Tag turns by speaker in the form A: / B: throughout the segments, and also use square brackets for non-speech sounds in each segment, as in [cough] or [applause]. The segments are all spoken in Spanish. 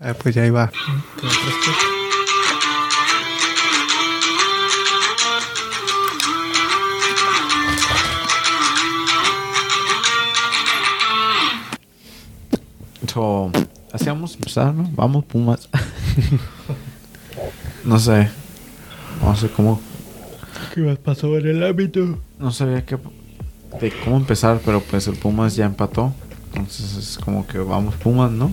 A: Ah, pues ya iba.
B: So, así vamos a empezar, ¿no? Vamos, Pumas. [laughs] no sé. No sé cómo.
A: ¿Qué más pasó en el ámbito?
B: No sabía qué. De cómo empezar, pero pues el Pumas ya empató. Entonces es como que vamos, Pumas, ¿no?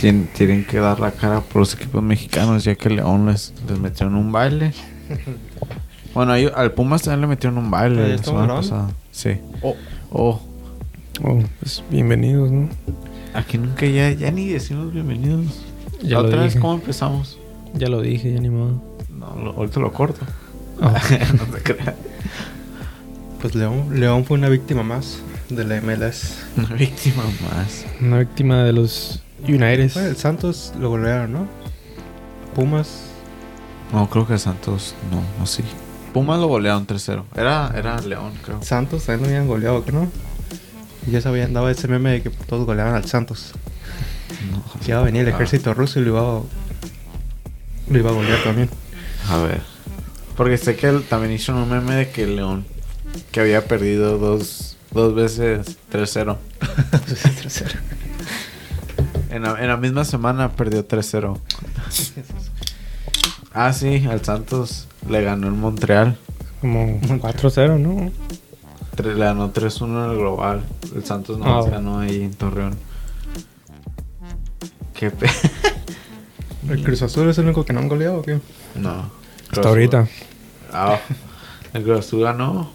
B: Tien- tienen que dar la cara por los equipos mexicanos, ya que León les, les metieron un baile. Bueno, ahí- al Pumas también le metieron un
C: ¿Ya
B: baile la
C: estamos
B: semana
C: grabando?
B: pasada. Sí.
C: Oh.
B: Oh.
C: Oh, pues bienvenidos, ¿no?
B: Aquí nunca ya, ya ni decimos bienvenidos.
C: Ya
B: la
C: lo
B: otra vez,
C: dije.
B: ¿cómo empezamos?
C: Ya lo dije, ya ni modo.
B: No, lo- ahorita lo corto. [laughs] no te creas.
A: Pues León, León fue una víctima más de la MLS.
B: Una víctima más.
C: Una víctima de los United.
A: Bueno, el Santos lo golearon, ¿no? Pumas.
B: No, creo que Santos. No, no, sí. Pumas lo golearon 3-0. Era, era León, creo.
A: Santos también lo habían goleado, ¿qué ¿no? Y ya se habían dado ese meme de que todos goleaban al Santos.
B: No.
A: Que iba a venir el ejército ruso y lo iba a, lo iba a golear también.
B: A ver. Porque sé que él también hizo un meme de que León, que había perdido dos, dos veces 3-0. En la, en la misma semana perdió [laughs] 3-0. Ah, sí, al Santos le ganó en Montreal.
C: Como 4-0, ¿no?
B: Tre- Le ganó 3-1 en el global. El Santos no
C: Ah.
B: ganó ahí en Torreón. Qué pe... [laughs]
A: ¿El Cruz Azul es el único que no han goleado o qué?
B: No. Cruz
C: Hasta ahorita.
B: Azul- Ah, el Cruz Azul ganó.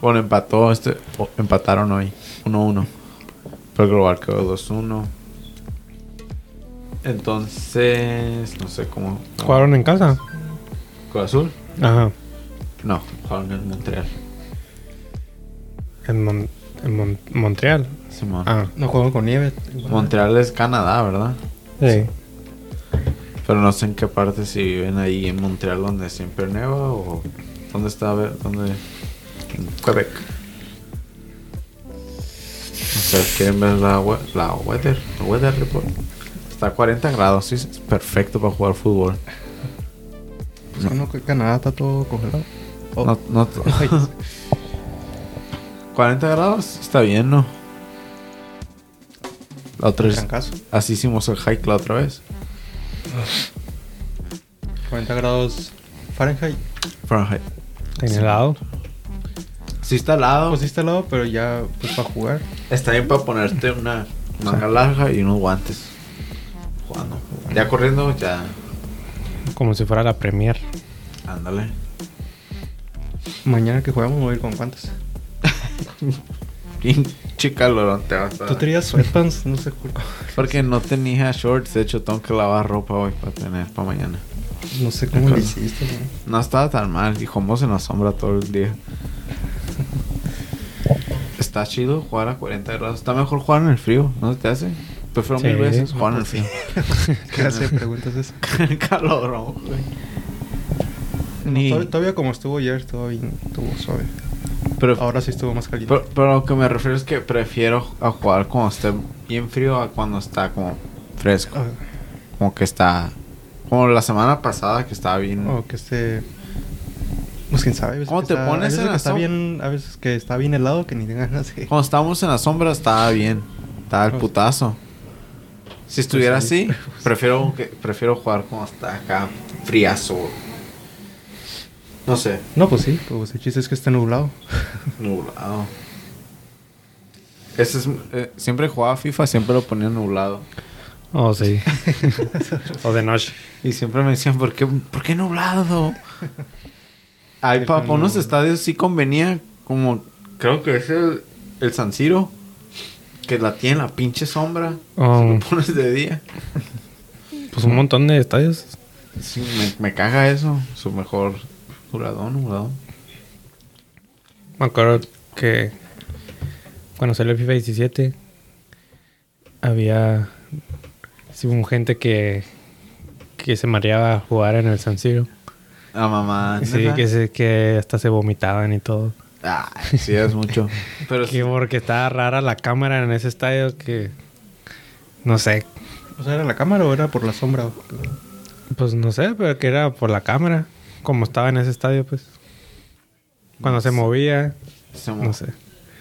B: Bueno, empató. Este, o- empataron hoy. 1-1. Pero el global quedó 2-1. Entonces, no sé cómo. cómo-
C: ¿Jugaron en casa?
B: Cruz Azul.
C: Ajá.
B: No, jugaron en Montreal.
C: En, Mon- en Mon- Montreal.
B: Simón.
C: Ah,
A: No jugaron con nieve.
B: Montreal es Canadá, ¿verdad?
C: sí.
B: Pero no sé en qué parte, si viven ahí en Montreal donde siempre neva o... ¿Dónde está? A ver, ¿dónde? En Quebec. O sea, quieren ver la, we- la weather, el weather report. Está a 40 grados, sí, es perfecto para jugar fútbol.
A: Pues no, que Canadá está todo congelado. Oh.
B: [laughs] No, no-
A: [laughs]
B: 40 grados, está bien, ¿no? La otra vez,
A: Trancazo.
B: así hicimos el hike la otra vez.
A: 40 grados Fahrenheit.
B: Fahrenheit.
C: En helado.
B: Sí está al lado.
A: Pues sí está al lado, pero ya pues para jugar.
B: Está bien para ponerte una manga larga y unos guantes. Jugando. Ya corriendo, ya.
C: Como si fuera la Premier.
B: Ándale. [laughs]
A: Mañana que jugamos voy a ir con cuántos.
B: Pinche calorón te vas a
A: ¿Tú tenías sweatpants? No sé, cu-
B: Porque no tenía shorts. De hecho, tengo que lavar ropa hoy para tener para mañana.
A: no sé cómo lo
B: Claro.
A: hiciste. güey.
B: No estaba tan mal. Y jugamos en la sombra todo el
A: [laughs]
B: día. Está chido jugar a 40 grados. Está mejor jugar en el frío. ¿No te hace? Prefiero mil
C: Sí.
B: veces jugar en el frío. [laughs]
A: ¿Qué hace? Preguntas eso.
B: el [laughs] calorón, güey. Ni-
A: Todavía- Todavía como estuvo ayer, todavía estuvo suave.
B: pero
A: Ahora sí estuvo más caliente.
B: Pero, pero lo que me refiero es que prefiero a jugar cuando esté bien frío a cuando está como fresco.
A: Ah,
B: Como que está. Como la semana pasada que estaba bien.
A: O que esté. Pues quién sabe. a veces
B: ¿Cómo
A: que
B: te
A: está-
B: pones
A: a veces
B: en
A: que
B: la
A: está
B: so-
A: bien, A veces que está bien helado que ni tengas ganas de.
B: Cuando estábamos en la sombra estaba bien. Estaba el
A: Pues-
B: putazo. Si estuviera
A: Pues sí.
B: así, prefiero, que, prefiero jugar cuando está acá friazo. No sé,
A: No, pues sí. Pues el chiste es que esté nublado.
B: nublado. Ese es, eh, siempre jugaba FIFA, siempre lo ponía nublado.
C: Oh, sí. o de noche.
B: Y siempre me decían, ¿por qué, ¿por qué nublado? Ay,
A: Sí,
B: papá,
A: cuando-
B: unos estadios sí convenía, como creo que es el, el San Siro, que la tiene la pinche sombra, [laughs]
C: Oh,
B: lo pones de día.
C: pues un montón de estadios.
B: Sí, me, me caga eso, su mejor juradón, juradón.
C: Me acuerdo que cuando salió el FIFA 17 había sí, hubo gente que, que se mareaba a jugar en el San Siro.
B: Ah, mamá.
C: Sí,
B: ¿neta?
C: que, se- que hasta se vomitaban y todo.
B: Ah, sí, es
C: [laughs]
B: mucho. Pero
C: Que porque estaba rara la cámara en ese estadio que no sé,
A: O sea, ¿era la cámara o era por la sombra?
C: Pues no sé, pero que era por la cámara. Como estaba en ese estadio, pues. Cuando se movía,
B: Se mo-
C: no sé.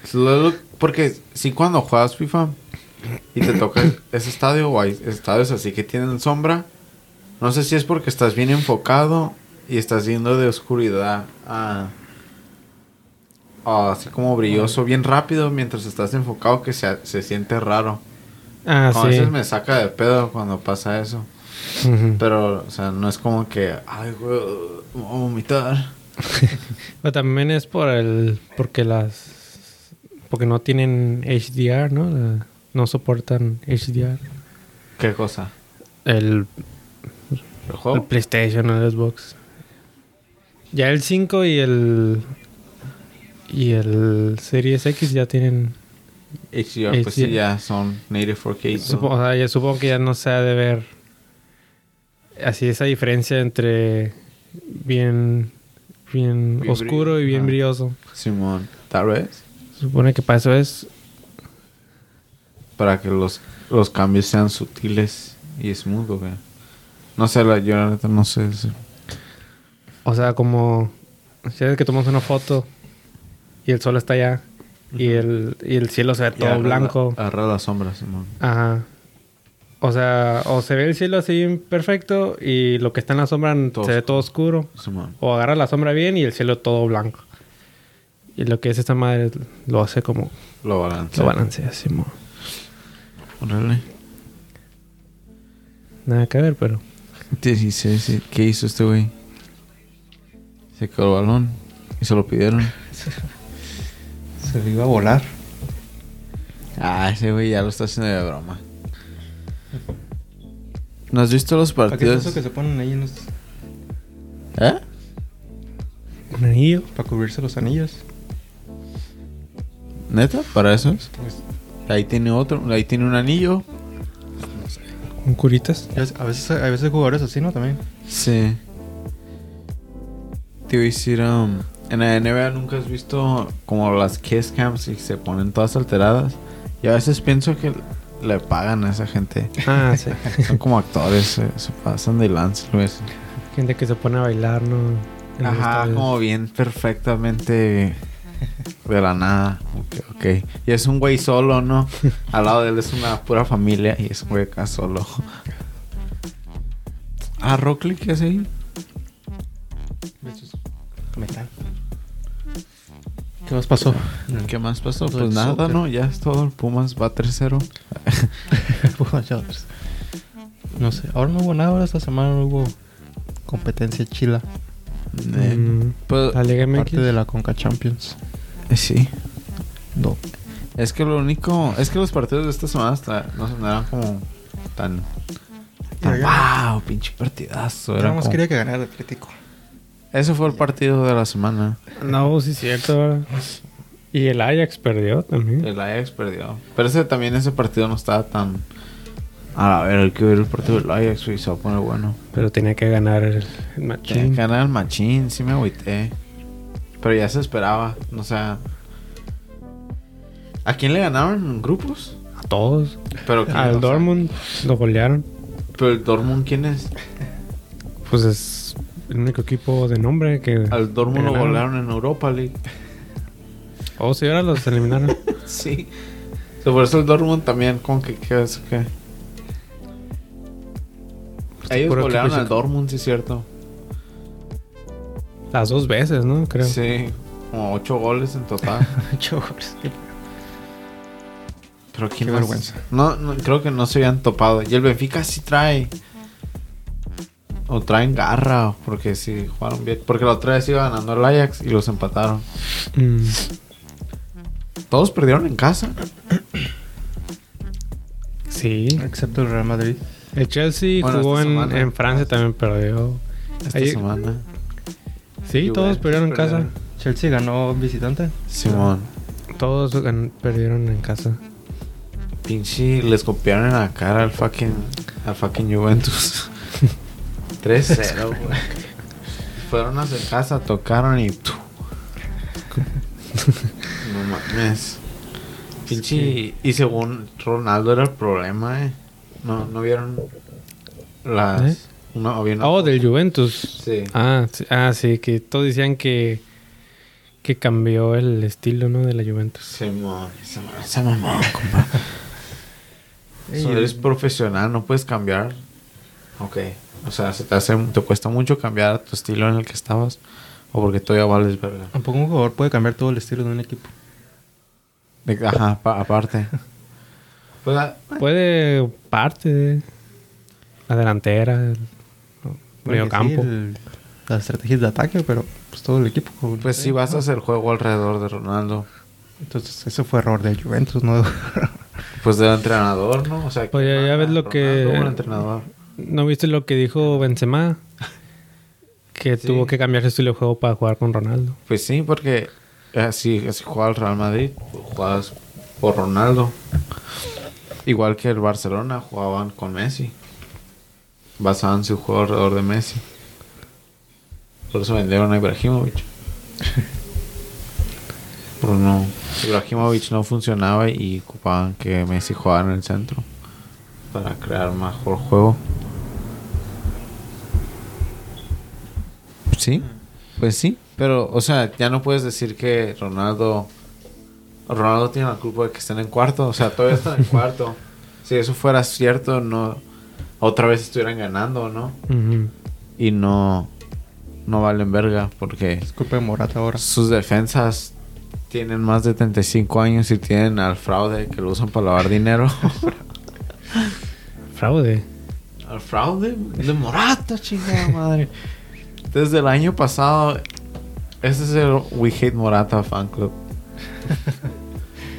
B: Solo- Pues, Porque si cuando juegas FIFA y te toca ese estadio o hay estadios así que tienen sombra, no sé si es porque estás bien enfocado y estás yendo de oscuridad a, a así como brilloso bien rápido mientras estás enfocado que se, se siente raro.
C: Ah,
B: a
C: sí.
B: veces me saca de pedo cuando pasa eso.
C: Ujú.
B: Pero, o sea, no es como que, ay, güey, voy a vomitar.
C: Pero también es por el. Porque las. Porque no tienen HDR, ¿no? La- no soportan HDR.
B: ¿Qué cosa?
C: El,
B: ¿El
C: el
B: juego?
C: PlayStation, el Xbox. Ya el 5 y el. Y el Series X ya tienen.
B: HDR, pues sí,
C: HDR.
B: ya son native 4K. y todo.
C: Supo- o sea, ya supongo que ya no se ha de ver. Así esa diferencia entre. Bien. Bien,
B: Bien
C: oscuro
B: brillo-
C: y bien
B: ah.
C: brilloso.
B: Simón, tal vez.
C: Supone que para eso es.
B: Para que los, los cambios sean sutiles y smooth, güey. No sé, la, yo la neta no sé. sí.
C: O sea, como si es que tomamos una foto y el sol está allá y el, y el cielo se ve
B: Y
C: todo
B: agarra
C: blanco.
B: La, agarra la sombra, Simón.
C: Ajá. O sea, o se ve el cielo así bien perfecto y lo que está en la sombra
B: Todo
C: se ve todo oscuro.
B: Simón.
C: O agarra la sombra bien y el cielo todo blanco. Y lo que es esta madre lo hace como
B: Lo balancea.
C: lo balancea así. mo.
B: Órale.
C: Nada que ver, pero.
B: Dieciséis, sí. ¿Qué hizo este güey? Se quedó el balón y se lo pidieron.
A: Se le iba a volar.
B: Ah, ese güey ya lo está haciendo de broma. ¿No has visto los
A: ¿Para qué es
B: partidos?
A: eso que se ponen ahí en los...
B: ¿Eh?
C: Un anillo.
A: Para cubrirse los anillos.
B: ¿Neta? ¿Para eso es?
A: Pues,
B: Ahí tiene otro, ahí tiene un anillo.
C: Con curitas.
A: ya- a veces a veces hay jugadores así, ¿no? También.
B: Sí. Te iba a decir, um, en la NBA nunca has visto como las kiss cams y se ponen todas alteradas. Y a veces pienso que le pagan a esa gente.
C: Ah,
B: [laughs]
C: sí.
B: Son como actores, se, se pasan de lance, Luis.
C: Gente que se pone a bailar, ¿no? En los
B: Ajá,
C: estadios.
B: como bien perfectamente de la nada. Ok, ok. Y es un güey solo, ¿no? Al lado de él es una pura familia y es un güey acá solo. Ah, Rockley, ¿qué hace ahí?
A: Metal. ¿Qué más pasó? [laughs]
B: ¿Qué más pasó?
A: Pues
B: Pues nada,
A: soccer.
B: ¿no? Ya es todo. El Pumas va 3-0.
A: Pumas Chargers. No sé, ahora no hubo nada, ahora esta semana no hubo competencia chila.
B: Eh,
C: Mm.
B: Pues
C: La Liga MX.
A: Parte de la Conca Champions.
B: eh, sí.
A: No.
B: Es que lo único... Es que los partidos de esta semana hasta no no eran como tan... tan ¡Wow! Pinche partidazo. Era
A: Nada más
B: como-
A: quería que ganara el [laughs] Atlético.
B: Ese fue el partido de la semana.
C: No, sí es cierto. ¿verdad? Y el Ajax perdió también.
B: El Ajax perdió. Pero ese, también ese partido no estaba tan... A ver, hay que ver el partido del Ajax y se va a poner bueno.
C: Pero tenía que ganar el, el
B: Tenía
C: machín.
B: que ganar el machín, sí me agüité. Pero ya se esperaba, o sea... ¿A quién le ganaron en grupos?
C: A todos.
B: Pero ¿quién? O sea,
C: Al Dortmund lo golearon.
B: ¿Pero el Dortmund quién es?
C: Pues es el único equipo de nombre que.
B: Al Dortmund
C: que
B: lo
C: ganaron.
B: volaron en Europa League. [laughs]
C: Oh, sí, ahora los eliminaron.
B: sí. O sea, por eso el Dortmund también como que... que, es que... [laughs] Ellos
C: puro equipo
B: golearon al
C: chico.
B: Dortmund, sí es cierto.
C: Las dos veces, ¿no? Creo.
B: Sí, como ocho goles en total.
A: Chavales.
B: Pero quién
A: Qué
B: más?
A: vergüenza.
B: No, no, creo que no se habían topado. Y el Benfica sí trae. O traen garra, porque sí jugaron bien. Porque la otra vez iba ganando el Ajax y los empataron.
C: Mm.
B: Todos perdieron en casa.
C: Sí.
A: Excepto el Real Madrid.
C: El Chelsea
B: Bueno,
C: jugó
B: esta
C: en,
B: semana.
C: en Francia, también perdió.
B: Esta
C: Ahí-
B: semana.
C: Sí, todos
B: Juventus
C: perdieron en casa.
A: Chelsea ganó visitante.
B: Simón.
C: Todos gan- perdieron en casa.
B: Pinche, les copiaron en la cara al fucking, al fucking
C: [laughs]
B: Juventus. 3-0, güey. Fueron a su casa, tocaron y. ¡tu! no mames. Pinche. Y según Ronaldo era el problema, eh. No, no vieron las.
C: ¿Eh?
B: No, había una
C: Oh,
B: foto.
C: del Juventus.
B: Sí.
C: Ah, sí, ah, sí, que todos decían que, que cambió el estilo, ¿no? De la Juventus.
B: Simón, esa ma- esa mamá, compa.
C: Ey,
B: Eso,
C: el-
B: eres profesional, no puedes cambiar. Ok. O sea, se te, hace, te cuesta mucho cambiar tu estilo en el que estabas. O porque todavía vales verga.
A: Tampoco un jugador puede cambiar todo el estilo de un equipo.
B: De- ajá, pa- aparte. Pues, ah,
C: Puede parte de la delantera, el
A: Porque
C: medio
A: sí,
C: campo.
A: el- las estrategias de ataque, pero pues todo el equipo. con-
B: pues sí, vas a hacer juego alrededor de Ronaldo.
A: Entonces, eso fue error del Juventus, ¿no? [laughs]
B: Pues del entrenador, ¿no? O sea,
C: Pues ya- ya ves lo
B: Ronaldo,
C: que-
B: un entrenador.
C: ¿No viste lo que dijo Benzema? Que
B: Sí.
C: tuvo que cambiar su estilo de juego para jugar con Ronaldo.
B: Pues sí, porque así, así jugaba el Real Madrid, jugabas por Ronaldo. Igual que el Barcelona, jugaban con Messi. Basaban su juego alrededor de Messi. Por eso vendieron a Ibrahimovic. [laughs] Pero no, Ibrahimovic no funcionaba y ocupaban que Messi jugara en el centro para crear mejor juego. Sí, pues sí, pero o sea, ya no puedes decir que Ronaldo Ronaldo tiene la culpa de que estén en cuarto, o sea, todavía están en [laughs] cuarto. Si eso fuera cierto, no otra vez estuvieran ganando, ¿no?
C: Ujú.
B: Y no no valen verga porque
A: es culpa de Morata ahora.
B: sus defensas tienen más de 35 años y tienen al fraude que lo usan para lavar dinero.
C: Fraude.
B: [laughs] al fraude de Morata, chingada madre. Desde el año pasado, ese es el We Hate Morata fan club.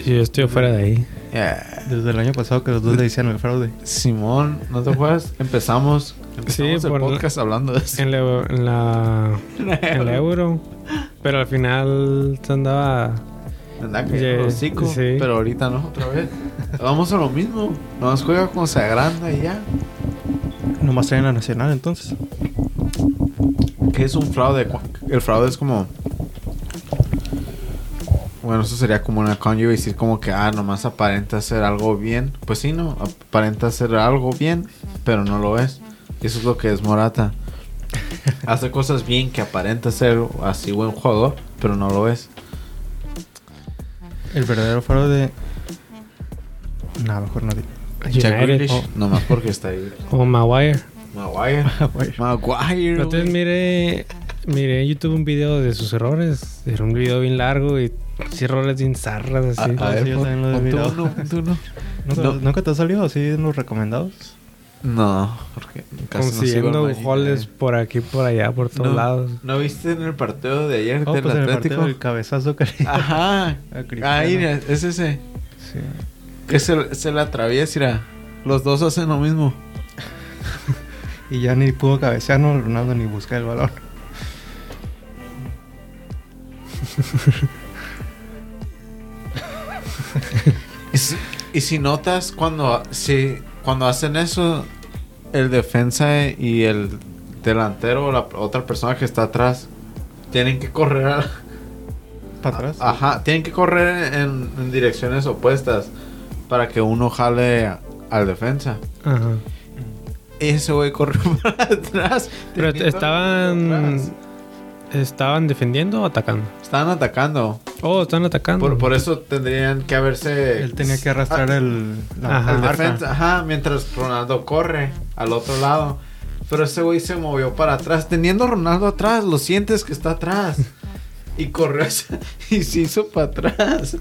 C: Si yo estoy fuera de ahí.
B: Yeah.
A: Desde el año pasado que los dos le decían el fraude.
B: Simón, ¿no te
C: [laughs]
B: acuerdas? Empezamos,
C: Sí,
B: empezamos el
C: por-
B: podcast hablando de eso.
C: En la, en la-
B: [laughs]
C: en la euro. Pero al final se andaba.
B: ¿Verdad que era
C: Yeah,
B: hocico?
C: sí.
B: Pero ahorita no, otra vez. Vamos a lo mismo. Nos juega como se agranda y ya.
A: Nomás traen la nacional entonces.
B: ¿Qué es un fraude? Cu- El fraude es como. Bueno, eso sería como una con y decir como que, ah, nomás aparenta hacer algo bien. Pues sí, no, aparenta hacer algo bien, pero no lo es. Y eso es lo que es Morata. Hace cosas bien que aparenta ser así buen jugador, pero no lo es.
A: El verdadero fraude. No, mejor [laughs] no digo.
B: Jack
C: United
B: Grealish, nomás porque está ahí.
C: o, o Maguire.
B: Maguire. [laughs]
A: Ah,
C: La
B: Maguire.
C: otra vez
B: güey.
C: miré, miré en YouTube un video de sus errores. Era un video bien largo y sí, errores bien zarras así.
B: A ver,
A: Sí, yo
B: pon-
A: también lo he
B: pon tú
A: mirado.
B: uno, pon tú uno.
A: ¿Nunca,
B: No.
A: nunca te ha salido así en los recomendados?
B: No, porque casi no sigo
C: consiguiendo
B: al Manchester
C: goles
B: United.
C: por aquí, por allá, por todos
B: no,
C: lados.
B: ¿No viste en el partido de ayer
A: Oh,
B: del
A: pues en el
B: Atlético?
A: partido del cabezazo que le-
B: Ajá.
A: A Cristiano.
B: Ahí, mira, es ese.
A: Sí.
B: Que se, se la atraviesa, mira. Los dos hacen lo mismo.
A: Y ya ni pudo cabecear, no, Ronaldo ni buscar el balón.
B: Y si, y si notas, cuando, si, cuando hacen eso, el defensa y el delantero o la otra persona que está atrás tienen que correr. a-
A: ¿Para atrás?
B: Ajá, tienen que correr en, en direcciones opuestas para que uno jale a- al defensa.
C: Ajá.
B: Ese güey corrió [laughs] para atrás.
C: Pero
B: teniendo
C: estaban.
B: atrás.
C: ¿Estaban defendiendo o atacando?
B: Estaban atacando.
C: Oh, están atacando.
B: Por, por eso tendrían que haberse.
A: Él tenía que arrastrar
B: a-
A: el, la,
C: Ajá.
A: la
B: al
A: marca.
B: defensa. Ajá, mientras Ronaldo corre al otro lado. Pero ese güey se movió para atrás. Teniendo a Ronaldo atrás, lo sientes que está atrás. Y corrió [laughs] hacia- y se hizo para atrás.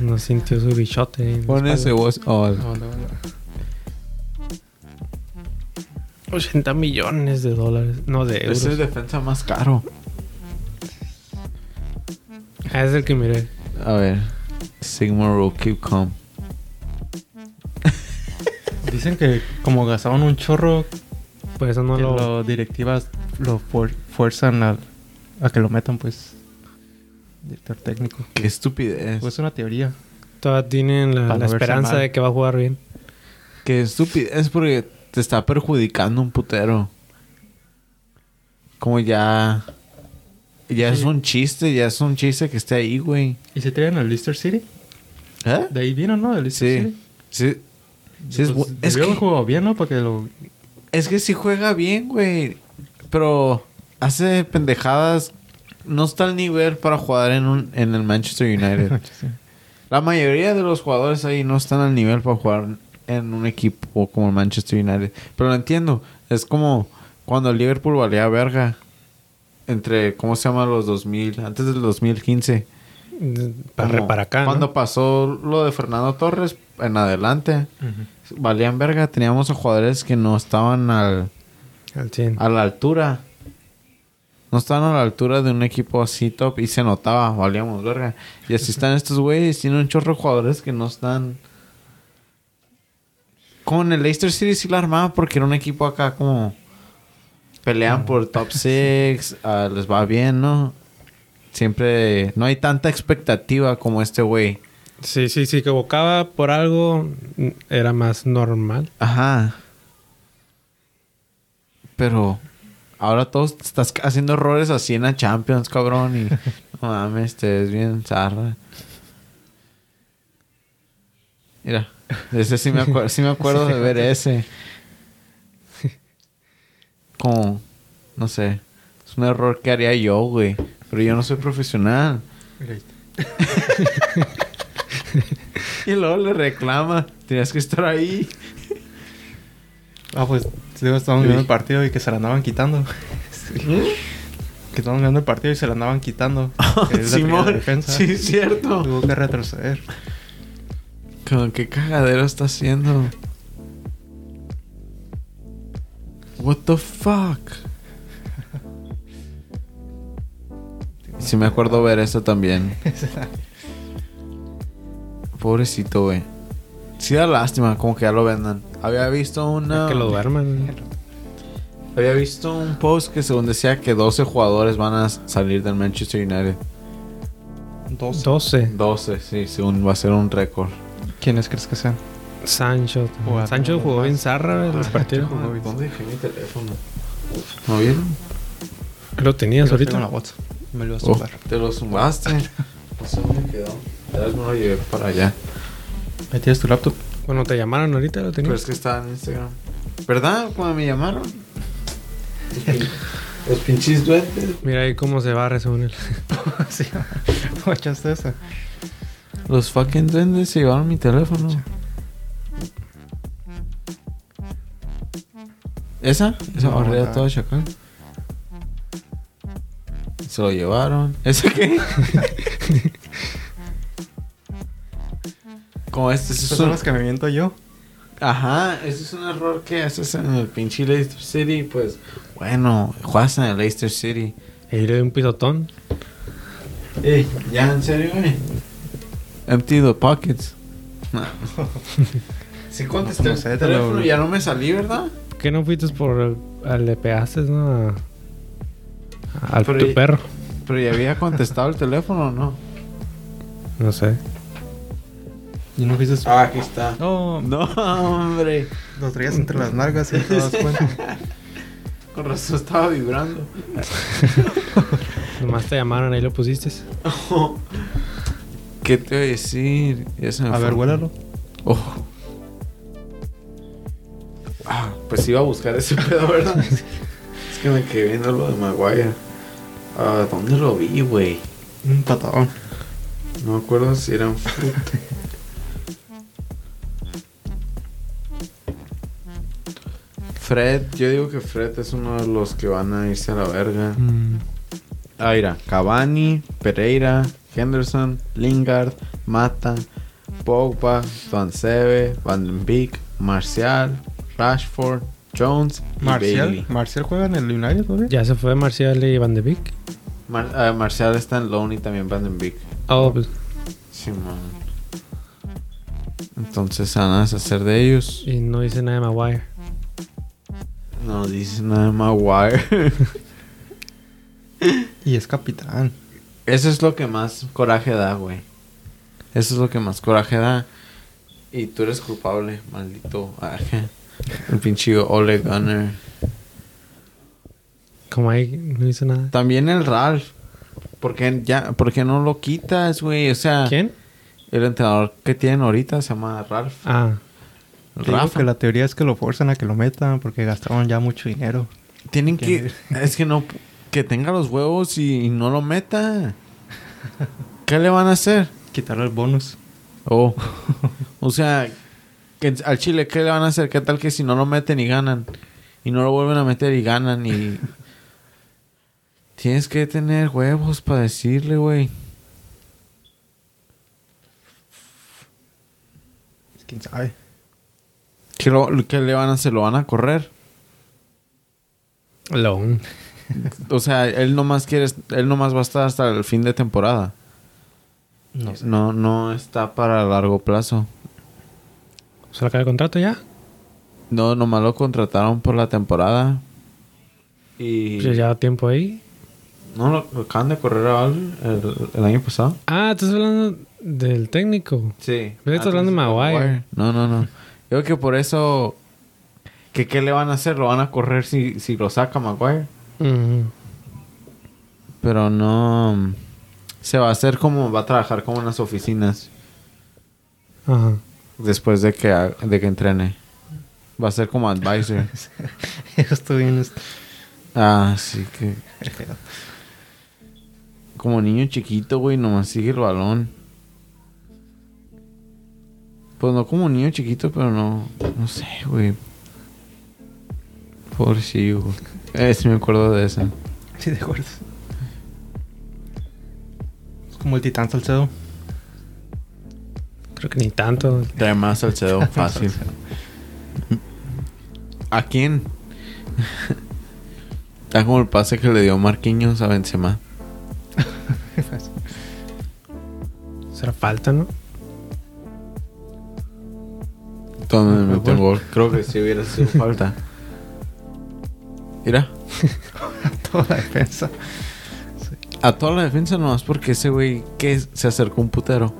C: No sintió su bichote. en la
B: Pon ese
C: espalda.
B: voz. oh,
A: No, no, no.
C: 80 millones de dólares. No, de euros.
B: es el defensa más caro.
C: Ah, es el que miré.
B: A ver. Sigma Row, keep calm.
A: Dicen que como gastaban un chorro,
C: Por eso no
A: que
C: lo.
A: lo directivas lo fuer- fuerzan al- a, que lo metan, pues. Director técnico.
B: Qué estupidez.
A: Pues es una teoría.
C: Todavía tienen la,
A: Para
C: la
A: no verse
C: esperanza
A: mal.
C: de que va a jugar bien.
B: Qué estupidez porque te está perjudicando un putero. Como ya. Ya es un chiste, ya es un chiste que esté ahí, güey.
A: ¿Y se traen al Leicester City?
B: ¿Eh?
A: De ahí vino, ¿no? Del Leicester
B: Sí.
A: City.
B: Sí. Sí, es,
C: Pues,
B: bu- es que,
C: debió haber jugado bien, ¿no? Para que lo...
B: es que sí juega bien, güey. Pero hace pendejadas. No está al nivel para jugar en, un, en el
A: [laughs]
B: Manchester United. La mayoría de los jugadores ahí no están al nivel para jugar en un equipo como el Manchester United. Pero lo entiendo. Es como cuando el Liverpool valía verga. Entre, ¿cómo se llama? Los 2000. Antes del 2015.
C: Para,
B: Como
C: para acá, ¿no?
B: Cuando pasó lo de Fernando Torres en adelante. Valían verga. Teníamos a jugadores que no estaban al,
C: Al 100.
B: a la altura. No estaban a la altura de un equipo así top y se notaba, valíamos verga. Y así están estos güeyes, tienen un chorro de jugadores que no están. Con el Leicester City sí la armaba porque era un equipo acá como. Pelean por top 6, les va bien, ¿no? Siempre. No hay tanta expectativa como este güey.
C: Sí, sí, sí, que evocaba por algo mm, era más normal.
B: Ajá. Pero ahora todos estás haciendo errores así en la Champions, cabrón.
A: [laughs]
B: Y no mames, te ves bien zarra. Mira, ese sí me, acuer- sí me
A: [laughs]
B: acuerdo de ver ese. Como, no sé, es un error que haría yo, güey. Pero yo no soy profesional. Y luego le reclama, tenías que estar ahí.
A: Ah, pues, digo, estábamos
B: Sí.
A: viendo el partido y que se la andaban quitando. [laughs] ¿Eh? Que estábamos viendo el partido y se la andaban [laughs] quitando. Que [laughs] es la primera
B: Simón,
A: defensa.
B: sí, es cierto.
A: Tuvo que retroceder. [laughs]
B: Con qué cagadero está haciendo. What the fuck? Sí me acuerdo ver eso también. Pobrecito, güey. Sí da lástima, como que ya lo vendan. Había visto una...
C: Que lo duerman.
B: Había visto un post que según decía que 12 jugadores van a salir del Manchester United.
A: Dos.
C: 12.
B: 12, sí, según va a ser un récord.
A: ¿Quiénes crees que sean?
C: Sancho.
A: Guau.
C: Sancho jugó bien zarra los partidos.
B: ¿Dónde dejé mi teléfono? ¿No vieron?
C: Lo tenías
A: Yo lo tengo en la bolsa.
C: ahorita.
A: Me lo iba a
B: Oh,
A: soplar.
B: te lo sumaste. No sé dónde quedó. Ya me lo llevé para allá.
A: Ahí tienes tu laptop.
C: Cuando te llamaron ahorita lo
B: Pero
C: tenías.
A: Pues,
B: es que estaba en Instagram. ¿Verdad? Cuando me llamaron. [laughs] Los pinches duendes.
C: Mira ahí cómo se barre según él.
A: [laughs] sí. ¿Cómo echaste esa?
B: Los fucking duendes se llevaron mi teléfono. ¿Esa? Esa
A: No,
B: barrera
A: acá.
B: toda chacal. Se lo llevaron. ¿Esa [laughs] qué? Como este es
A: Esas
B: un-
A: son las que me miento yo.
B: Ajá, ese es un error que haces en el pinche Leicester City, pues bueno, juegas en el Leicester City.
C: Y le dio E un pisotón.
B: Ey, ya en serio, güey. Empty the pockets. No. [laughs] sí contesté
A: No
B: el
A: sé, te lo-
B: teléfono, ya no me salí, ¿verdad?
C: ¿Por qué no fuiste por el- al le pegaste, no? A- Al
B: Pero
C: tu
B: y-
C: perro.
B: Pero ya había contestado el teléfono, ¿no?
C: No sé.
A: Y no fuiste.
B: Ah, aquí está.
A: No,
B: No, hombre.
A: lo traías entre las nalgas y no te das cuenta.
B: Con razón estaba vibrando.
C: Nomás te llamaron, ahí lo pusiste.
B: [laughs] ¿Qué te voy a decir? Ya se
A: [laughs]
B: me
A: A
B: fue.
A: ver, huélalo.
B: Oh. Ah, pues iba a buscar ese [laughs] pedo, ¿verdad? es que me quedé viendo lo de Maguire. Ah, ¿Dónde lo vi, güey?
A: Un patadón.
B: No me acuerdo si era en Foot. Fred, yo digo que Fred es uno de los que van a irse a la verga.
A: Mm.
B: Ah, mira, Cavani, Pereira, Henderson, Lingard, Mata, Pogba, Don Seve, Van den Beek, Marcial, Rashford, Jones y
A: Marcial.
B: Bailey.
A: Marcial juega en el United, ¿no?
C: Ya se fue Marcial y Van de Beek.
B: Mar- ah, Marcial está en loan y también Van den Beek.
C: Oh, pues.
B: Simón. Entonces se van a deshacer de ellos.
C: Y no dice nada de Maguire.
B: No dice nada de Maguire. [laughs]
A: Y es capitán.
B: Eso es lo que más coraje da, güey. Eso es lo que más coraje da. Y tú eres culpable, maldito. Ajá. El pinche Ole Gunner.
C: Como ahí no hizo nada.
B: También el Ralph. ¿Por qué, ya, ¿por qué no lo
A: Ah.
B: quitas, güey? O sea,
C: ¿Quién?
B: el entrenador que tienen ahorita se llama Ralph.
C: Ah,
A: Te digo
B: Rafa.
A: que la teoría es que lo forzan a que lo metan porque gastaron ya mucho dinero.
B: Tienen que.
A: que-
B: [laughs] Es que no. Que tenga los huevos y, y no lo meta. ¿Qué le van a hacer?
A: Quitaron el bonus.
B: Oh. [laughs] O sea, que al Chile, ¿qué le van a hacer? ¿Qué tal que si no lo meten y ganan? Y no lo vuelven a meter y ganan y. Tienes que tener huevos para decirle, güey.
A: ¿Quién sabe? [laughs]
B: ¿Qué, lo- ¿Qué le van a hacer? ¿Lo van a correr?
C: Alone.
B: O sea, él nomás quiere. Él nomás va a estar hasta el fin de temporada.
A: No sé.
B: No, no está para largo plazo.
C: ¿Se le acaba el contrato ya?
B: No, nomás lo contrataron por la temporada. Y.
C: Pues ya lleva tiempo ahí.
B: No, lo, lo acaban de correr a alguien el, el año pasado.
C: Ah, estás hablando del técnico.
B: Sí. Ah,
C: Pero estás hablando de Maguire.
B: No, no, no. Yo creo que por eso. Que, ¿Qué le van a hacer? Lo van a correr si, si lo saca Maguire.
C: Ujú.
B: Pero no. Se va a hacer como. Va a trabajar como en las oficinas.
C: Ajá.
B: Después de que, ha- de que entrene. Va a ser como
C: [laughs]
B: advisor.
A: Eso estuvo bien. est-
B: ah, sí que. Como niño chiquito, güey, nomás sigue el balón. Pues no como niño chiquito, pero no. No sé, güey. Pobrecillo, güey. Eh, sí me acuerdo de esa.
A: Sí, de acuerdo. Es como el titán Salcedo.
C: Creo que ni tanto.
B: Trae más [laughs] Salcedo, fácil. ¿A quién? [laughs] Está como el pase que le dio Marquinhos a Benzema.
C: Será falta, ¿no?
B: Donde me metió el gol. Creo que sí hubiera sido falta. Mira.
A: [laughs] Toda la defensa.
B: A toda la defensa nomás porque ese güey que se acercó un putero.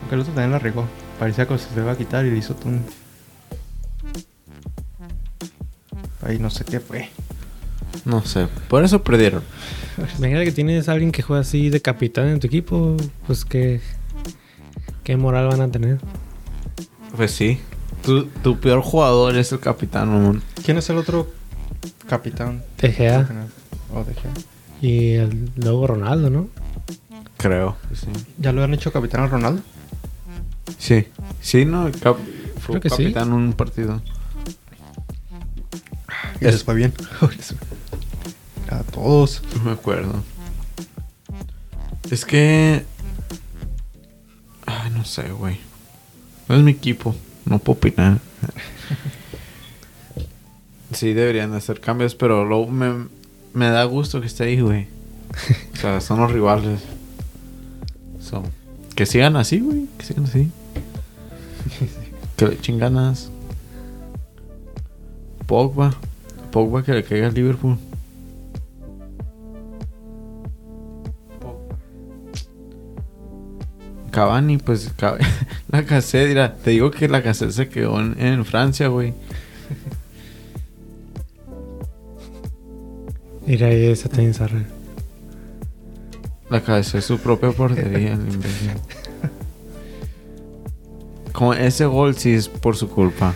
A: Aunque el otro también la regó. Parecía que se le iba a quitar y le hizo tú. Ahí no sé qué fue.
B: No sé. Por eso perdieron.
C: Imagínate que tienes a alguien que juega así de capitán en tu equipo. Pues qué. ¿Qué moral van a tener?
B: Pues sí. Tu, tu peor jugador es el capitán, mamón.
A: ¿Quién es el otro capitán?
C: TGA
A: Oh, dejé.
C: y el, luego Ronaldo, ¿no?
B: Creo. Sí.
A: ¿Ya lo han hecho capitán a Ronaldo?
B: Sí. Sí, no. El cap- fue
C: Creo que sí.
B: capitán en un partido.
A: Y les fue [laughs] bien. a todos.
B: No me acuerdo. Es que. Ay, no sé, güey. No es mi equipo. No puedo opinar. Sí, deberían hacer cambios, pero luego me, me da gusto que esté ahí, güey. O sea, son los rivales. So, que sigan así, güey. Que sigan así. Que le echen ganas. Pogba. Pogba que le caiga al Liverpool. Cavani, pues Ca- [laughs] la cassette, mira, te digo que la cassette se quedó en, en Francia, güey.
C: Ir ahí esa también se arre.
B: La cassette es su propia portería, el imbécil. Como ese gol sí es por su culpa.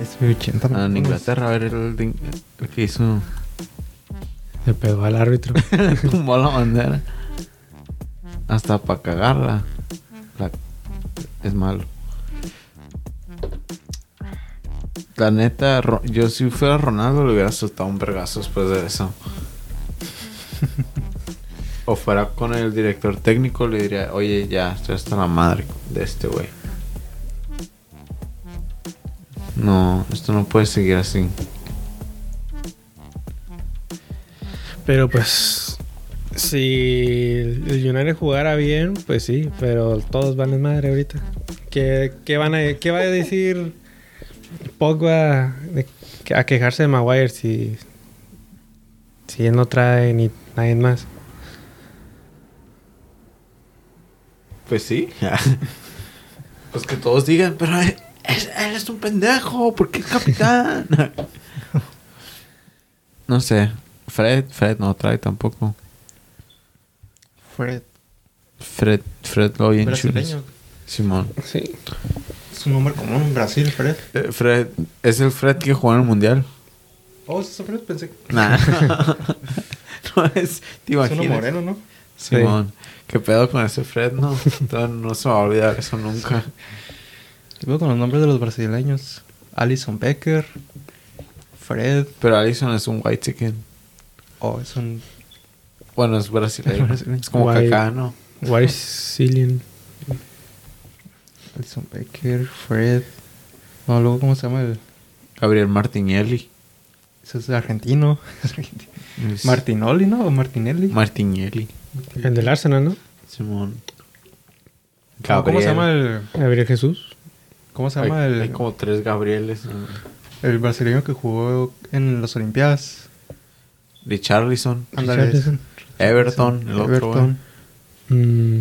A: Es mi 80.
B: Ah, En Inglaterra, a ver el, de In- el que hizo.
C: Le pegó al árbitro.
B: [laughs] tumbó la bandera. Hasta para cagarla. La- es malo. La neta, Ro- yo si fuera Ronaldo le hubiera soltado un vergazo después de eso. o fuera con el director técnico le diría, oye, ya, estoy hasta la madre de este güey. No, esto no puede seguir así.
C: Pero pues. Si el United jugara bien, pues sí, pero todos van en madre ahorita. ¿Qué, qué van a, qué va a decir Pogba de- a quejarse de Maguire si, si él no trae ni nadie más?
B: Pues sí. [laughs] pues que todos digan, pero él es, él es un pendejo, ¿por qué es capitán? [laughs] no sé. Fred, Fred no trae tampoco.
A: Fred.
B: Fred, Fred Lloyd Insurance.
A: Brasileño.
B: Simón.
C: Sí.
A: Es un nombre común en Brasil, Fred.
B: Eh, Fred, es el Fred que jugó en el mundial.
A: Oh, ¿es ese Fred? Pensé que...
B: [laughs] Nah. no es,
A: Es
B: te
A: uno
B: imaginas.
A: moreno, ¿no?
B: Simón, qué pedo con ese Fred, no. Entonces, no se va a olvidar eso nunca.
A: ¿Qué veo con los nombres de los brasileños? Alison Becker. Fred.
B: Pero Alison es un white chicken.
A: Oh, es un...
B: Bueno, es brasileño. [laughs]
A: Es brasileño.
B: Es como
C: White.
B: Kaká, ¿no?
C: White Sicilian.
A: Alison Becker. Fred. No, luego, ¿cómo se llama el...?
B: Gabriel Martinelli.
A: Ese es argentino. [laughs]
B: Es
A: Martinoli, ¿no? ¿O Martinelli?
B: Martinelli.
C: El del Arsenal, ¿no?
B: Simón.
A: No, ¿Cómo se llama el...?
C: Gabriel Jesús.
A: ¿Cómo se
B: Hay,
A: llama el...?
B: hay como tres Gabrieles. ¿no?
A: El brasileño que jugó en las Olimpiadas.
B: Richarlison.
A: Ándale.
C: Richarlison.
B: Everton. El otro, eh. güey.
A: Everton.
C: Mm,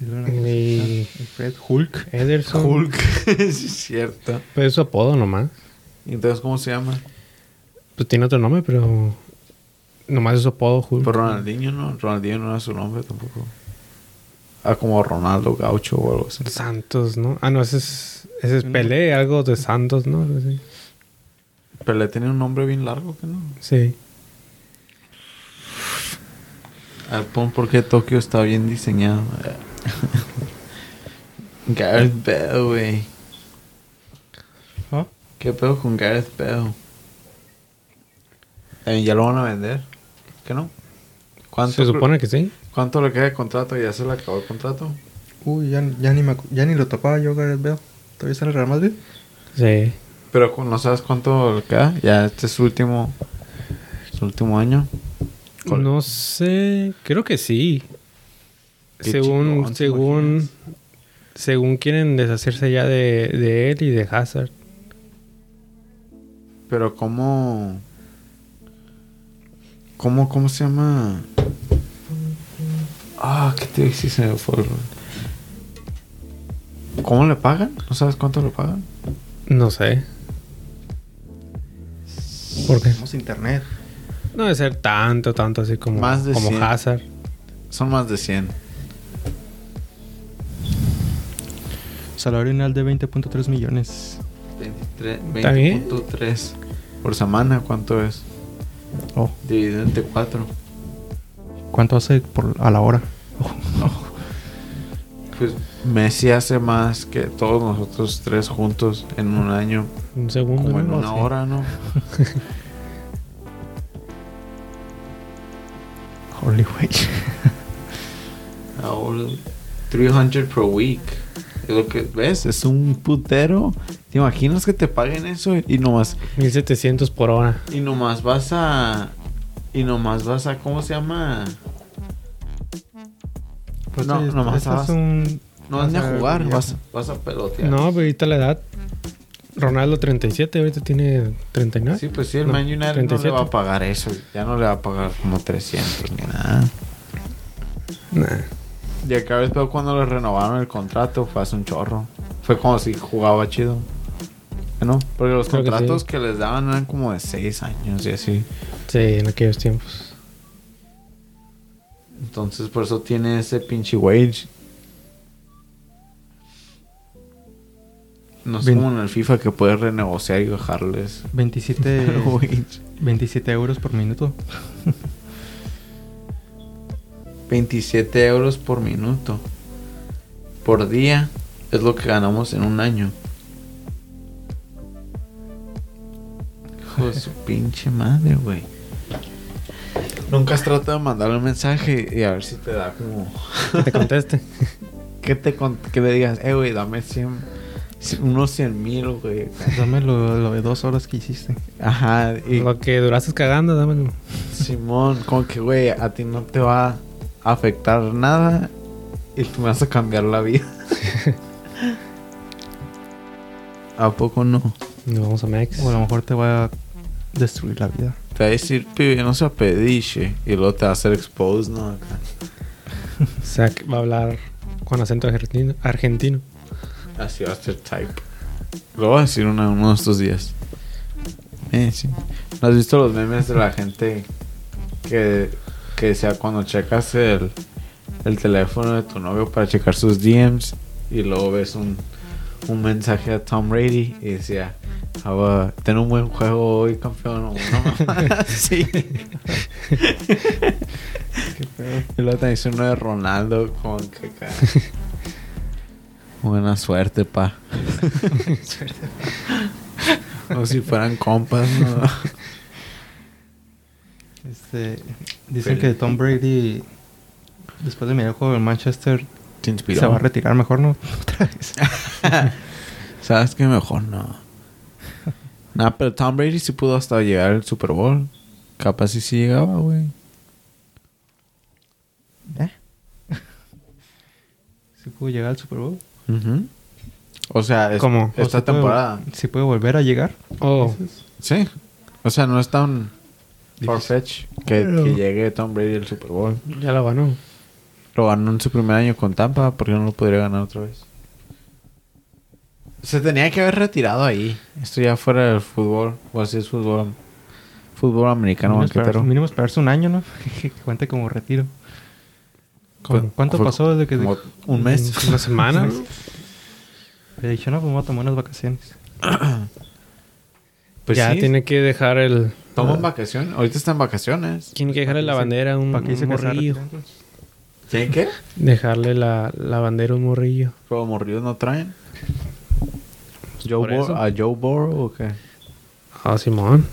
A: Y luego
C: Y-
A: el Fred Hulk.
C: Ederson.
B: eh, Hulk. [laughs] sí, es cierto.
C: Pues es su apodo nomás.
B: Entonces, ¿cómo se llama?
C: Pues tiene otro nombre, pero. Nomás es su apodo, Hulk.
B: Por Pues Ronaldinho, ¿no? Ronaldinho no era su nombre tampoco. Ah, como Ronaldo Gaucho o algo así.
C: Santos, ¿no? Ah, no, ese es, ese es Pelé, algo de Santos, ¿no? Algo así.
B: Pero le tenía un nombre bien largo, que no?
C: Sí.
B: Al pon por qué Tokio está bien [laughs] diseñado. Gareth Bale, güey.
A: ¿Ah?
B: ¿Qué pedo con Gareth Bale? Eh, ¿Ya lo van a vender? ¿Qué no? ¿Cuánto,
C: Se supone que sí.
B: ¿Cuánto le queda de contrato? ¿Ya se le acabó el contrato?
A: Uy, ya, ya ni me acu- ya ni lo topaba yo, Gareth Bale. ¿Todavía está en el Real Madrid?
C: Sí.
B: Pero con- no sabes cuánto le queda. Ya este es su último, su último año. Col-
C: No sé, creo que sí.
B: Qué
C: según,
B: chingón, ¿te
C: según,
B: imaginas?
C: según quieren deshacerse ya de, de él y de Hazard.
B: Pero cómo... ¿Cómo, cómo se llama? Ah, qué te si se me fue. el- ¿Cómo le pagan? ¿No sabes cuánto le pagan?
C: No sé. ¿Por qué?
A: Tenemos internet.
C: No debe ser tanto, tanto así como,
B: Más de
C: como
B: 100.
C: Hazard.
B: Son más de 100.
A: Salario anual de 20.3 millones.
B: 23,
C: ¿Está bien?
B: 20.3 por semana, ¿cuánto es?
A: Oh,
B: Dividido entre 4.
A: ¿cuánto hace por, a la hora? Oh,
B: Pues Messi hace más que todos nosotros tres juntos en un año,
C: Un segundo.
B: como en
C: ¿no?
B: una
C: Sí.
B: hora, ¿no?
A: holy [laughs] wey.
B: Ahora 300 per week. Es lo que ves, es un putero. ¿Te imaginas que te paguen eso y nomás
C: 1700 por hora.
B: y nomás vas a y nomás vas a ¿cómo se llama? No,
A: Este-
B: nomás
A: este
B: vas-
A: es un...
B: No vas ni a jugar,
A: ver,
B: vas, vas a pelotear.
C: No, pero ahorita la edad. Ronaldo 37, ahorita tiene 39.
B: Sí, pues sí, el
C: ¿Eh? No,
B: Man United no le
C: 37.
B: va a pagar eso. Ya no le va a pagar como 300 ni nada.
C: Nah.
B: Y acá vez cuando le renovaron el contrato fue hace un chorro. Fue como si jugaba chido. Ah, ¿No? Porque los
C: Creo que
B: contratos
C: sí.
B: que, les daban eran como de 6 años y así.
C: Sí, en aquellos tiempos.
B: Entonces por eso tiene ese pinche wage. No es
A: Vein-
B: como en el FIFA que puedes renegociar y bajarles
A: 27,
C: Eh,
B: [laughs] el wage.
A: 27 euros por minuto.
B: 27 euros por minuto. Por día es lo que ganamos en un año. Hijo de su pinche madre, güey. Nunca has tratado de mandarle un mensaje y a ver si te da como...
C: Que te [laughs] conteste.
B: Que, te con- que le digas, eh, güey, dame 100... Unos 100 mil, güey.
A: Dame lo, lo de dos horas que hiciste.
B: Ajá, y
C: Lo que duraste cagando, dámelo.
B: Simón, como que, güey, a ti no te va a afectar nada y tú me vas a cambiar la vida. [laughs] ¿A poco no?
C: Nos vamos a Mex.
A: O a lo mejor te va a destruir la vida.
B: Te va a decir, pibe, no se apediche. Y luego te va a hacer expose, ¿no? Acá.
C: O sea, que va a hablar con acento argentino. [laughs] argentino.
B: Así Ah, va a ser type. Lo voy a decir una- uno de estos días. Eh, sí. ¿No has visto los memes de la gente que, que decía cuando checas el, el teléfono de tu novio para checar sus DMs y luego ves un, un mensaje a Tom Brady y decía, "Have a- ten un buen juego hoy, campeón. o una mamada así. y luego te dice uno de Ronaldo con que
A: [laughs]
B: ca- Buena
A: [laughs]
B: suerte, pa. o si fueran compas, ¿no?
A: Este, dicen
B: Pero-
A: que Tom Brady, después de mirar el juego del Manchester,
B: Te inspiró.
A: se va a retirar mejor, ¿no? Otra vez.
B: ¿Sabes qué? Mejor no. Nah, pero Tom Brady sí pudo hasta llegar al Super Bowl. Capaz si sí llegaba, güey.
A: [laughs] ¿Eh? ¿Sí pudo llegar al Super Bowl?
B: O sea, es-
C: ¿Cómo?
A: ¿O
B: esta
A: sí puede-
B: temporada.
A: ¿Sí puede volver a llegar?
C: Oh,
B: Sí. O sea, no es tan far-fetched que,
A: Pero-
B: que llegue Tom Brady al Super Bowl.
C: ya lo ganó.
B: Lo ganó en su primer año con Tampa, porque no lo podría ganar otra vez. Se tenía que haber retirado ahí. Esto ya fuera del fútbol, o así es fútbol. Fútbol americano
A: mínimo, esperarse,
B: banquetero.
A: mínimo esperarse un año, ¿no? [laughs] que cuente como retiro.
B: Fue-
A: ¿Cuánto
B: fue
A: pasó desde que...
B: como un mes. [laughs]
C: Una semana. ¿no?
A: Le dije, no, pues me voy a tomar unas vacaciones.
C: ya tiene que dejar el.
B: Pues Toman vacaciones. Ahorita están en vacaciones.
C: Tiene que dejarle la
A: Para que se-
C: bandera a un,
A: ¿Para qué
C: un
A: dice que se va a
C: morrillo.
A: retirar?
B: ¿Tienen qué?
C: Dejarle la, la bandera a un morrillo.
B: Pero morridos no traen.
C: por
B: Joe Bor-
C: eso.
B: ¿A Joe Burrow o qué?
C: Ah, Simón.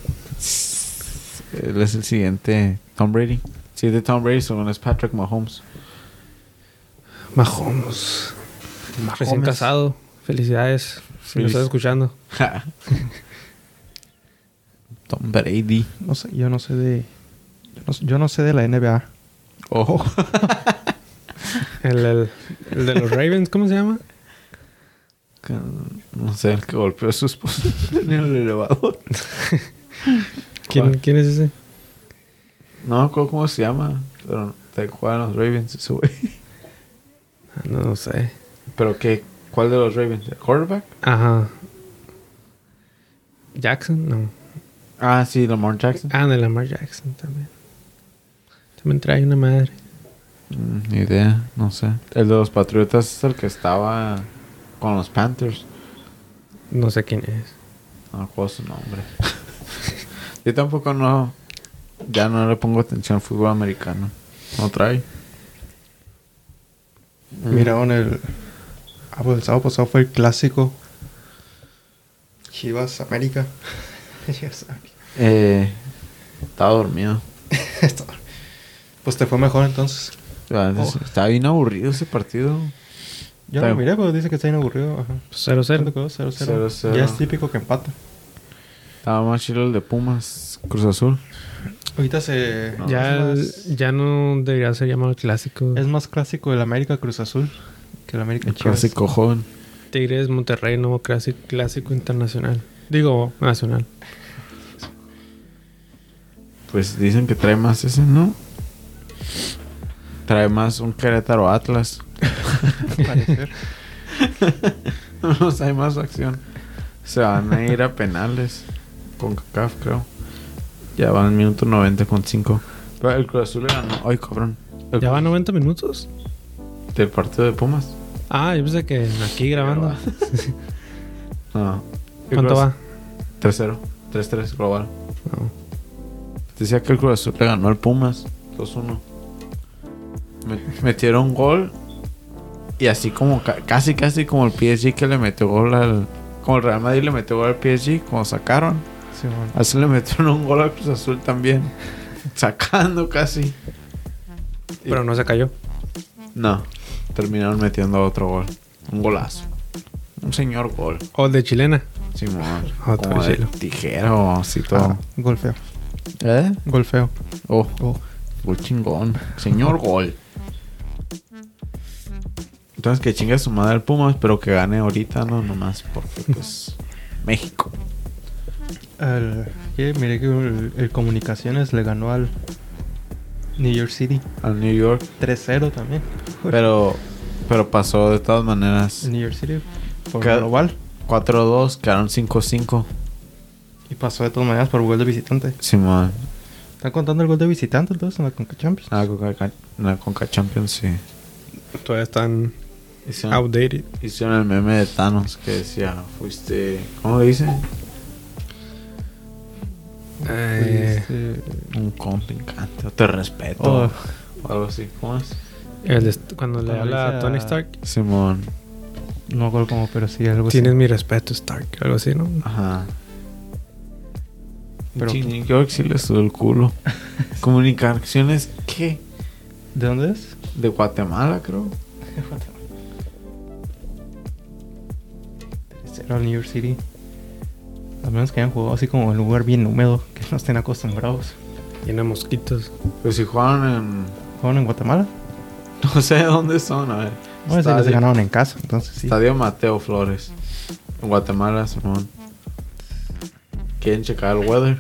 B: Él es el siguiente Tom Brady. Sí, de Tom Brady, según es Patrick Mahomes.
C: Mahomes. Recién casado. Felicidades. Si
B: Feliz-
C: lo estás escuchando.
B: Ja. Tom Brady.
A: No sé, yo no sé de... Yo no, yo no sé de la NBA.
B: Oh.
C: El, el- el [laughs] de los Ravens, ¿cómo se llama?
B: No sé, el que golpeó a su esposa [laughs] en el elevador.
C: ¿Quién,
B: ¿Cuál?
C: ¿quién es ese?
B: No me acuerdo cómo se llama, pero te juegan los Ravens ese güey.
C: Ah, No sé.
B: ¿Pero qué? ¿Cuál de los Ravens? ¿El quarterback?
C: Ajá. Jackson, no.
B: Ah, sí, Lamar Jackson.
C: Ah, de Lamar Jackson también. También trae una madre.
B: Mm, Ni idea, no sé. El de los Patriotas es el que estaba con los Panthers.
C: No sé quién es.
B: No me acuerdo su [laughs] nombre. Yo tampoco no. Ya no le pongo atención al fútbol americano. No trae. Mm.
A: Miraron el... Ah, pues el sábado pasado fue el clásico. Chivas
B: [laughs]
A: América. Chivas América.
B: Eh, estaba dormido.
A: [laughs] Esto- pues te fue mejor entonces.
B: La neta,
C: Oh.
B: sí, Estaba bien aburrido ese partido.
A: Yo no
B: Está
A: lo
B: bien.
A: miré, pero pues, dice que está bien aburrido. Ajá.
C: Pues 0-0.
A: ¿Cuánto quedó? 0-0.
B: Cero, cero.
A: Ya es típico que empata.
B: Estaba más chido el de Pumas, Cruz Azul.
A: Ahorita se...
C: Ya,
A: es
C: el- ya no debería ser llamado clásico.
A: más- Es más clásico el América Cruz Azul que el América
B: El
A: Chivas.
C: pues.
B: clásico joven.
C: Tigres Monterrey, nuevo clásico, clásico internacional. Digo, nacional.
B: Pues dicen que trae más ese, ¿no? Trae más un Querétaro Atlas.
A: [laughs]
B: [laughs]
A: al parecer.
B: No hay más acción. Se van a ir
C: [laughs]
B: a penales con CACAF, creo. Ya van al minuto 90 con 5. Pero el Cruz Azul le ganó. Ay, cabrón. El-
C: ¿Ya va 90 minutos?
B: Del partido de Pumas.
C: Ah, yo pensé que aquí grabando. [laughs]
B: No. El
C: ¿Cuánto
B: Cruz-
C: va?
B: 3-0. 3-3 global.
C: No.
B: Decía que el Cruz Azul le ganó al Pumas. 2-1. Me- Metieron gol. Y así como, ca- casi, casi como el PSG que le metió gol al. Como el Real Madrid le metió gol al PSG, como sacaron.
A: Sí, bueno.
B: Así le metieron un gol al Cruz Azul [laughs] también. Sacando casi.
C: Pero no se cayó.
B: No. Terminaron metiendo otro gol. Un golazo. Un señor gol.
C: O el Oh, de chilena.
B: Simón.
C: Otro
B: como de
C: chilo.
B: tijera o así todo.
A: Ah, gol feo.
B: ¿Eh?
A: Gol feo.
B: Oh,
A: Oh.
B: gol chingón. Señor gol. Entonces que chinga su madre el Pumas, pero que gane ahorita, no nomás porque [laughs] pues México.
A: Al- que miré que el, el Comunicaciones le ganó al New York City
B: Al New York.
A: 3-0 también.
B: Pero pero pasó de todas maneras.
A: El New York City por
B: Ca-
A: global.
B: 4-2, quedaron 5-5.
A: Y pasó de todas maneras por gol de visitante.
B: Simón.
A: ¿Están contando el gol de visitante entonces en la Conca Champions?
B: Ah, Conca- la Conca Champions, sí.
C: Todavía están
B: Hicieron,
C: outdated.
B: hicieron el meme de Thanos que decía, fuiste. ¿Cómo le dicen?
C: Eh,
A: Este,
B: Un contrincante, o te respeto.
A: oh,
B: O algo así, ¿cómo es?
C: el est- cuando le
A: Cuando dice
C: habla
A: a-
C: a Tony Stark,
B: Simón.
A: no me acuerdo cómo, pero sí, algo así.
C: tienes mi respeto, Stark. Algo así, ¿no?
B: Ajá.
A: Pero-
B: Pero pues, yo sí le sudó el [laughs] culo. Comunicaciones, ¿qué?
A: ¿De dónde es?
B: De Guatemala, creo.
A: Tercero al New York City. Al menos que hayan jugado así como en un lugar bien húmedo, que no estén acostumbrados.
C: Tiene mosquitos.
B: Pues si jugaron en. [laughs]
A: ¿Jugaron en Guatemala?
B: No sé dónde son, a ver.
A: No, si les
B: Estadio-
A: ganaron en casa, entonces sí.
B: Estadio Mateo Flores. En Guatemala, Simón. ¿Quieren checar el weather?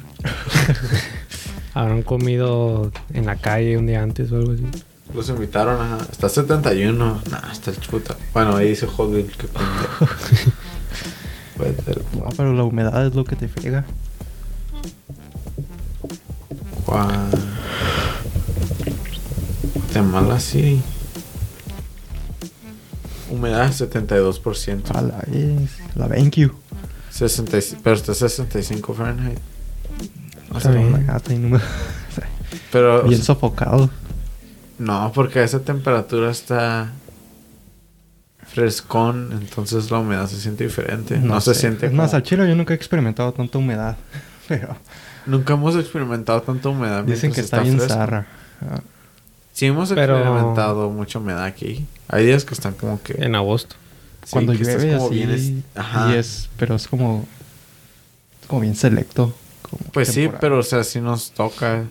C: Habrán comido en la calle un día antes o algo así.
B: Los invitaron a... Está 71. Nah, está el chuta. Bueno, ahí dice Hogel. Qué [laughs] pendejo. Weather,
A: No, Ah, pero la humedad es lo que te friega.
B: Gua- Guatemala City. Humedad 72%.
A: A la vez. La thank you.
B: 65 pero está 65 Fahrenheit. O
A: Está
B: sea,
A: bien.
B: hombre.
A: Está [laughs] bien húmedo.
B: Ah, Pero o
A: Bien
B: sea,
A: sofocado.
B: no, porque a esa temperatura está frescón, entonces la humedad se siente diferente. No, se
A: sé.
B: siente
A: Es más,
B: como-
A: al chile yo nunca he experimentado tanta humedad. [laughs] Pero
B: Nunca hemos experimentado tanta humedad.
A: dicen
B: mientras
A: que está, bien
B: pues, fresco.
A: zarra. Ah,
B: Sí hemos
C: Pero-
B: experimentado mucha humedad aquí. Hay días que están como que
C: En agosto.
B: sí,
A: Cuando
B: que estás
A: llueve
B: como
A: así.
B: bien es- Ajá.
A: Y es, pero es como. Como bien selecto. como
B: Pues sí,
A: temporal.
B: pero o sea, sí nos toca.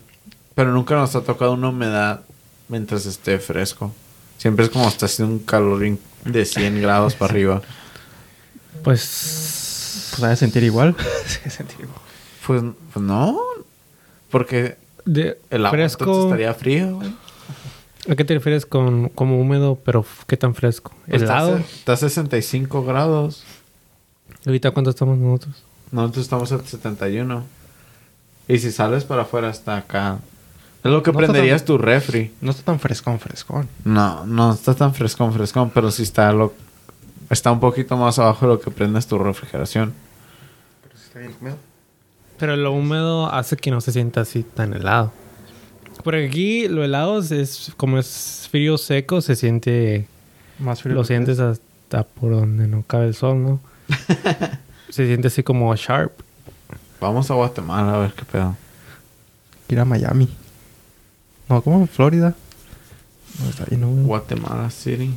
B: Pero nunca nos ha tocado una humedad mientras esté fresco. Siempre es como está haciendo un calor in- de 100 grados para arriba.
C: Pues.
A: Pues ha de sentir igual. [laughs] sí, ha de sentir igual.
B: Pues, pues no, porque
C: de-
B: el agua entonces
C: fresco.
B: estaría frío. güey.
C: ¿A qué te refieres con como húmedo, pero f- qué tan fresco?
B: Pues
C: ¿Helado?
B: Está, a 65 grados.
C: ¿Ahorita cuánto estamos nosotros?
B: Nosotros estamos a 71. Y si sales para afuera hasta acá. Es lo que
A: No está
B: prenderías tu refri.
A: No está tan frescón, frescón.
B: No, no está tan frescón, frescón, pero sí está lo está un poquito más abajo de lo que prendes tu refrigeración.
C: Pero lo húmedo hace que no se sienta así tan helado. Por aquí lo helado es como es frío seco, se siente
A: Más frío.
C: lo
A: que
C: sientes hasta por donde no cabe el sol, [laughs] ¿no? se siente así como sharp.
B: Vamos a Guatemala a ver qué pedo.
A: Ir a Miami. No, como Florida. No, está bien húmedo.
B: Guatemala City.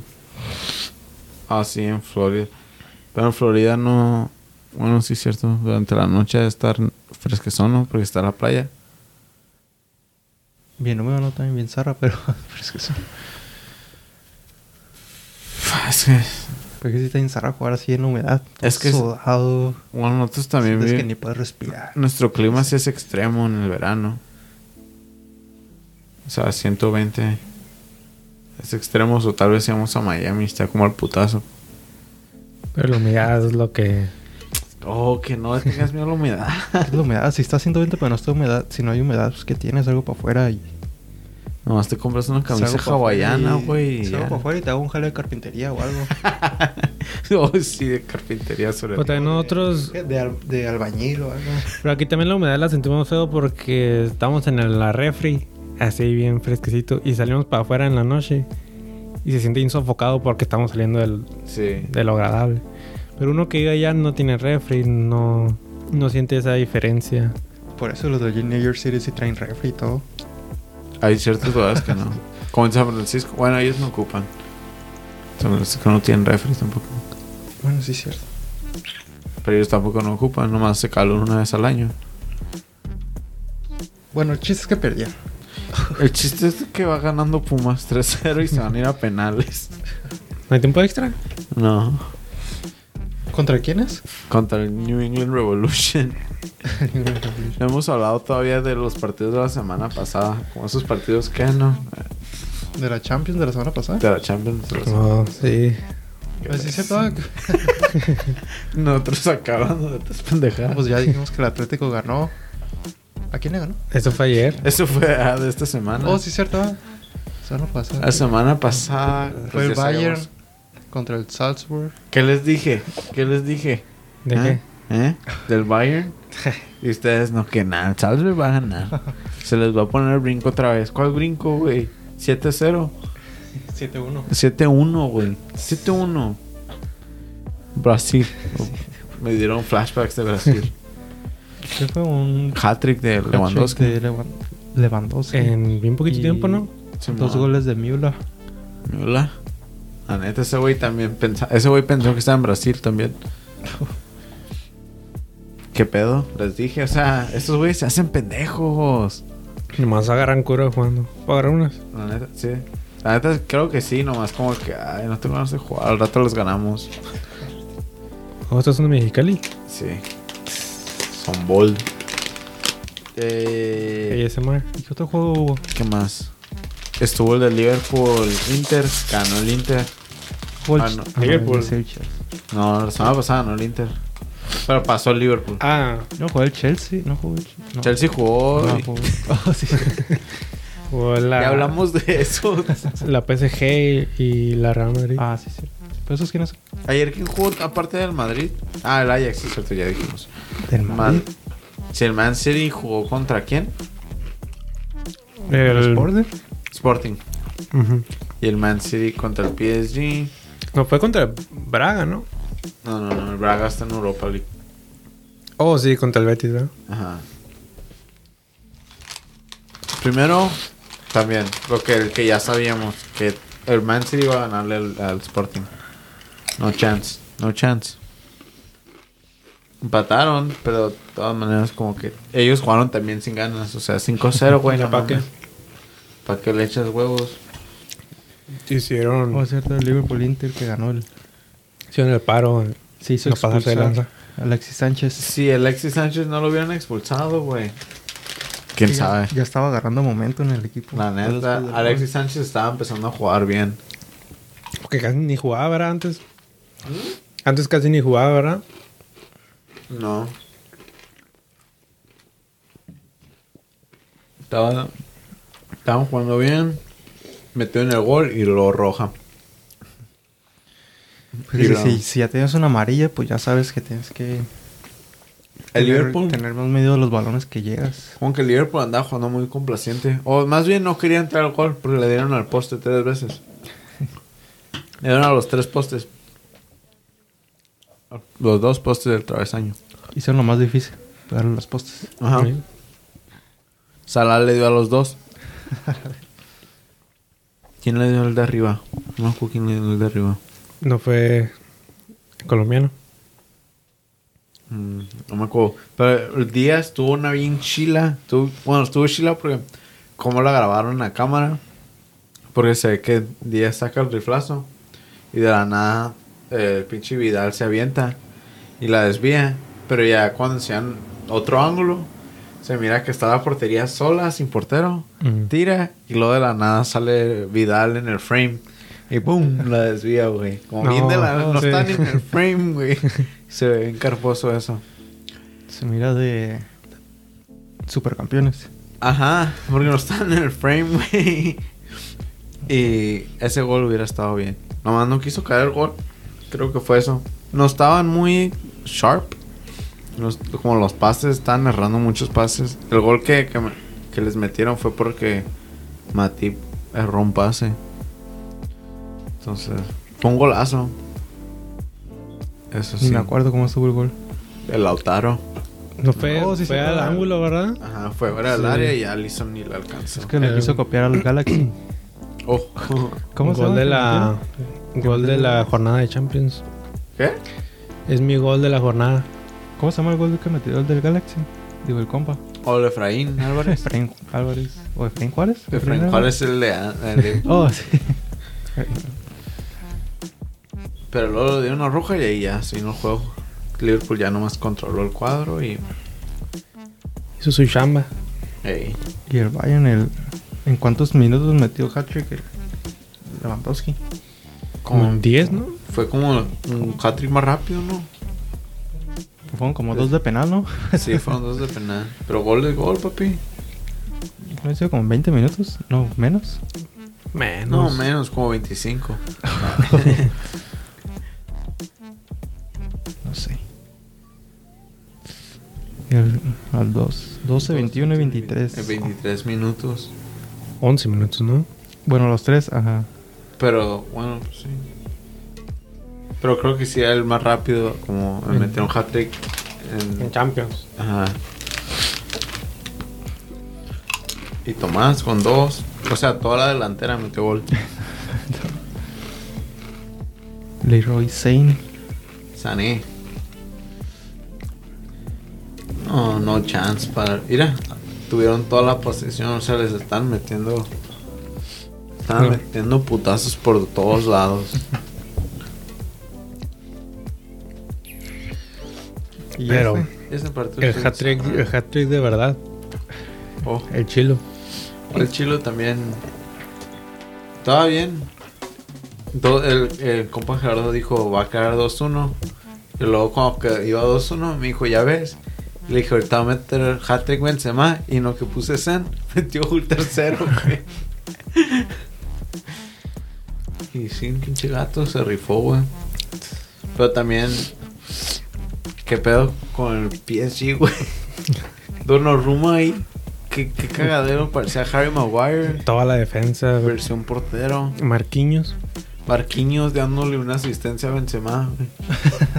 B: Ah, sí, en Florida. Pero en Florida no bueno, sí es cierto, durante la noche debe estar fresquezón, ¿no? Porque está la playa.
A: Bien húmedo, no también bien zarra, pero. [laughs] pero es que sí.
B: Es que
A: Porque si está bien zarra jugar así en la humedad.
B: Es que es-
A: Sudado.
B: bueno, nosotros también
A: sientes
B: vi-
A: que ni puedes respirar. [laughs]
B: nuestro clima sí es extremo en el verano. O sea, 120 es extremo, o tal vez íbamos a Miami, está como al putazo.
C: Pero la humedad es lo que...
B: Oh, que no le tengas miedo a la humedad.
A: Es la humedad. Si está haciendo viento, pero no está humedad. Si no hay humedad, pues que tienes algo para afuera. Y...
B: [laughs] Nomás te compras una camisa
A: Salgo pa' afuera
B: hawaiana,
A: y-
B: güey. y
A: Salgo
B: ya.
A: para afuera y te hago un jale de carpintería o algo.
B: [laughs] oh, sí, de carpintería sobre
C: Pero también nosotros...
A: de, al- de albañil o algo.
C: Pero aquí también la humedad la sentimos feo porque estamos en el- la refri, así bien fresquecito, y salimos para afuera en la noche y se siente insofocado porque estamos saliendo del,
B: Sí.
C: de lo agradable. Pero uno que vive allá no tiene refri, no, no siente esa diferencia.
A: Por eso los de New York City sí traen refri y todo.
B: Hay ciertas lugares que no. Como en San Francisco. Bueno, ellos no ocupan. San Francisco no tienen refri tampoco.
A: Bueno, sí es cierto.
B: Pero ellos tampoco no ocupan. Nomás se calor una vez al año.
A: Bueno, el chiste es que perdieron.
B: El chiste es que va ganando Pumas 3-0 y se van a ir a penales.
C: ¿No hay tiempo extra?
B: No.
A: ¿Contra quiénes?
B: Contra el New England
A: [laughs]
B: Revolution. No hemos hablado todavía de los partidos de la semana pasada. Como esos partidos que ah, no.
A: ¿De la Champions de la semana pasada?
B: De la Champions.
C: No, sí.
A: Pues sí se paga.
B: Nosotros acabando de estas pendejadas.
A: ah, [laughs] Pues ya dijimos que el Atlético ganó. ¿A quién le ganó?
C: Eso fue ayer.
B: Eso fue ah, de esta semana.
A: Oh, sí, cierto. ah. Semana pasada.
B: La semana pasada.
A: Fue
B: pues,
A: el
B: ya
A: Bayern
B: sabemos.
A: contra el Salzburg.
B: ¿Qué les dije? ¿Qué les dije?
C: ¿De
B: ¿Eh? ¿Eh? [laughs] ¿Del Bayern? Y ustedes no, que nada. el Salzburg va a [laughs] ganar. Se les va a poner el brinco otra vez. ¿Cuál brinco, güey? 7-0.
A: 7-1.
B: 7-1, güey. 7-1. Brasil. [laughs] Me dieron flashbacks de Brasil.
A: Que fue un.
B: [laughs] Hat-trick de Lewandowski.
A: de Lewan- Lewandowski.
C: qué? En bien poquito
A: Y
C: tiempo, ¿no?
B: Simón.
A: Dos goles de Miula.
B: Hola. La neta, ese güey también pensa- Ese güey pensó que estaba en Brasil
A: [laughs]
B: también. ¿Qué pedo? Les dije, o sea, estos güeyes se hacen pendejos.
C: Nomás agarran cura jugando. ¿Puedo agarrar unas?
B: La neta, sí. La neta, creo que sí, nomás como que, ay, no tengo ganas de jugar. Al rato los ganamos.
C: ¿O estás en Mexicali?
B: Sí. Son bol.
C: Ahí
B: Eh,
C: ese mar.
A: ¿Y qué otro juego hubo?
B: ¿Qué más? Estuvo el de Liverpool Inter. Ganó el Inter.
A: Hubo el-
B: Ah, no.
A: no,
C: Liverpool.
A: el Chelsea.
B: No, la semana pasada no el Inter. Pero pasó el Liverpool.
C: Ah,
A: No jugó el Chelsea. No jugó el Chelsea. No.
B: Chelsea jugó.
A: No
B: y-
A: jugó.
B: [laughs]
A: Oh, sí.
C: o la,
B: Ya hablamos de [laughs] eso.
C: la PSG y la Real Madrid.
A: Ah, sí, sí. Pero eso es que no es.
B: Ayer, ¿quién jugó aparte del Madrid? Ah, el Ajax, es cierto, ya dijimos.
A: Del
B: Man,
A: Madrid.
B: si el Man City jugó contra quién?
C: El-
A: Sporting.
B: Sporting.
C: Ujú.
B: Y el Man City contra el PSG.
C: No, fue contra Braga, ¿no?
B: No, no, no, el Braga está en Europa League.
C: Oh, sí, contra el Betis, ¿verdad?
B: Ajá. Primero, también, lo que, el que ya sabíamos, que el Man City iba a ganarle al, al Sporting. No chance, no chance. Empataron, pero de todas maneras como que ellos jugaron también sin ganas, o sea, 5-0, güey.
C: ¿Para qué?
B: ¿Para qué le echas huevos?
C: Hicieron,
A: Oh, es cierto. El Liverpool Inter que ganó el.
C: hicieron el paro.
A: Se hizo
C: No pasarse de
A: expulsar
C: lanza.
A: Alexis Sánchez.
B: Si Alexis Sánchez no lo hubieran expulsado, güey. ¿Quién
A: Sí, ya-
B: sabe?
A: Ya estaba agarrando momento en el equipo.
B: La neta, Alexis Sánchez estaba empezando a jugar bien.
C: Porque casi ni jugaba, ¿verdad? Antes. Antes casi ni jugaba, ¿verdad?
B: No. Estaba, estaban jugando bien. Metió en el gol y lo roja.
A: Pues
B: Y
A: sí,
B: la-
A: si, si ya tienes una amarilla, pues ya sabes que tienes que
B: El
A: tener-
B: Liverpool.
A: tener más medio de los balones que llegas.
B: Como que el Liverpool andaba jugando muy complaciente. O más bien no quería entrar al gol porque le dieron al poste tres veces. Le dieron a los tres postes. Los dos postes del travesaño.
A: Hicieron lo más difícil, pegarle los postes.
B: Ajá.
C: Sí.
B: Salah le dio a los dos. ¿Quién le dio el de arriba? No, me acuerdo ¿quién le dio el de arriba?
C: No fue colombiano.
B: Mm, no me acuerdo. Pero el día estuvo una bien chila. Estuvo- bueno, estuvo chila porque como la grabaron en la cámara. Porque se ve que Díaz saca el riflazo. Y de la nada eh, el pinche Vidal se avienta y la desvía. Pero ya cuando enseñan otro ángulo, se mira que está la portería sola, sin portero.
C: Ujú.
B: Tira y luego de la nada sale Vidal en el frame. Y ¡pum! La desvía, güey. Como
C: No,
B: bien de la... No
C: sí.
B: está ni en el frame,
C: [laughs]
B: güey. Se ve bien carposo eso.
A: Se mira de supercampeones.
B: Ajá, porque no están en el frame, güey. Y ese gol hubiera estado bien. Nomás no quiso caer el gol. Creo que fue eso. No estaban muy sharp. No es- como los pases, estaban errando muchos pases. El gol que, que, me- que les metieron fue porque Matip erró un pase. Entonces, fue un golazo. Eso
A: Ni
B: sí.
A: me acuerdo cómo estuvo el gol.
B: El Lautaro.
C: No fue,
A: Oh, sí,
C: fue
A: sí,
C: al
A: claro.
C: ángulo, ¿verdad?
B: Ajá, fue fuera del
C: Sí.
B: área y Allison ni le alcanzó.
A: Es que le
C: El-
A: quiso copiar al
B: [coughs]
A: Galaxy.
B: Oh.
A: [laughs] ¿Cómo se
C: gol
A: llama?
C: de la gol de la jornada de Champions.
B: ¿Qué?
C: Es mi gol de la jornada.
A: ¿Cómo se llama el gol que metió el del Galaxy? Digo, el compa.
B: O el
A: [laughs]
B: Efraín Álvarez.
A: Efraín Álvarez. ¿O Efraín Juárez?
B: Efraín Juárez es el de, el de-
C: [laughs]
A: Oh, sí.
B: Pero luego le dieron una roja y ahí ya se vino el juego. Liverpool ya nomás controló el cuadro y.
C: Hizo su chamba.
B: ey,
A: Y el Bayern, el, ¿en cuántos minutos metió hat-trick el Lewandowski?
C: Como 10, ¿no?
B: Fue como un hat-trick más rápido, ¿no?
A: Fueron como dos de penal, ¿no? [laughs]
B: Sí, fueron dos de penal. Pero gol de gol, papi.
A: Han sido como 20 minutos, no, menos.
B: No,
C: Menos.
B: menos, como 25.
A: No sé. Y al- al 2. 12, 21 y 23.
B: En 23 Eh, minutos.
C: 11 minutos, ¿no?
A: Bueno, los tres, ajá.
B: Pero bueno, pues sí. Pero creo que sí era el más rápido, como en meter un hat-trick.
C: En
B: En...
C: Champions.
B: Ajá. Y Tomás con dos. O sea, toda la delantera metió gol.
A: Leroy Sane.
B: Sané. No, no chance para. Mira, tuvieron toda la posesión, o sea, les están metiendo. Están
C: No.
B: metiendo putazos por todos
C: [laughs]
B: lados.
A: Y
C: Pero
A: ese,
B: Ese partido
C: el
B: estuvo
C: hat-trick,
B: cerrado.
C: el hat-trick de verdad.
B: Oh,
C: El chilo.
B: el chilo también. Estaba bien. Do- el, el compa Gerardo dijo: Va a quedar 2-1. Y luego, cuando que iba 2-1, me dijo: Ya ves. Y Le dije: Ahorita va a meter el hat-trick Benzema. Y no que puse Zen, [laughs] metió el tercero. güey. [laughs] y sí, pinche gato se rifó, güey. Pero también. ¿Qué pedo con el PSG, güey? [laughs] Donnarumma ahí. Qué, qué cagadero. Parecía Harry Maguire.
C: Toda la defensa.
B: Versión portero.
C: Marquinhos.
B: Marquinhos dándole una asistencia a Benzema, güey.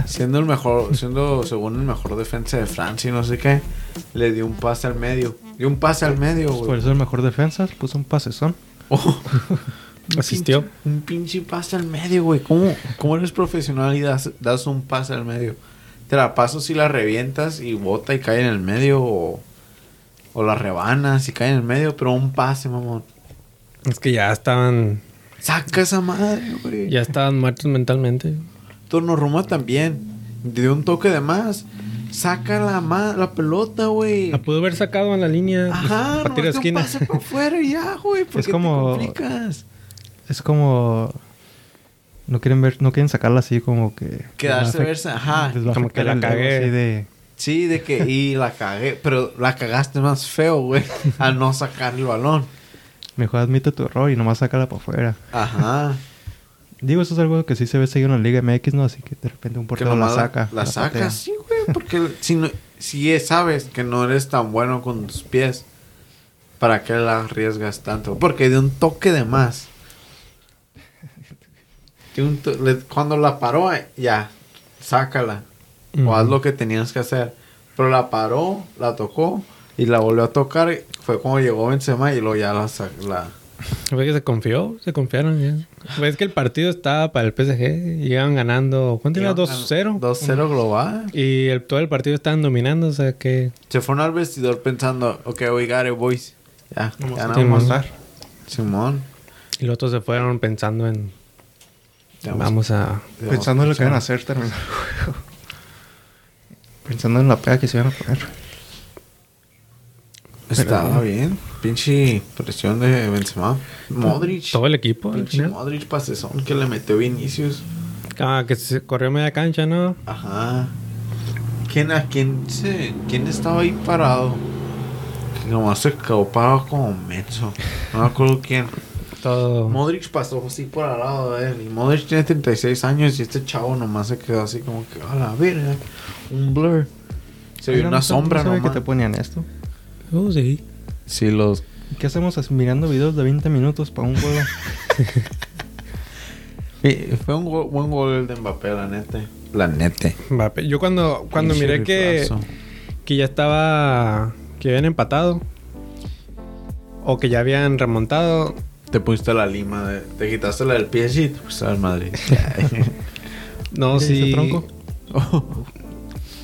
B: siendo el mejor, siendo según el mejor defensa de Francia y no sé qué, le dio un pase al medio, dio un pase al medio,
A: por
B: güey.
A: eso el mejor defensa, puso un pasezón.
B: [laughs] Oh, un
C: Asistió.
B: pinche- un pinche pase al medio, güey. ¿Cómo, cómo eres profesional y das, das un pase al medio? Te la paso si la revientas y bota y cae en el medio o, o la rebanas y cae en el medio, pero un pase, mamón.
C: Es que ya estaban.
B: Saca esa madre, güey.
C: Ya estaban muertos mentalmente.
B: Tornoruma también. Dio un toque de más. Saca la, ma- la pelota, güey.
C: La pudo haber sacado en la línea. pues,
B: Ajá,
C: a tiro de
B: no
C: esquina.
B: pase por fuera y ya, güey. ¿Por
A: Es
B: qué
A: como-
B: te complicas?
A: Es como. No quieren ver, no quieren sacarla así como que. les va a
B: Quedarse
A: afect-
B: verse, ajá.
A: les va a
C: Como
A: afectar
C: que la
A: el dedo
C: cagué.
A: así de-
B: Sí, de que y la cagué, pero la cagaste más feo, güey, al no sacar el balón.
A: mejor admite tu error y nomás sácala para afuera.
B: Ajá.
A: Digo, eso es algo que sí se ve seguido en la Liga MX, ¿no? Así que de repente un
B: Porque
A: portero la saca.
B: La, sacas,
A: patea.
B: sí, güey, porque si, no- si es- sabes que no eres tan bueno con tus pies, ¿para qué la arriesgas tanto? Porque de un toque de más. De un to- le- cuando la paró, eh, ya, sácala.
C: Mm.
B: O haz lo que tenías que hacer. Pero la paró, la tocó y la volvió a tocar. y Fue cuando llegó Benzema y luego ya la... sa- la
C: Fue que se confió, se confiaron ya. Ves que el partido estaba para el PSG, llegan ganando, ¿cuánto era? 2-0.
B: 2-0 global.
C: Y el, todo el partido estaban dominando, o sea que
B: Se fueron al vestidor pensando, ok, we got it, boys. Ya,
C: Simón.
B: ganamos. Simón.
C: y los otros se fueron pensando en vamos a
A: Pensando en lo que iban a hacer, terminar el juego. Pensando en la pega que se iban a poner.
B: Estaba bien. Pinche presión de Benzema. Modric.
C: todo el equipo al
B: Pinche
C: final.
B: Modric pasezón que le metió Vinicius.
C: Ah, que se corrió media cancha, ¿no?
B: Ajá. ¿Quién, a quién, se, ¿Quién estaba ahí parado? Que nomás se quedó parado como menso. No me acuerdo quién.
C: Todo.
B: Modric pasó así por al lado de él. Y Modric tiene 36 años y este chavo nomás se quedó así como que, a la verga. Un blur. Se vio
A: Oigan,
B: una
A: ¿no
B: sombra
A: sabía
B: nomás.
A: que te ponían esto?
C: Uh, sí.
B: Sí, los.
A: ¿Qué hacemos as- mirando videos de 20 minutos para un [laughs] juego?
B: Fue un go- buen gol de Mbappé, la neta. La neta.
C: Mbappé. Yo cuando, cuando miré que, que ya estaba, que habían empatado o que ya habían remontado,
B: Te pusiste la lima, de- te quitaste la del pie y te pusiste la del [laughs] Madrid.
C: no,
A: ¿Ya hizo
C: sí.
A: tronco?
B: Oh.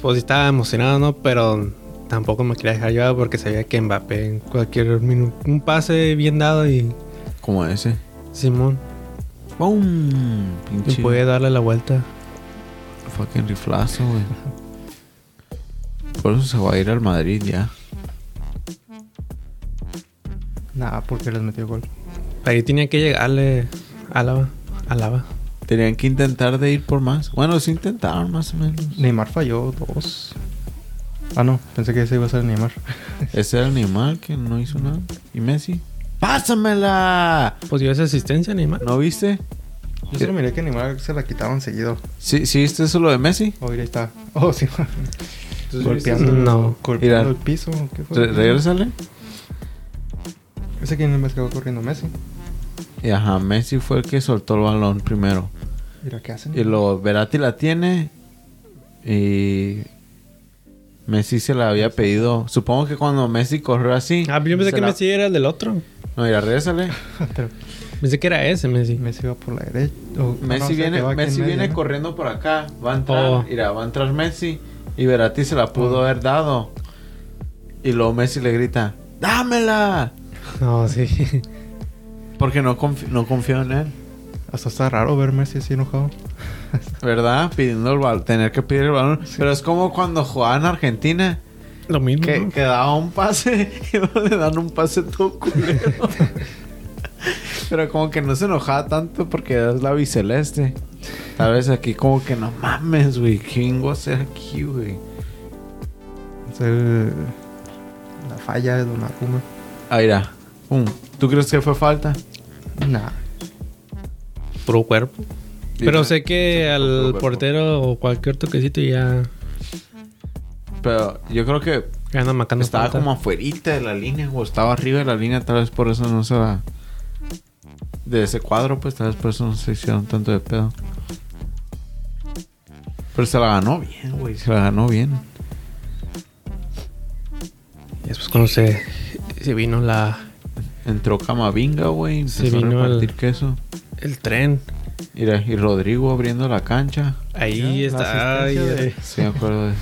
C: Pues sí estaba emocionado, ¿no? Pero tampoco me quería dejar llevar porque sabía que Mbappé en cualquier minuto... Un pase bien dado y
B: Como ese.
C: Simón
B: ¡Bum!
C: me
B: Pinche
C: puede darle la vuelta.
B: fucking riflazo, güey. Por eso se va a ir al Madrid ya.
A: Nada, porque les metió gol.
C: Ahí tenía que llegarle Álava. Álava.
B: Tenían que intentar de ir por más. Bueno, sí intentaron más o menos.
A: Neymar falló dos. Ah, no, pensé que ese iba a ser Neymar.
B: Ese era el animal que no hizo nada. ¿Y Messi? ¡Pásamela!
C: Pues dio esa asistencia, Neymar.
B: ¿No viste?
A: Yo solo miré que Neymar se la quitaban seguido.
B: ¿Sí, sí viste eso lo de Messi?
A: Oh, mira, ahí está. Oh, sí. [laughs] golpeando,
C: No.
B: Mira.
A: golpeando el piso. ¿Qué fue?
B: Re- Regrésale.
A: Ese quién me quedó corriendo Messi.
B: Y ajá, Messi fue el que soltó el balón primero.
A: Mira qué hacen.
B: Y luego Verati la tiene. Y Messi se la había pedido. Supongo que cuando Messi corrió así.
C: Ah, pero yo pensé
B: se
C: que
B: la-
C: Messi era el del otro.
B: No, mira, regrésale.
A: [laughs] Pero
C: Pensé que era ese Messi.
A: Messi va por la derecha. Oh,
B: Messi
A: no, o sea, que
B: viene,
A: va aquí
B: Messi
A: en medio,
B: viene
A: ¿no?
B: corriendo por acá. Va a entrar.
C: Oh.
B: Mira, va a entrar Messi. Y Verati se la pudo haber dado. Y luego Messi le grita: ¡Dámela!
C: No, sí.
B: Porque no, confi- no confió en él.
A: Hasta está raro ver Messi así enojado.
B: ¿Verdad? Pidiendo el balón. Tener que pedir el balón. Pero es como cuando jugaba en Argentina.
C: Lo mismo.
B: Que,
C: ¿no?
B: que daba un pase [laughs] y luego le dan un pase todo [laughs] culero. Pero como que no se enojaba tanto porque es la biceleste. Tal vez aquí como que no mames, güey. ¿Qué vengo a hacer aquí, güey?
A: Es el- la falla de Donnarumma.
B: Ah, mira. Pum. ¿Tú crees que fue falta?
A: Nah.
C: Puro cuerpo. Pero sé que
B: puro
C: al
B: cuerpo.
C: portero o cualquier toquecito ya
B: Pero yo creo que
C: gana marcando
B: estaba
C: falta.
B: como afuerita de la línea o estaba arriba de la línea. Tal vez por eso no se la... De ese cuadro, pues tal vez por eso no se hicieron tanto de pedo. Pero se la ganó bien, güey. Se la ganó bien.
C: Y después cuando se, se vino la,
B: Entró Camavinga, güey. Empezó
C: Se vino
B: a repartir
C: el-
B: queso.
C: el tren.
B: Mira, y Rodrigo abriendo la cancha.
C: Ahí
A: Ya, la
C: está.
A: asistencia
C: ay,
A: de-
C: ay.
B: Sí, me acuerdo de eso.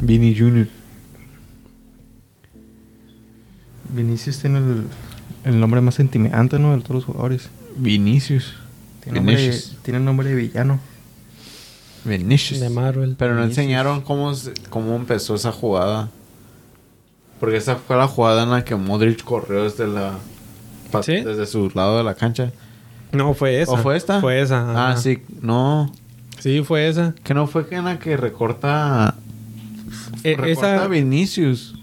B: Vini Jr.
A: Vinicius tiene el, el nombre más intimidante, ¿no? De todos los jugadores.
B: Vinicius.
A: Tiene nombre, de-
B: Vinicius.
A: tiene nombre de villano.
B: Vinicius.
C: De Marvel.
B: Pero no
A: Vinicius.
B: enseñaron cómo, se- cómo empezó esa jugada. Porque esa fue la jugada en la que Modric corrió desde la... pa-
C: ¿Sí?
B: Desde su lado de la cancha.
C: No, fue esa.
B: ¿O fue esta?
C: Fue esa.
B: Ah,
C: ajá.
B: sí. No.
C: Sí, fue esa.
B: Que no fue que en la que recorta...
C: Eh,
B: recorta
C: esa,
B: a Vinicius.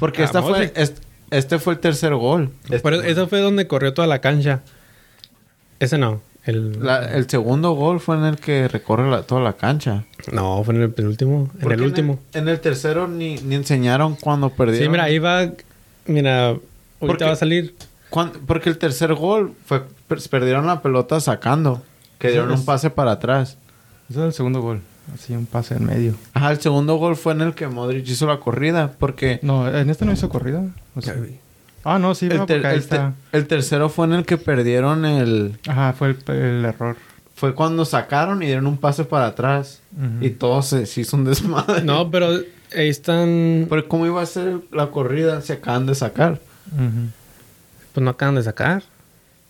B: Porque
C: A
B: esta fue,
C: Modric.
B: est- este fue el tercer gol.
C: pero esa fue donde corrió toda la cancha. Ese no. El,
B: La- el segundo gol fue en el que recorre la- toda la cancha.
C: No, fue en el penúltimo. En
B: Porque
C: el último.
B: En el, tercero ni, ni enseñaron cuando perdieron.
C: Sí, mira, ahí va. Mira,
B: Porque-
C: ahorita va a salir.
B: Cuan- porque el tercer gol fue per- perdieron la pelota sacando. Que dieron un pase para atrás.
A: Ese es el segundo gol. Así un pase en medio.
B: Ajá, el segundo gol fue en el que Modric hizo la corrida. Porque
A: No, en este no hizo corrida. O sea- ah, no, sí, no,
B: el, ter-
A: porque ahí
B: el te-
A: está.
B: el tercero fue en el que perdieron el...
A: Ajá, fue el, el error.
B: Fue cuando sacaron y dieron un pase para atrás.
A: Ujú.
B: Y todo se, se hizo un desmadre.
C: No, pero ahí están.
B: Pero ¿cómo iba a ser la corrida si acaban de sacar?
A: Ujú.
C: Pues no acaban de sacar.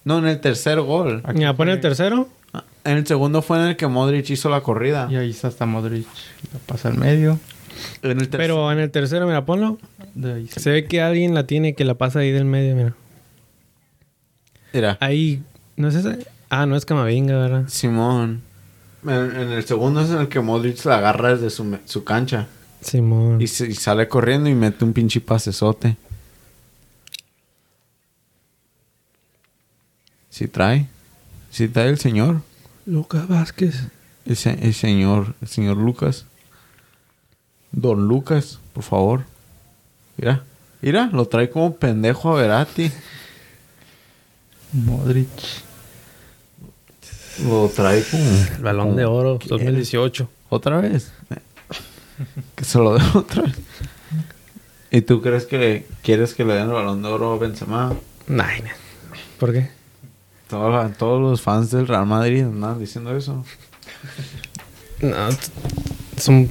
B: No, en el tercer gol.
A: Aquí
C: Mira, pone
A: fue-
C: el tercero.
B: Ah, En el segundo fue en el que Modric hizo la corrida.
A: Y ahí está hasta Modric. La pasa al medio.
B: En el tercer-
C: Pero en el tercero, mira, ponlo.
A: De ahí
C: Se ve que alguien la tiene que la pasa ahí del medio, mira.
B: Mira,
C: Ahí. ¿No es ese? Ah, no es Camavinga, ¿verdad?
B: Simón. En, en el segundo es en el que Modric se la agarra desde su, me- su cancha.
C: Simón.
B: Y, se- y sale corriendo y mete un pinche pasesote. Si trae. Si trae el señor.
C: Lucas Vázquez.
B: El, se- el señor. El señor Lucas. Don Lucas, por favor. Mira. Mira, lo trae como pendejo a Verati.
A: Modric.
B: Lo trae como.
C: El balón de oro
B: ¿Quién?
C: 2018.
B: ¿Otra vez? [laughs] que se lo den otra vez. ¿Y tú crees que quieres que le den el balón de oro a Benzema?
C: Nine. ¿Por qué?
B: Todos, la- todos los fans del Real Madrid andan diciendo eso.
C: No. t- Son.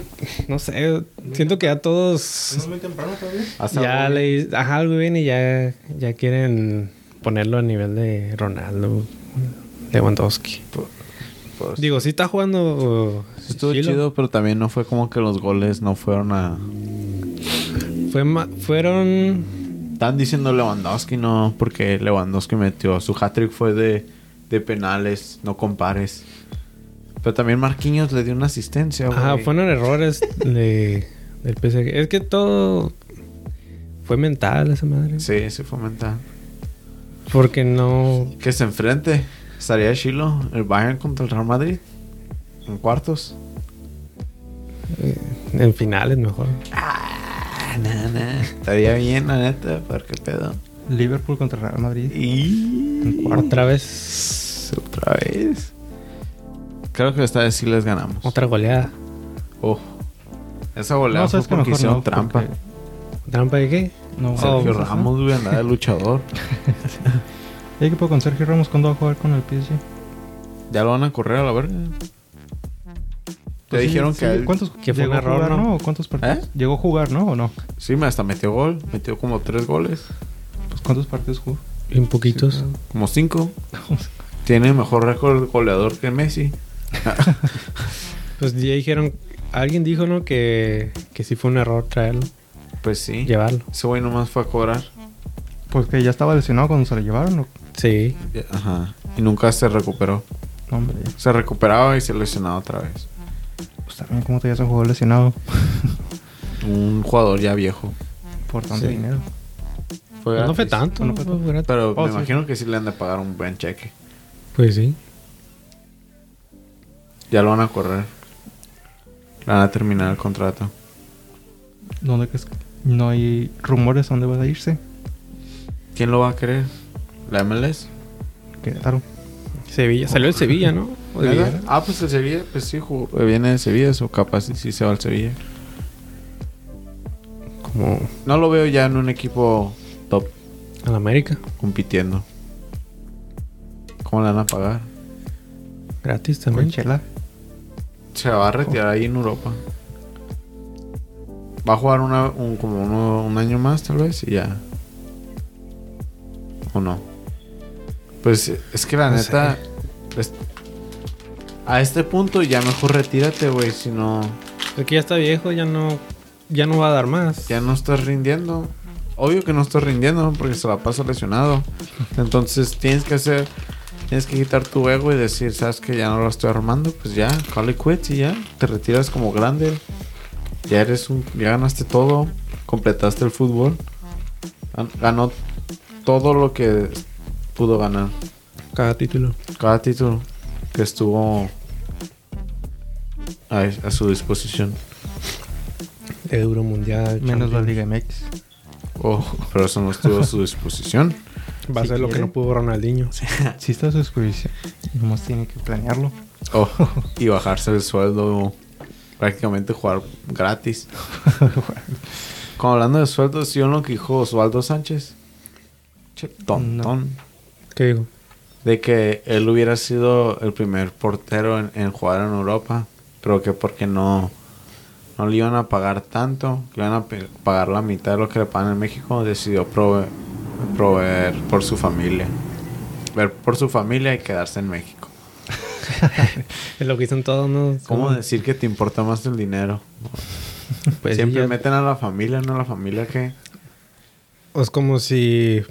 C: No sé. Siento que ya todos.
A: muy temprano todavía?
B: Hasta
C: Ya
B: hoy-
C: le. Ajá, algo bien y ya. Ya quieren ponerlo a nivel de Ronaldo. Lewandowski.
B: pues,
C: Digo, sí está jugando.
B: estuvo
C: Chilo.
B: chido, pero también no fue como que los goles no fueron a...
C: Fue ma- fueron.
B: Están diciendo Lewandowski, no, porque Lewandowski metió. Su hat-trick fue de, de penales, no compares. Pero también Marquinhos le dio una asistencia, güey.
C: Ajá, fueron errores de, del PSG. Es que todo fue mental esa madre.
B: Sí, sí fue mental.
C: Porque no.
B: Que se enfrente. Estaría Chilo, el Bayern contra el Real Madrid. En cuartos.
C: En finales mejor.
B: Ah, na, na. Estaría bien, la neta, pero qué pedo.
A: Liverpool contra Real Madrid.
B: Y.
C: Otra vez.
B: Otra vez. Creo que esta vez sí les ganamos.
C: Otra goleada.
B: Oh. Esa goleada
A: No,
B: fue
A: sabes que
B: porque
A: mejor
B: hicieron
A: no,
B: trampa.
A: porque-
C: ¿Trampa de qué?
A: No,
B: Sergio
A: vamos a-
B: Ramos, güey, andaba de luchador.
A: ¿Y qué puedo con Sergio Ramos cuando va a jugar con el PSG?
B: Ya lo van a correr a la verga. Te
A: Pues sí,
B: dijeron
A: sí,
B: que... él-
A: ¿Cuántos
C: que fue
A: llegó
C: un
A: a
C: error,
A: jugar,
C: ¿no?
A: no? ¿O ¿Cuántos partidos?
B: ¿Eh?
A: ¿Llegó a jugar, no? ¿O no?
B: Sí, me hasta metió gol. Metió como tres goles.
A: Pues, ¿Cuántos partidos jugó?
C: Bien poquitos.
B: Como
A: [laughs]
B: cinco. Tiene mejor récord goleador que Messi.
C: Pues ya dijeron. Alguien dijo, ¿no? Que, que sí fue un error traerlo,
B: Pues sí.
C: llevarlo.
B: Ese güey nomás fue a cobrar.
A: Pues que ya estaba lesionado cuando se lo llevaron. ¿o?
C: Sí.
B: Ajá. Y nunca se recuperó.
A: No, hombre, ya.
B: Se recuperaba y se lesionaba otra vez.
A: pues también cómo te llevas a un jugador lesionado
B: Un jugador ya viejo.
A: por tanto
C: Sí.
A: dinero.
C: Pues No fue
B: gratis.
C: tanto.
A: No fue
C: fue
A: tanto.
C: gratis.
B: Pero
A: Oh,
B: me
A: sí.
B: imagino que sí le han de pagar un buen cheque.
C: Pues sí.
B: Ya lo van a correr. Le van a terminar el contrato.
A: ¿Dónde crees que- No hay rumores dónde va a irse.
B: ¿Quién lo va a querer? ¿La MLS?
A: Querétaro.
C: Sevilla. Salió el Sevilla, ¿no? ¿O de
B: ¿Neta?
C: Villarreal?
B: Ah, pues el Sevilla, pues sí, jugó. viene de Sevilla, o capaz sí, sí se va al Sevilla.
C: Como
B: No lo veo ya en un equipo top
C: al América.
B: compitiendo. ¿Cómo le van a pagar?
C: Gratis
A: Con
C: también.
A: Chela.
B: Se va a retirar ahí en Europa. Va a jugar una, un, como uno- un año más, tal vez, y ya. ¿O no? Pues es que la
C: No
B: neta. es- a este punto ya mejor retírate, güey, si no.
C: Aquí ya está viejo, ya no, ya no va a dar más.
B: Ya no estás rindiendo. Obvio que no estás rindiendo porque se la pasa lesionado. Entonces tienes que hacer. Tienes que quitar tu ego y decir, sabes que ya no lo estoy armando, pues ya, call it quits y ya. Te retiras como grande. Ya eres un. Ya ganaste todo. Completaste el fútbol. Gan- Ganó todo lo que pudo ganar.
C: Cada título.
B: Cada título que estuvo a- a su disposición.
C: Euro Mundial.
A: Menos la
C: Champions.
A: Liga MX.
B: Oh, pero eso no estuvo a su disposición.
C: Va a
A: Si
C: ser lo que
A: quiere.
C: no pudo Ronaldinho.
A: Sí está a su disposición. Nomás tiene que planearlo.
B: Oh, [laughs] y bajarse el sueldo, prácticamente jugar gratis. Como hablando de sueldos, ¿sí o lo que dijo Osvaldo Sánchez? Che, tontón.
C: ¿Qué digo?
B: De que él hubiera sido el primer portero en, en jugar en Europa, pero que porque no, no le iban a pagar tanto, que le iban a pe- pagar la mitad de lo que le pagan en México, decidió prove- proveer por su familia. Ver por su familia y quedarse en México.
C: Es lo que dicen todos, ¿no?
B: ¿Cómo decir que te importa más el dinero?
C: Pues sí,
B: Siempre
C: ya-
B: meten a la familia, no a la familia que...
C: Es como si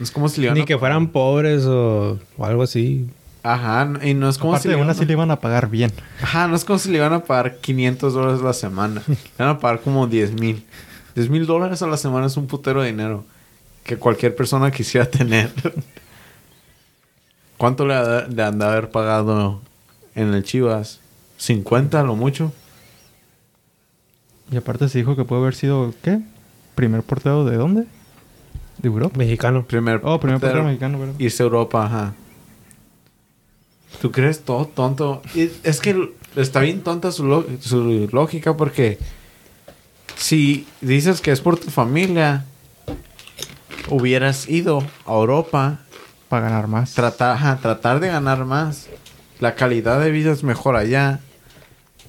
B: Es como si le iban
C: ni
B: a-
C: que fueran pobres o, o algo así.
B: Ajá, n- y no es como
A: Aparte
B: si...
A: de
B: le
A: una
B: iban
A: sí
B: a-
A: le iban a pagar bien.
B: Ajá, no es como si le iban a pagar 500 dólares
A: [laughs]
B: la semana. Le van a pagar como 10 mil. 10 mil dólares a la semana es un putero de dinero. Que cualquier persona quisiera tener. [laughs] ¿Cuánto le, ha- le han de haber pagado en el Chivas? ¿50 a lo mucho?
A: Y aparte se dijo que puede haber sido, ¿qué? ¿Primer portero de dónde? ¿De Europa?
C: Mexicano.
B: Primer
A: Oh, primer portero mexicano, ¿verdad?
B: irse a Europa, ajá. ¿Tú crees todo tonto? Y Es que está bien tonta su, lo- su lógica porque si dices que es por tu familia, hubieras ido a Europa
A: Para ganar más.
B: tratar, ajá, tratar de ganar más. La calidad de vida es mejor allá.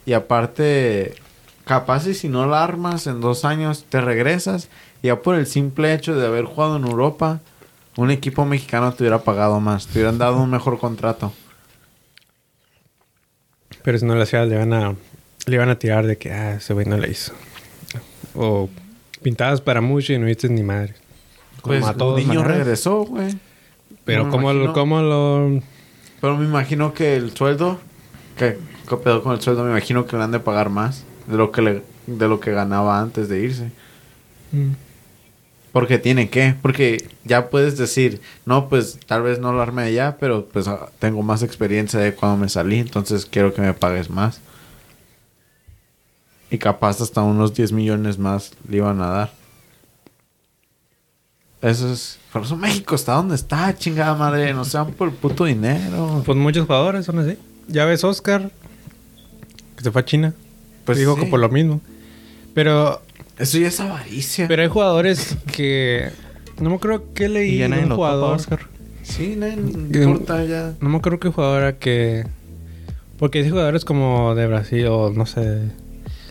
B: Y aparte, capaz y si no la armas en dos años, te regresas. Y ya por el simple hecho de haber jugado en Europa, un equipo mexicano te hubiera pagado más, te hubieran dado un mejor contrato.
C: Pero si no lo hacía, le van a, le van a tirar de que, ah, ese güey no la hizo. O pintadas para mucho y no viste ni madre.
B: Pues
C: Como a todos
B: niño
C: maneras.
B: regresó, güey.
C: Pero
B: me
C: ¿cómo, lo,
B: imagino-
C: ¿cómo lo...?
B: Pero me imagino que el sueldo ¿Qué, qué pedo con el sueldo? Me imagino que le han de pagar más de lo que, le, de lo que ganaba antes de irse.
C: Mm.
B: Porque tiene que, porque ya puedes decir, no, pues tal vez no lo arme allá, pero pues ah, tengo más experiencia de cuando me salí, entonces quiero que me pagues más. Y capaz hasta unos 10 millones más le iban a dar. Eso es. Por eso México está donde está, chingada madre. No sean por puto dinero.
C: Pues muchos jugadores son así. Ya ves Oscar, que se fue a China.
B: Pues
C: Pues digo
B: sí.
C: que por lo mismo. Pero,
B: Eso ya es avaricia.
C: pero hay jugadores que... No me creo que leí
A: Y ya
C: de
A: nadie
C: un
A: lo topa,
C: jugador...
A: Oscar.
B: sí, no
C: Que-
B: importa ya.
C: No me acuerdo qué jugadora que. Porque hay jugadores como de Brasil o no sé, de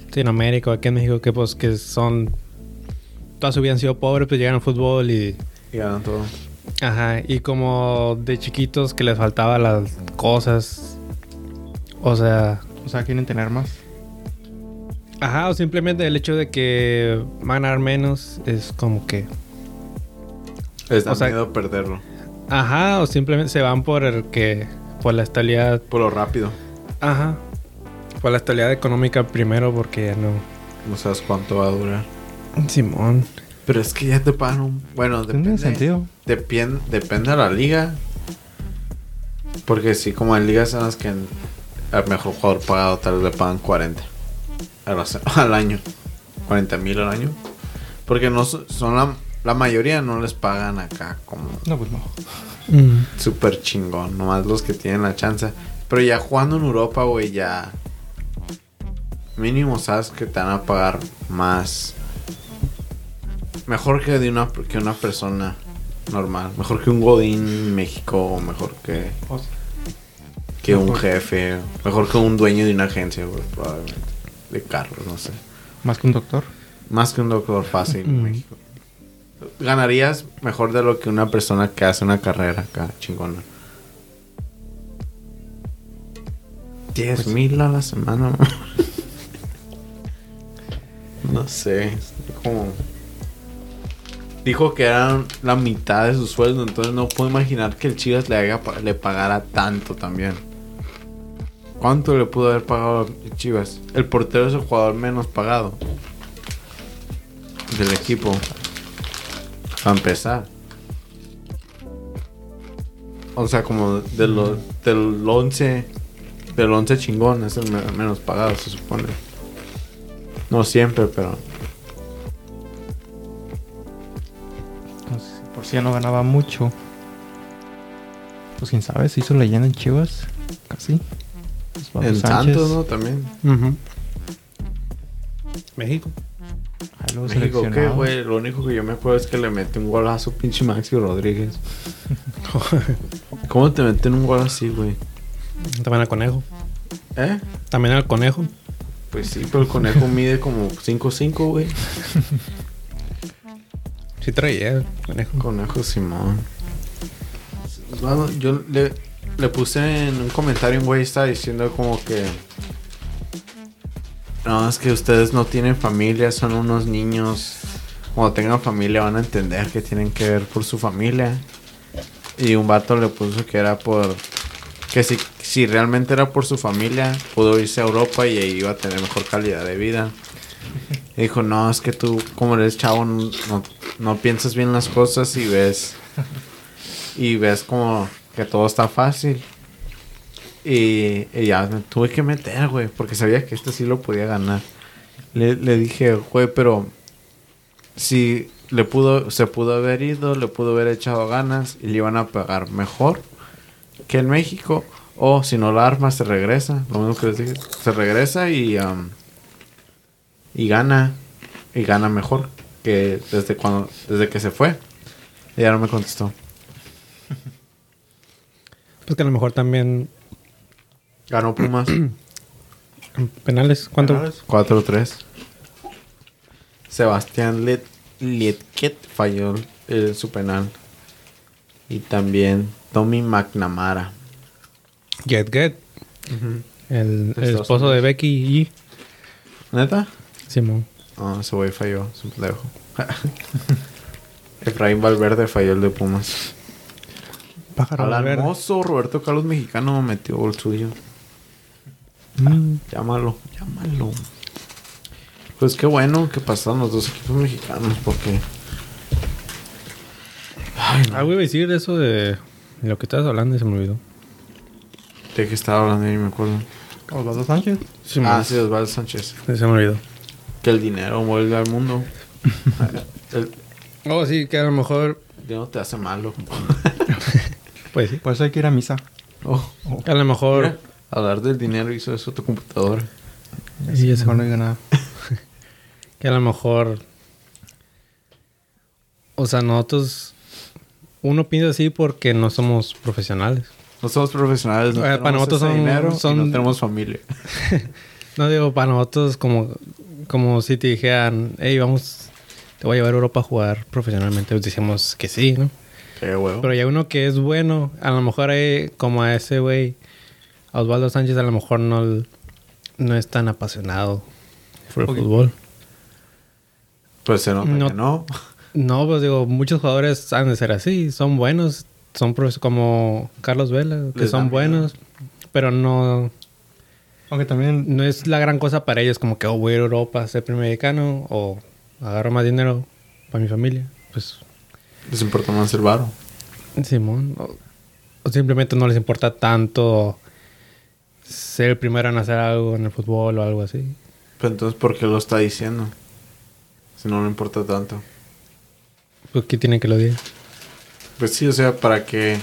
C: Latinoamérica o aquí en México que pues que son. Toda su vida han sido pobres, pues llegan al fútbol y.
B: Y ganan todo.
C: Ajá, y como de chiquitos que les faltaban las cosas. O sea.
A: O sea, quieren tener más.
C: Ajá, o simplemente el hecho de que van a ganar menos es como que.
B: Les da
C: O sea-
B: miedo perderlo.
C: Ajá, o simplemente se van por el que. Por la estabilidad
B: Por lo rápido.
C: Ajá. Fue la estabilidad económica primero porque ya no.
B: No sabes cuánto va a durar.
C: Simón.
B: Pero es que ya te pagan un... Bueno, depende...
A: Tiene sentido.
B: depien- depende de la liga. Porque sí, como hay ligas en las que al mejor jugador pagado tal vez le pagan 40 a la se- [laughs] al año. 40 mil al año. Porque no so- son la, la mayoría no les pagan acá como
A: No, pues no.
C: Mm.
B: súper chingón. Nomás los que tienen la chance. Pero ya jugando en Europa, güey, ya... Mínimo sabes que te van a pagar más. Mejor que de una, que una persona normal. Mejor que un Godín México. o Mejor que, que un
A: Mejor.
B: jefe. Mejor que un dueño de una agencia, güey, probablemente. De carros, no sé.
A: Más que un doctor.
B: Más que un doctor fácil en
C: Mm.
B: México. Ganarías mejor de lo que una persona que hace una carrera acá, chingona. 10 mil a la semana. no sé. es Como... Dijo que eran la mitad de su sueldo, entonces no puedo imaginar que el Chivas le, haga, pa- le pagara tanto también. ¿Cuánto le pudo haber pagado el Chivas? El portero es el jugador menos pagado del equipo. A empezar. O sea, como de lo- del 11, del 11 chingón es el me- menos pagado, se supone. No siempre, pero
A: Entonces, si por si ya no ganaba mucho. Pues quién sabe, se hizo leyenda en Chivas. Casi. Osvaldo
B: en
A: Sánchez.
B: Santos, ¿no? También.
C: México.
A: Ahí luego
B: México, ¿qué,
A: seleccionado.
B: güey? Lo único que yo me acuerdo es que le metió un golazo pinche Maxi Rodríguez. ¿Cómo te meten un gol así, güey?
C: También al conejo.
B: ¿Eh?
C: También al conejo.
B: Pues sí, pero el conejo mide como 5'5", güey.
C: Sí traía el conejo.
B: Conejo Simón. Bueno, yo le, le puse en un comentario, un güey estaba diciendo como que... No, es que ustedes no tienen familia, son unos niños. Cuando tengan familia van a entender que tienen que ver por su familia. Y un vato le puso que era por... Que si, si realmente era por su familia, pudo irse a Europa y ahí iba a tener mejor calidad de vida. Y dijo, no, es que tú, como eres chavo, no, no- no piensas bien las cosas y ves. Y ves como que todo está fácil. Y, y ya me tuve que meter, güey, porque sabía que este sí lo podía ganar. Le, le dije, güey, pero si le pudo, se pudo haber ido, le pudo haber echado ganas y le iban a pagar mejor que en México. O si no la arma, se regresa. Lo mismo que les dije, se regresa y. um, am, y gana y gana mejor que desde cuando desde que se fue y ya no me contestó
C: Pues que a lo mejor también
B: ganó Pumas
C: en penales. ¿Cuánto?
A: Penales.
B: 4-3 Sebastián Let Lietket falló eh, su penal y también Tommy McNamara
C: Get Get. El, el
B: Estados
C: esposo de Becky y
B: neta
C: Simón.
B: no ese güey falló su pendejo [laughs] Efraín Valverde falló el de Pumas
C: Pájaro
B: Al
C: Valverde.
B: hermoso Roberto Carlos Mexicano metió gol suyo
A: Mm,
B: Llámalo, llámalo. Pues qué bueno que pasaron los dos equipos mexicanos porque... Ay, no.
C: Algo Ah, iba a decir de eso de lo que estabas hablando y se me olvidó.
B: De que estaba hablando y me acuerdo.
A: Osvaldo Pues Sánchez.
C: Sí,
B: ah,
C: me-
B: sí, Osvaldo Sánchez.
C: Se me olvidó.
B: Que el dinero vuelve al
C: [laughs]
B: mundo. El
C: Oh, sí, que a lo mejor.
B: dinero te hace malo. [laughs]
C: Pues sí.
A: Por eso hay que ir a misa.
B: Oh,
C: A lo mejor.
B: mira, hablar del dinero hizo eso tu computadora.
C: Sí, ya se
A: Mejor no digo nada.
C: Que a lo mejor. O sea, nosotros. Uno piensa así porque no somos profesionales.
B: No somos profesionales, no
C: Eh, para
B: tenemos
C: nosotros
B: ese
C: son-
B: dinero y
C: son-
B: no tenemos familia.
C: No digo, para nosotros, como, como si te dijeran, hey, vamos, te voy a llevar a Europa a jugar profesionalmente, pues decimos que sí, ¿no?
B: Qué huevo.
C: Pero ya uno que es bueno, a lo mejor hay, como a ese güey, a Osvaldo Sánchez, a lo mejor no, l- no es tan apasionado por el
A: Ok.
C: fútbol.
B: Pues se nota
C: No.
B: que no.
C: No, pues digo, muchos jugadores han de ser así, son buenos, son profes- como Carlos Vela, que
B: Les da
C: son
B: miedo.
C: buenos, pero no,
A: Aunque también
C: no es la gran cosa para ellos, como que oh, voy a ir a Europa a ser primer mexicano o agarro más dinero para mi familia. Pues,
B: Les importa más el varo.
C: Simón. O, o simplemente no les importa tanto ser el primero en hacer algo en el fútbol o algo así.
B: Pero entonces, ¿por qué lo está diciendo? Si no le importa tanto.
C: Pues, ¿qué tiene que lo diga?
B: Pues sí, o sea, para que...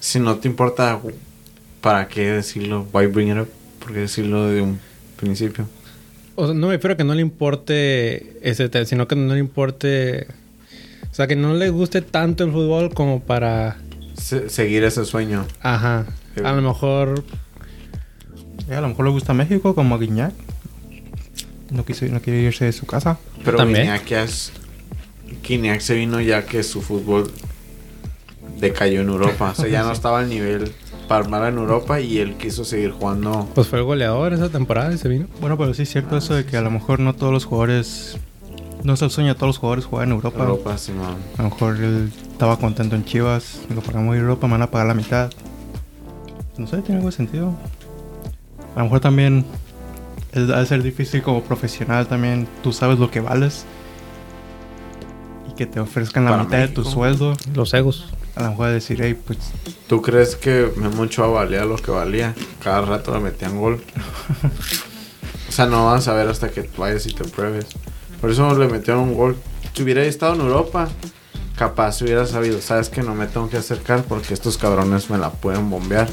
B: Si no te importa, ¿para qué decirlo? Why bring it up? ¿Por qué decirlo de un principio?
C: O sea, no me refiero a que no le importe ese tema, sino que no le importe. O sea, que no le guste tanto el fútbol como para.
B: Se- seguir ese sueño.
C: Ajá. A lo mejor.
A: eh, a lo mejor le gusta México como a Guiñac. No, quiso, no quiere irse de su casa.
B: Pero
C: También.
B: Guiñac ya es- Guiñac se vino ya que su fútbol decayó en Europa. O sea, ya no estaba al nivel para armar en Europa y él quiso seguir jugando.
C: Pues fue el goleador esa temporada y se vino.
A: Bueno, pero sí es cierto eso de que a lo mejor no todos los jugadores... No es el sueño de todos los jugadores jugar en Europa.
B: Europa, Simón.
A: A lo mejor él estaba contento en Chivas. Lo pagamos en Europa, me van a pagar la mitad. No sé, tiene algo de sentido. A lo mejor también... Es, ha de ser difícil como profesional también. Tú sabes lo que vales. Y que te ofrezcan la
B: Para
A: mitad de tu
B: México.
A: sueldo.
C: Los egos.
A: A lo mejor decir, hey, pues...
B: ¿Tú crees que Memo Ochoa valía lo que valía? Cada rato le metían gol. o sea, no vas a ver hasta que vayas y te pruebes. Por eso le metieron un gol. Si hubiera estado en Europa, capaz hubiera sabido. Sabes que no me tengo que acercar porque estos cabrones me la pueden bombear.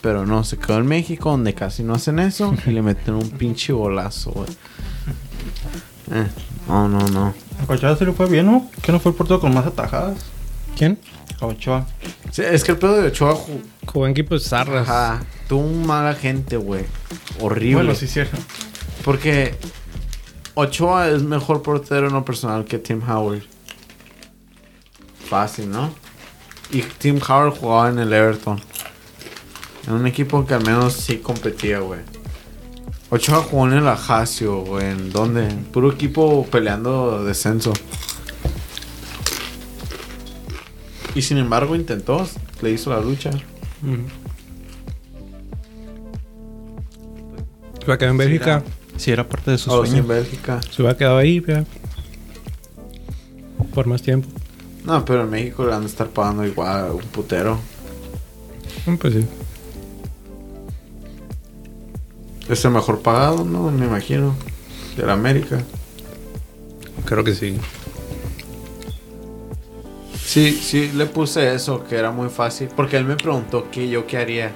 B: Pero no, se quedó en México donde casi no hacen eso y le meten un pinche golazo, güey. Eh, no, no, no.
A: A Ochoa se le fue bien, ¿no? ¿Que no fue el portero con más atajadas?
C: ¿Quién?
A: A Ochoa.
B: Sí, es que el pedo de Ochoa ju-
C: Jugó en equipos zarras.
B: Ajá, tuvo un mala gente, güey. Horrible.
A: Bueno, sí, cierto.
B: Porque Ochoa es mejor portero no personal que Tim Howard. Fácil, ¿no? Y Tim Howard jugaba en el Everton. En un equipo que al menos sí competía, güey. Ochoa jugó en el Ajacio, güey. ¿En dónde? Puro equipo peleando descenso. Y sin embargo intentó, le hizo la lucha.
C: Se va a quedar en Bélgica.
A: Sí, era parte de su
B: O
A: sueño.
B: sin Bélgica.
C: Se va a quedar ahí, ya. Por más tiempo.
B: No, pero en México le van a estar pagando igual un putero.
C: Mm, Pues sí.
B: Es el mejor pagado, ¿no? Me imagino. De la América.
C: Creo que sí.
B: Sí, sí, le puse eso, que era muy fácil. Porque él me preguntó qué yo qué haría.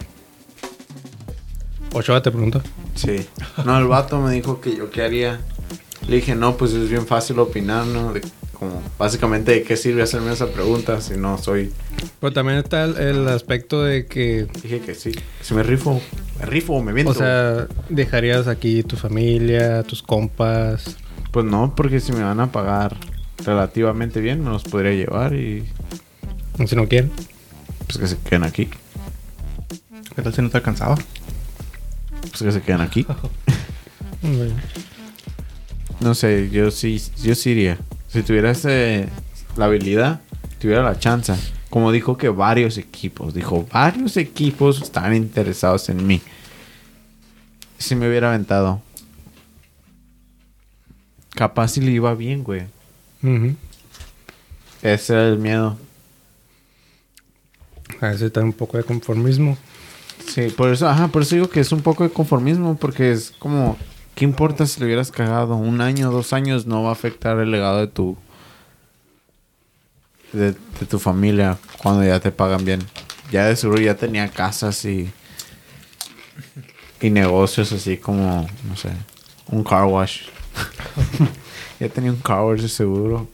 C: Ochoa te pregunta.
B: Sí. No, el vato me dijo que yo qué haría. Le dije, no, pues es bien fácil opinar, ¿no? De- como, básicamente, ¿de qué sirve hacerme esa pregunta si no soy...
C: Pero también está el, el aspecto de que,
B: Dije que sí. Si me rifo, me rifo, me viento.
C: o sea, dejarías aquí tu familia, tus compas.
B: Pues no, porque si me van a pagar relativamente bien, me los podría llevar y...
C: o Si no quieren.
B: Pues que se queden aquí.
A: ¿Qué tal si no te alcanzaba?
B: Pues que se queden aquí.
C: Mm, bueno.
B: No sé, yo sí, yo sí iría. Si tuviera ese- la habilidad, tuviera la chance. Como dijo que varios equipos, dijo, varios equipos están interesados en mí. sí me hubiera aventado. Capaz si le iba bien, güey.
C: Ujú.
B: Ese era el miedo.
C: A veces está un poco de conformismo.
B: Sí, por eso, ajá, por eso digo que es un poco de conformismo, porque es como, ¿qué importa si lo hubieras cagado? Un año, dos años no va a afectar el legado de tu. de, de tu familia cuando ya te pagan bien. Ya de seguro ya tenía casas y. y negocios así como, no sé, un car wash. [laughs] ya tenía un car wash de seguro.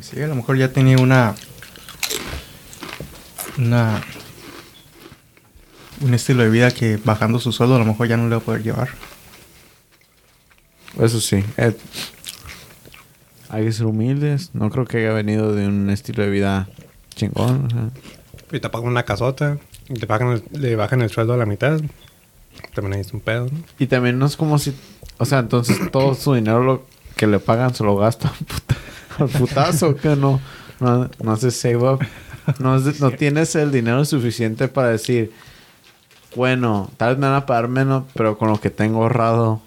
A: Sí, a lo mejor ya tenía una. Una. Un estilo de vida que bajando su sueldo a lo mejor ya no le va a poder llevar.
B: Eso sí. eh, hay que ser humildes. No creo que haya venido de un estilo de vida chingón. o sea.
C: Y te pagan una casota. Y te pagan el- le bajan el sueldo a la mitad. También ahí es un pedo, ¿no?
B: Y también no es como si... O sea, entonces todo su dinero lo que le pagan se lo gastan puta- al putazo. Que no, no, no hace save up. No, es- no tienes el dinero suficiente para decir... Bueno, tal vez me van a pagar menos, pero con lo que tengo ahorrado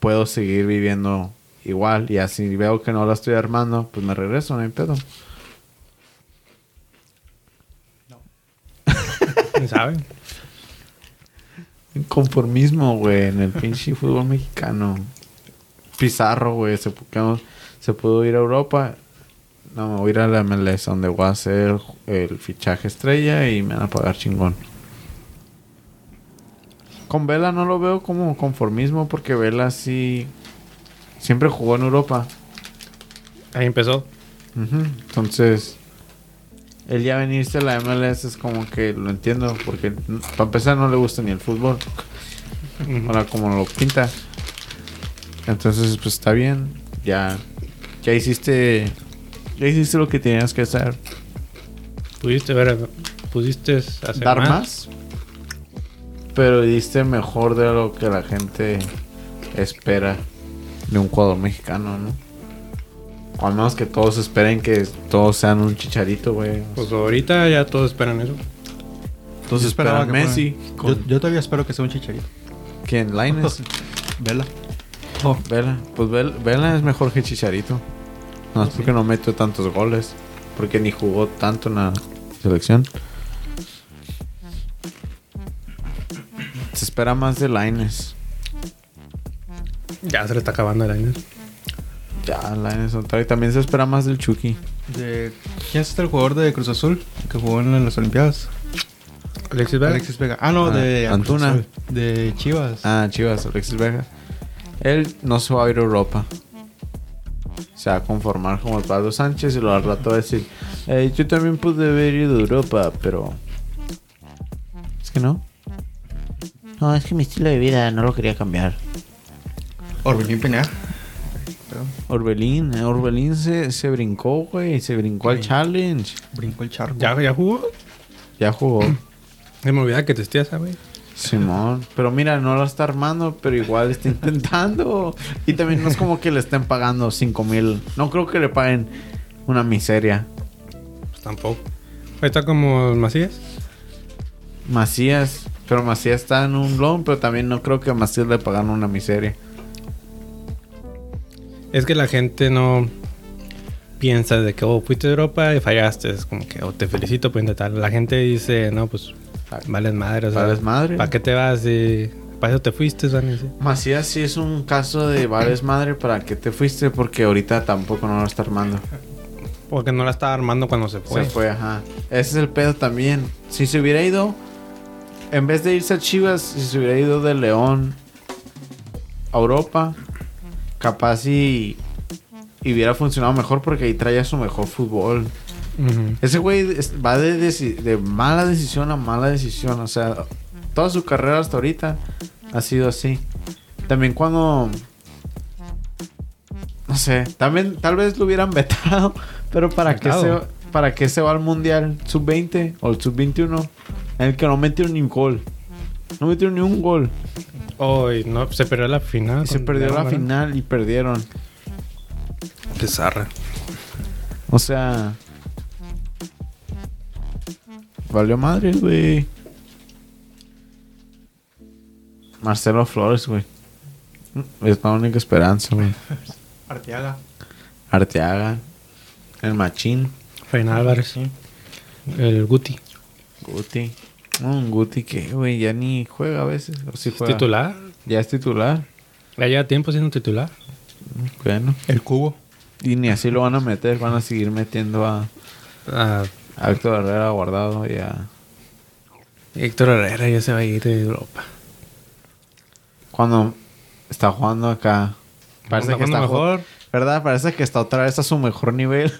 B: puedo seguir viviendo igual. Y así veo que no la estoy armando, pues me regreso, no hay pedo.
C: ¿Quién sabe?
B: Conformismo, güey, en el pinche fútbol mexicano. Pizarro, güey, se, pu- quedó- se pudo ir a Europa. No, me voy a ir a la MLS donde voy a hacer el fichaje estrella y me van a pagar chingón. Con Vela no lo veo como conformismo porque Vela sí siempre jugó en Europa.
C: Ahí empezó.
B: Ujú, Entonces, el ya venirse a la MLS es como que lo entiendo porque mm, para empezar no le gusta ni el fútbol.
C: Ujú.
B: Ahora como lo pinta. Entonces, pues está bien. Ya. Ya hiciste. Ya hiciste lo que tenías que hacer.
C: Pudiste ver, pudiste hacer
B: Dar
C: más.
B: más. Pero diste mejor de lo que la gente espera de un jugador mexicano, ¿no? O al menos que todos esperen que todos sean un chicharito, güey.
C: Pues ahorita ya todos esperan eso.
B: Entonces esperaba
A: que
B: Messi.
A: fuera-
B: Con,
A: Yo, yo todavía espero que sea un chicharito.
B: ¿Quién? Lainez.
A: [laughs] Vela. Oh.
B: Vela, pues Vel- Vela es mejor que Chicharito. No, es porque no meto tantos goles. Porque ni jugó tanto en la selección. Se espera más de Lines.
C: Ya se le está acabando el año.
B: Ya, Lines otra vez. También se espera más del Chucky.
A: De, ¿Quién es este el jugador de Cruz Azul que jugó en, las Olimpiadas?
C: Alexis Vega.
A: Alexis Vega. Ah, no,
B: Ah,
A: de Cruz
B: Antuna.
A: Azul. De Chivas.
B: Ah, Chivas, Alexis Vega. Él no se va a ir a Europa. Se va a conformar como el Pablo Sánchez y lo al rato va a decir: "Eh, Yo también pude haber ido a Europa, pero. Es que no.
D: No, es que mi estilo de vida no lo quería cambiar.
A: Orbelín Pineda.
B: Orbelín, eh, Orbelín se, se brincó, güey. Se brincó al challenge.
A: Brincó el charco.
C: ¿Ya, ya jugó.
B: Ya jugó.
C: Se me olvidaba que testías, güey.
B: Simón. Pero mira, no lo está armando, pero igual está intentando. Y también no es como que le estén pagando 5 mil. No creo que le paguen una miseria.
C: Pues tampoco. Ahí está como el Macías.
B: Macías. Pero Macías está en un loan, pero también no creo que a Macías le pagaron una miseria.
C: Es que la gente no piensa de que, oh, fuiste a Europa y fallaste. Es como que, oh, te felicito por intentar. La gente dice, no, pues, vales madre.
B: Vales madre.
C: ¿Para qué te vas? Y, ¿Para eso te fuiste? Van a decir.
B: Macías sí es un caso de vales madre para que te fuiste porque ahorita tampoco no lo está armando.
C: Porque no la estaba armando cuando se fue.
B: Se fue, ajá. Ese es el pedo también. Si se hubiera ido, en vez de irse a Chivas, si se hubiera ido de León a Europa, capaz y, y hubiera funcionado mejor porque ahí traía su mejor fútbol.
C: Ujú.
B: Ese güey es- va de, deci- de mala decisión a mala decisión. O sea, toda su carrera hasta ahorita ha sido así. También cuando... No sé, también tal vez lo hubieran [laughs] vetado, pero ¿para qué, se,
C: Vetado.
B: ¿para qué se va al Mundial sub-20 o el sub-21? En el que no metieron ni un gol. No metieron ni un gol.
C: Oh, y no, se perdió la final.
B: Y se
C: con
B: perdió la
C: León, ¿verdad?
B: final y perdieron.
C: Pizarra.
B: O sea... Valió madre, güey. Marcelo Flores, güey. Es la única esperanza, güey.
A: Arteaga.
B: Arteaga. El Machín.
C: Reina Álvarez. El Guti.
B: Guti. Un Guti que, güey, ya ni juega a veces. O sí
C: ¿Es
B: juega.
C: titular?
B: Ya es titular.
C: Ya lleva tiempo siendo titular.
B: Bueno.
A: El Cubo.
B: Y ni así lo van a meter. Van a seguir metiendo a,
C: Ah,
B: a Héctor Herrera guardado y a...
C: Héctor Herrera ya se va a ir de Europa.
B: Cuando está jugando acá. Parece
C: Anda
B: que está
C: jugando
B: mejor.
C: mejor.
B: ¿Verdad? Parece que está otra vez a su mejor
C: [laughs]
B: nivel.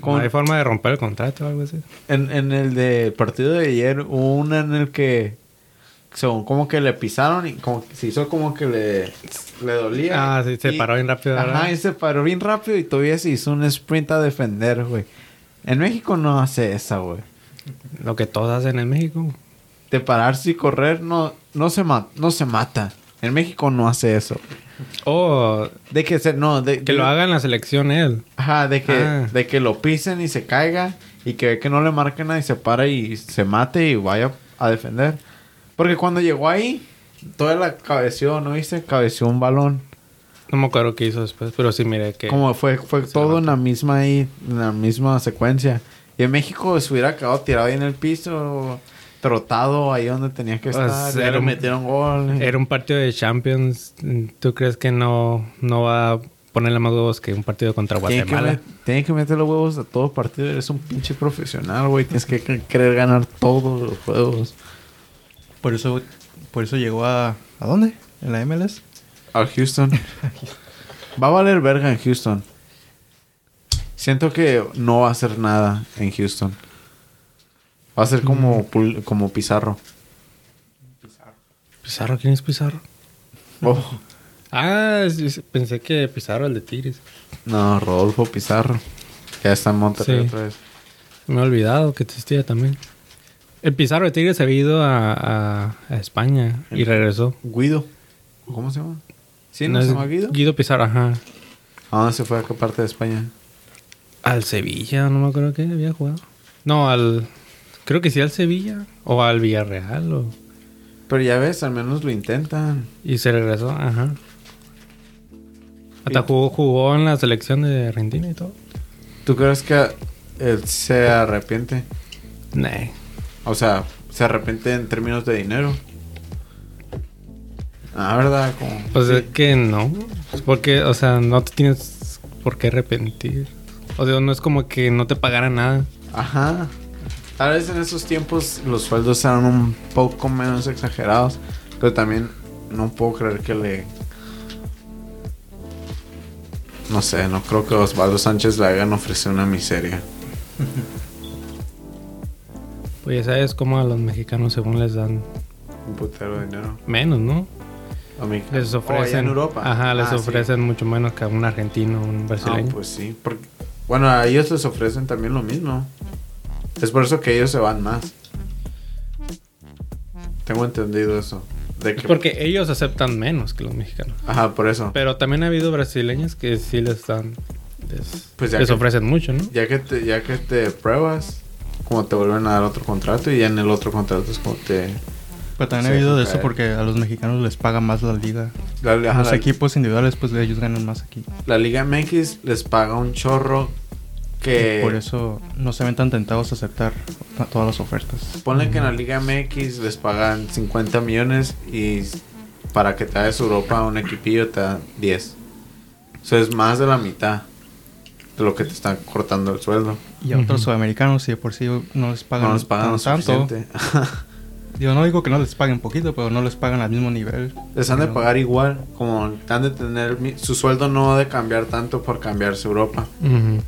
B: Como-
C: No hay forma de romper el contrato o algo así.
B: En, en el de partido de ayer hubo una en el que según como que le pisaron y como que se hizo como que le, le dolía.
C: Ah, sí, se
B: Y-
C: paró bien rápido.
B: Ajá,
C: ¿verdad?
B: y se paró bien rápido y todavía se hizo un sprint a defender, güey. En México no hace esa, güey.
C: Lo que todos hacen en México.
B: De pararse y correr no, no, se, ma- no se mata. En México no hace eso.
C: O
B: De que se... No, de,
C: que lo
B: de-
C: haga en la selección él.
B: Ajá, de que,
C: Ah.
B: de que lo pisen y se caiga y que ve que no le marca nada y se para y se mate y vaya a defender. Porque cuando llegó ahí, toda la cabeció, ¿no viste? Cabeció un balón.
C: No me acuerdo qué hizo después, pero sí miré que.
B: Como fue, fue todo en la misma ahí, en la misma secuencia. Y en México se hubiera quedado tirado ahí en el piso, trotado ahí donde tenía que
C: O
B: estar.
C: sea,
B: ya
C: Pues, era
B: le
C: un-
B: metieron gol.
C: Era un partido de Champions. ¿Tú crees que no, no va a ponerle más huevos que un partido contra
B: Tiene que,
C: Guatemala?
B: met- tiene que meter los huevos a todo partido. Eres un pinche profesional, güey. Tienes que c- querer ganar todos los juegos.
A: Por eso, por eso llegó a. ¿A dónde? ¿En la MLS?
B: Al Houston. [laughs] Va a valer verga en Houston. Siento que no va a hacer nada en Houston. Va a ser como, Pul- como Pizarro.
C: ¿Pizarro? ¿Quién es Pizarro?
B: Oh,
C: Ah, sí, sí, pensé que Pizarro, el de Tigres.
B: no, Rodolfo Pizarro. Ya está en Monterrey
C: Sí.
B: otra vez.
C: Me he olvidado que existía también. El Pizarro de Tigres se había ido a, a- a España y regresó.
B: Guido. ¿Cómo se llama? ¿Sí? ¿No,
C: No,
B: se
C: es
B: llama Guido?
C: Guido Pizarro, ajá.
B: ¿A dónde se fue? ¿A qué parte de España?
C: Al Sevilla, no me acuerdo que había jugado. No, al. Creo que sí al Sevilla o al Villarreal. o-
B: Pero ya ves, al menos lo intentan.
C: Y se regresó, ajá. Hasta jugó, jugó en la selección de Argentina y todo.
B: ¿Tú crees que él se arrepiente?
C: Nah.
B: O sea, se arrepiente en términos de dinero. Ah, ¿verdad? Como...
C: Pues es que no. Pues Porque, o sea, no te tienes por qué arrepentir. O sea, no es como que no te pagara nada.
B: Ajá. Tal vez en esos tiempos los sueldos eran un poco menos exagerados. Pero también no puedo creer que le... No sé, no creo que Osvaldo Sánchez le hagan ofrecer una miseria.
C: Pues ya sabes cómo a los mexicanos según les dan
B: Un putero de dinero.
C: menos, ¿no?
B: A mí-
C: Les
B: Oh, allá
C: ofrecen...
B: en Europa.
C: Ajá, les
B: Ah, sí.
C: ofrecen mucho menos que a un argentino o un
B: Ah,
C: brasileño.
B: pues sí. Porque, bueno, a ellos les ofrecen también lo mismo. Es por eso que ellos se van más. Tengo entendido eso. De
C: Es
B: que,
C: porque ellos aceptan menos que los mexicanos.
B: Ajá, por eso.
C: Pero también ha habido brasileños que sí les dan... Les,
B: Pues ya
C: les
B: que-
C: ofrecen mucho, ¿no?
B: Ya que te, ya que te pruebas, como te vuelven a dar otro contrato y ya en el otro contrato es como te...
A: Pero también
B: Sí,
A: he oído de
B: ok.
A: eso porque a los mexicanos les paga más la liga.
B: La,
A: A
B: ajá,
A: los
B: la-
A: equipos individuales, pues ellos ganan más aquí.
B: la Liga MX les paga un chorro que...
A: Por eso no se ven tan tentados a aceptar a todas las ofertas.
B: Ponle que en la Liga MX les pagan 50 millones y para que te hagas Europa un equipillo te dan 10. Eso es más de la mitad de lo que te están cortando el sueldo.
A: Y a otros
C: Ujú.
A: sudamericanos, si de por sí no les pagan,
B: no les pagan
A: tan
B: lo
A: tanto.
B: suficiente. [laughs]
A: Digo, no digo que no les paguen poquito, pero no les pagan al mismo nivel.
B: les han de
A: Pero-
B: pagar igual, como te han de tener... mi- Su sueldo no ha de cambiar tanto por cambiarse Europa.
C: Ujú.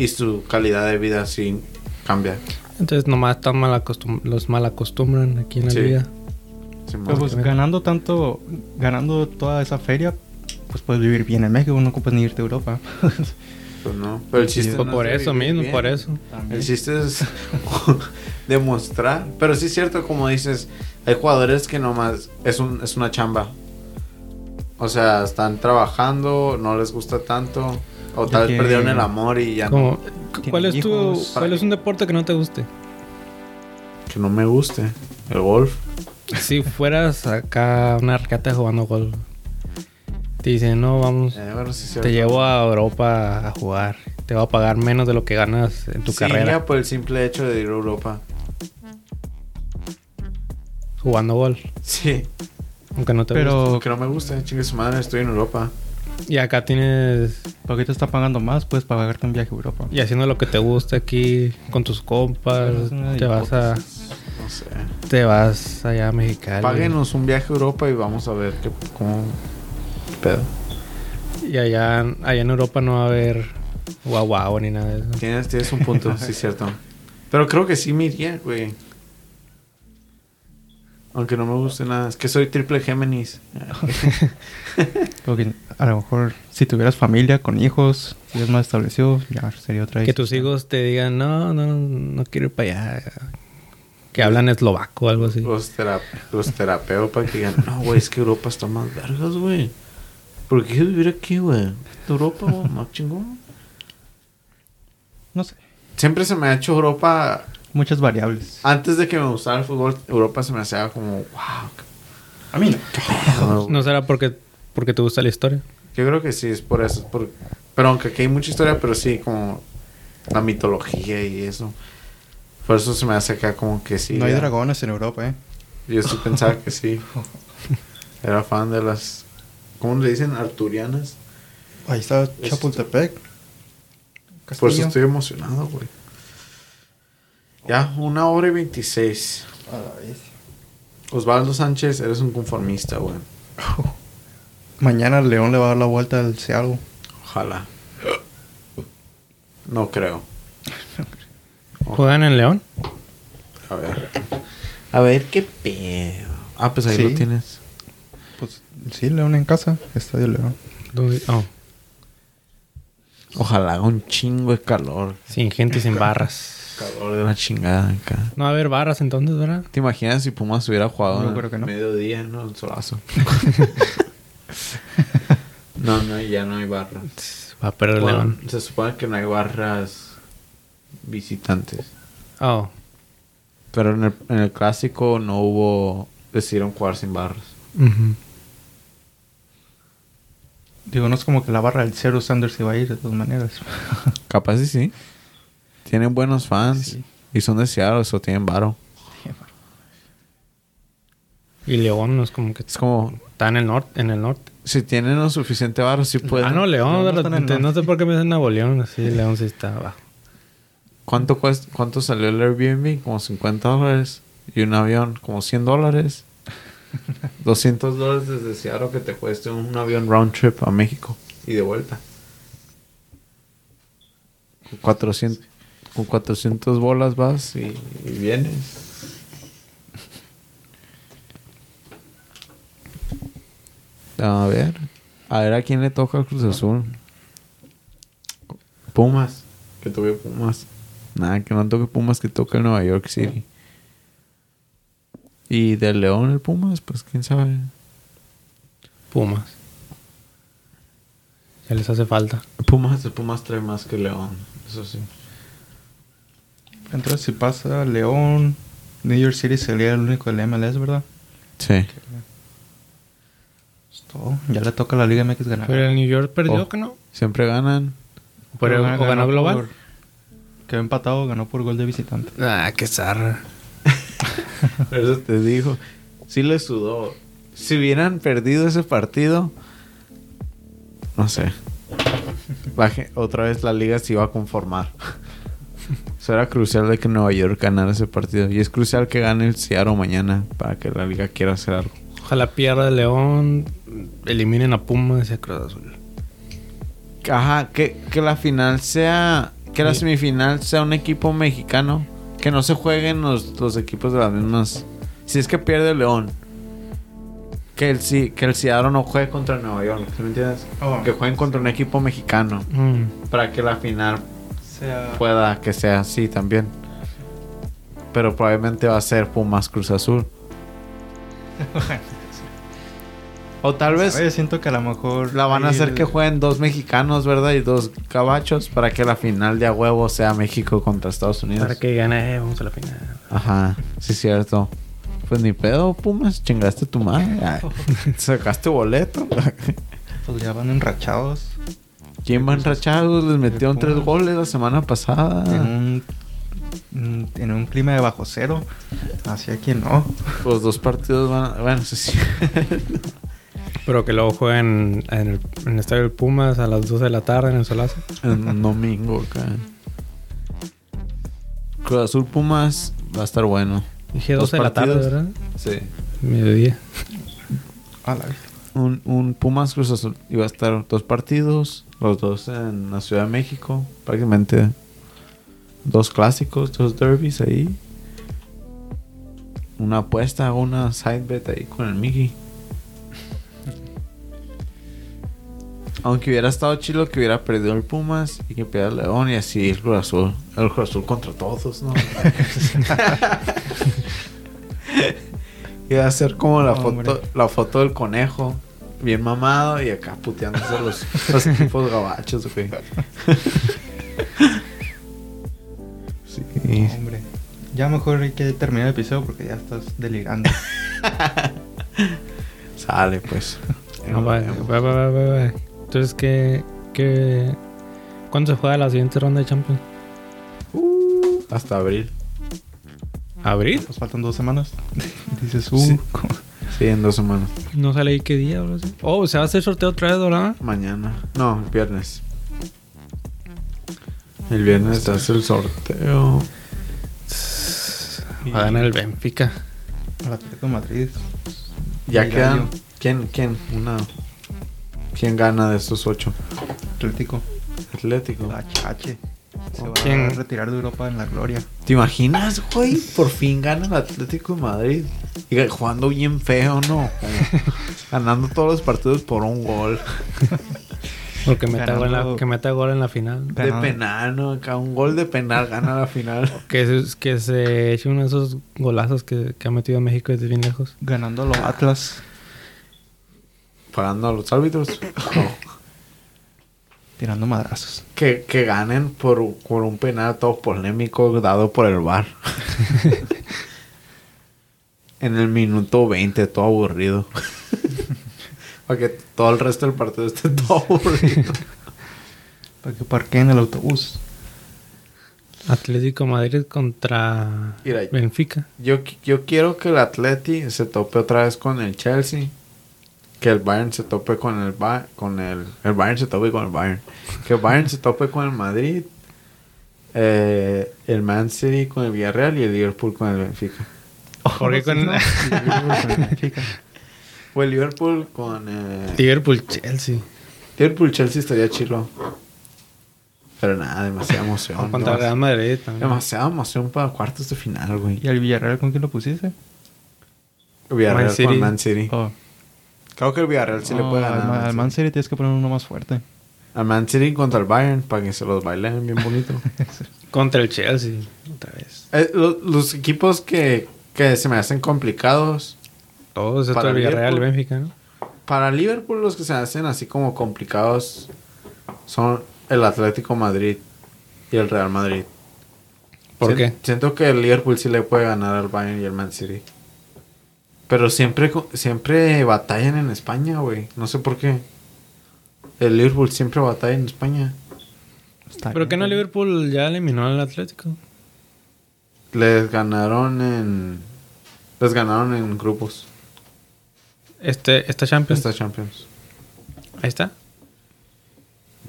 B: Y su calidad de vida sí cambia.
C: Entonces nomás están mal acostum- los mal acostumbran aquí en la
B: Sí.
C: vida.
B: Sí,
A: Pero, pues,
C: Obviamente.
A: ganando tanto, ganando toda esa feria, pues puedes vivir bien en México, no ocupas ni irte a Europa. [laughs]
B: pues no. Pero el chiste
C: Pues
B: no
C: por
B: es de
C: eso
B: vivir
C: mismo,
B: bien.
C: por eso.
A: También.
B: El chiste es [laughs] demostrar. Pero sí es cierto, como dices, hay jugadores que nomás es, un, es una chamba. O sea, están trabajando, no les gusta tanto. O
A: Ya
B: tal vez
A: que-
B: perdieron el amor y ya no.
C: Como, ¿Cuál
A: Tienen
C: es tu
A: hijos.
C: cuál es un deporte que no te guste?
B: que no me guste, el golf.
C: Si fueras acá a una arcata jugando golf, te dicen, no, vamos,
B: Eh, bueno, sí es cierto.
C: Pues, te llevo a Europa a jugar. Te va a pagar menos de lo que ganas en tu
B: Sí,
C: carrera
B: ya por el simple hecho de ir a Europa.
C: jugando golf,
B: Sí.
C: aunque no te guste.
A: Pero
B: Que no me gusta, chingue su madre, estoy en Europa.
C: Y acá tienes,
A: ¿por qué te está pagando más? Puedes pagarte un viaje a Europa.
C: y haciendo lo que te gusta aquí con tus compas,
A: Eres una
C: te vas a,
B: No sé.
C: te vas allá a Mexicali.
B: Páguenos un viaje a Europa y vamos a ver qué, cómo. qué pedo.
C: Y allá, allá en Europa no va a haber guau guau ni nada de eso.
B: Tienes, tienes un punto, sí, es cierto. Pero creo que sí me iría, güey. Aunque no me guste nada. Es que soy triple Géminis.
A: Creo que a lo mejor si tuvieras familia con hijos, si es más establecido, ya sería otra
C: Que tus hijos te digan, no, no, no quiero ir para allá. Que hablan eslovaco o algo así.
B: Los, terap- los terapeo para que digan, no, güey, es que Europa está más vergas, güey. ¿Por qué vivir aquí, güey? Europa, güey, más chingón.
A: No sé,
B: Siempre se me ha hecho Europa.
A: muchas variables.
B: Antes de que me gustara el fútbol, Europa se me hacía como, wow, qué
A: A mí no.
B: pedo, güey".
C: ¿No será porque, porque te gusta la historia?
B: Yo creo que sí, es por eso. es por- Pero aunque aquí hay mucha historia, pero sí, como la mitología y eso. Por eso se me hace acá como que sí.
A: No hay
B: ya.
A: dragones en Europa, ¿eh?
B: Yo sí pensaba
A: [laughs]
B: que sí. Era fan de las. ¿Cómo le dicen? Arturianas.
A: Ahí está
B: Chapultepec. Por eso estoy emocionado, güey. Ya, una hora y veintiséis.
A: Ah,
B: Osvaldo Sánchez, eres un conformista, güey.
A: Mañana León le va a dar la vuelta al Seattle.
B: Ojalá. No creo.
C: ¿Juegan en León?
B: A ver.
D: A ver, qué pedo.
B: Ah, pues ahí
A: Sí.
B: lo tienes.
A: Pues sí, León en casa, Estadio León.
C: ¿Dónde- oh,
B: Ojalá haga un chingo de calor.
C: sin gente y sin barras.
B: Calor de la chingada acá.
C: No va a haber barras entonces, ¿verdad?
B: ¿Te imaginas si Pumas hubiera jugado
A: Yo
B: en
A: creo que no.
B: mediodía, no? Un
A: [laughs]
B: solazo. no, no, ya no hay barra.
C: Va a perder
B: Bueno,
C: León.
B: se supone que no hay barras visitantes.
C: Oh,
B: Pero en el, en el clásico no hubo... Decidieron jugar sin barras.
C: ujú.
A: Digo, no es como que la barra del cero Sanders iba a ir de todas maneras. [laughs]
B: Capaz y sí. Tienen buenos fans.
A: Sí.
B: Y son deseados o tienen varo.
C: Y León no es como que
B: Es como...
C: está en el norte. En el norte.
B: Si tienen lo suficiente varo, sí pueden...
C: ah, no,
A: no,
C: León.
A: no
C: de
A: están en el
C: repente, no sé por qué me dicen Nuevo León. Sí, León sí está abajo.
B: ¿Cuánto, cuest- ¿Cuánto salió el Airbnb? Como 50 dólares. Y un avión, como 100 dólares. 200 dólares desde Seattle que te cueste un avión round trip a México y de vuelta. Con 400, con 400 bolas vas y, y vienes. A ver, a ver a quién le toca el Cruz Azul. Pumas, que toque Pumas. Nada, que no toque Pumas, que toque el Nueva York City. Y del León el Pumas, pues quién sabe.
C: Pumas. Ya les hace falta.
B: Pumas, el Pumas trae más que León, eso sí.
A: Entonces, si pasa León, New York City sería el único del MLS, ¿verdad?
B: Sí.
A: Es todo. Ya le toca a la Liga MX ganar.
C: Pero el New York perdió,
B: Oh.
C: ¿que no?
B: Siempre ganan.
C: Pero,
A: gana-
C: ¿O ganó global?
A: por- quedó empatado, ganó por gol de visitante.
C: Ah, qué zarra.
B: [laughs] Eso te digo. Sí le sudó. Si hubieran perdido ese partido, no sé. La ge- otra vez la liga se iba a conformar. Eso era crucial de que Nueva York ganara ese partido. Y es crucial que gane el Seattle mañana para que la liga quiera hacer algo.
C: Ojalá pierda el León, eliminen a Pumas y a Cruz Azul.
B: Ajá, que, que la final sea. Que la semifinal sea un equipo mexicano. Que no se jueguen los, los equipos de las mismas. Si es que pierde el León. Que el, Si- que el Seattle no juegue contra Nueva York. ¿sí me entiendes?
A: Oh.
B: que jueguen contra un equipo mexicano.
C: Mm.
B: Para que la final [laughs] pueda que sea así también. Pero probablemente va a ser Pumas Cruz Azul. O tal vez
A: Yo siento que a lo mejor.
B: la van a
A: ahí
B: hacer
A: el-
B: que jueguen dos mexicanos, ¿verdad? Y dos cabachos para que la final de a huevo sea México contra Estados Unidos.
E: Para que gane, vamos a la final.
B: Ajá, sí es cierto. Pues ni pedo, Pumas, chingaste tu madre. Ay, Sacaste boleto.
A: Pues ya van enrachados.
B: ¿Quién va enrachados? Les metieron tres
A: Pumas.
B: goles la semana
A: En,
B: pasada.
A: un, en- en un clima de bajo cero. Así que no.
B: Los dos partidos van... Bueno, sí, sí.
C: Pero que luego jueguen en el, en el estadio del Pumas a las 2 de la tarde en el Solazo.
B: En un domingo acá. Cruz Azul Pumas va a estar bueno.
C: Dije
B: Dos
C: 2 de la tarde,
B: partidos.
C: ¿verdad?
B: Sí.
C: Mediodía.
A: A la vez.
B: Un, un Pumas Cruz Azul. Y va a estar dos partidos. Los dos en la Ciudad de México. Prácticamente dos clásicos, dos derbis ahí. Una apuesta, una side bet ahí con el Mickey. Aunque hubiera estado chilo que hubiera perdido el Pumas y que perdiera el León y así el Cruz Azul. El Cruz Azul contra
A: [laughs]
B: todos, ¿no? Iba a ser como la,
A: No,
B: foto,
A: hombre.
B: la foto del conejo, bien mamado y acá puteándose los, los equipos gabachos, güey. sí.
A: Hombre. Ya mejor hay que terminar el episodio porque ya estás delirando.
B: Sale, pues.
C: No, va, va, va, va, va, va. Entonces, ¿qué, qué... ¿cuándo se juega la siguiente ronda de Champions?
B: Hasta abril.
C: ¿Abril?
A: Pues faltan dos semanas. [laughs] Dices, uh,
B: Sí.
A: ¿cómo?
B: Sí, en dos semanas.
C: No sale ahí qué día, bro. Oh, ¿se va a hacer sorteo otra vez, ¿verdad?
B: Mañana. No, el viernes. El viernes se hace el sorteo.
C: Va a ganar el Benfica.
A: al Atlético de Madrid.
B: Ya
A: Y
B: quedan.
A: gallo.
B: ¿Quién? ¿Quién? Una. ¿Quién gana de estos ocho?
A: Atlético.
B: Atlético.
A: La Chache. Se va
C: ¿Quién?
A: a retirar de Europa en la gloria.
B: ¿Te imaginas, güey? Por fin gana el Atlético de Madrid. Y ga- jugando bien feo, ¿no? Como ganando todos los partidos por un gol.
C: Porque meta gol, en la,
A: Ganando-
C: que meta gol en la final.
A: Ganado.
B: De penal, ¿no? Acá un gol de penal gana la final.
C: Que se, que se eche uno de esos golazos que, que ha metido México desde bien lejos.
A: Ganando a los Atlas.
B: Pagando a los árbitros. [laughs]
A: Tirando madrazos.
B: Que, que ganen por, u- por un penal todo polémico dado por el VAR. en el minuto 20, todo aburrido. Para que todo el resto del partido esté todo aburrido.
A: Para que parqueen el
B: [laughs]
A: autobús.
C: Atlético Madrid contra
B: Mira,
C: Benfica.
B: Yo, qui- yo quiero que el Atleti se tope otra vez con el Chelsea. Que el Bayern se tope con el Ba- con el, el Bayern se tope con el Bayern. Que el Bayern se tope con el Madrid. eh, el Man City con el Villarreal y el Liverpool con el Benfica.
C: Porque con
A: Chica.
B: O el Liverpool con el
C: Liverpool Chelsea.
B: Liverpool Chelsea estaría chilo. Pero nada, demasiada
C: [laughs]
B: emoción.
C: Contra Real
B: demasi-
C: Madrid también.
B: demasiada emoción para cuartos de final, güey.
A: ¿Y al Villarreal con quién lo pusiste?
B: Villarreal
C: Man City.
B: con Man City.
A: Oh.
B: Creo que el Villarreal sí le
A: No,
B: puede
A: al,
B: ganar.
A: Ma-
B: al
A: al
B: Man
A: Man City tienes que poner uno más
B: [laughs]
A: fuerte.
B: Al Man City contra el Bayern para que se los bailen bien bonito.
C: [laughs] Contra el Chelsea. Otra vez.
B: Eh, lo- los equipos que, que se me hacen complicados.
C: Todos estos
B: Para
C: el Oh, Villarreal,
B: Liverpool.
C: Benfica, ¿no?
B: Para Liverpool los que se me hacen así como complicados son el Atlético Madrid y el Real Madrid.
C: ¿Por
B: Sien-
C: qué?
B: Siento que el Liverpool sí le puede ganar al Bayern y al Man City. Pero siempre, co- siempre batallan en España, güey. No sé por qué. El Liverpool siempre batalla en España. Ah,
A: Está
C: Pero
A: bien.
C: que no Liverpool ya eliminó al Atlético.
B: Les ganaron en. Les ganaron en grupos.
C: Este, esta Champions.
B: Esta Champions.
C: Ahí está.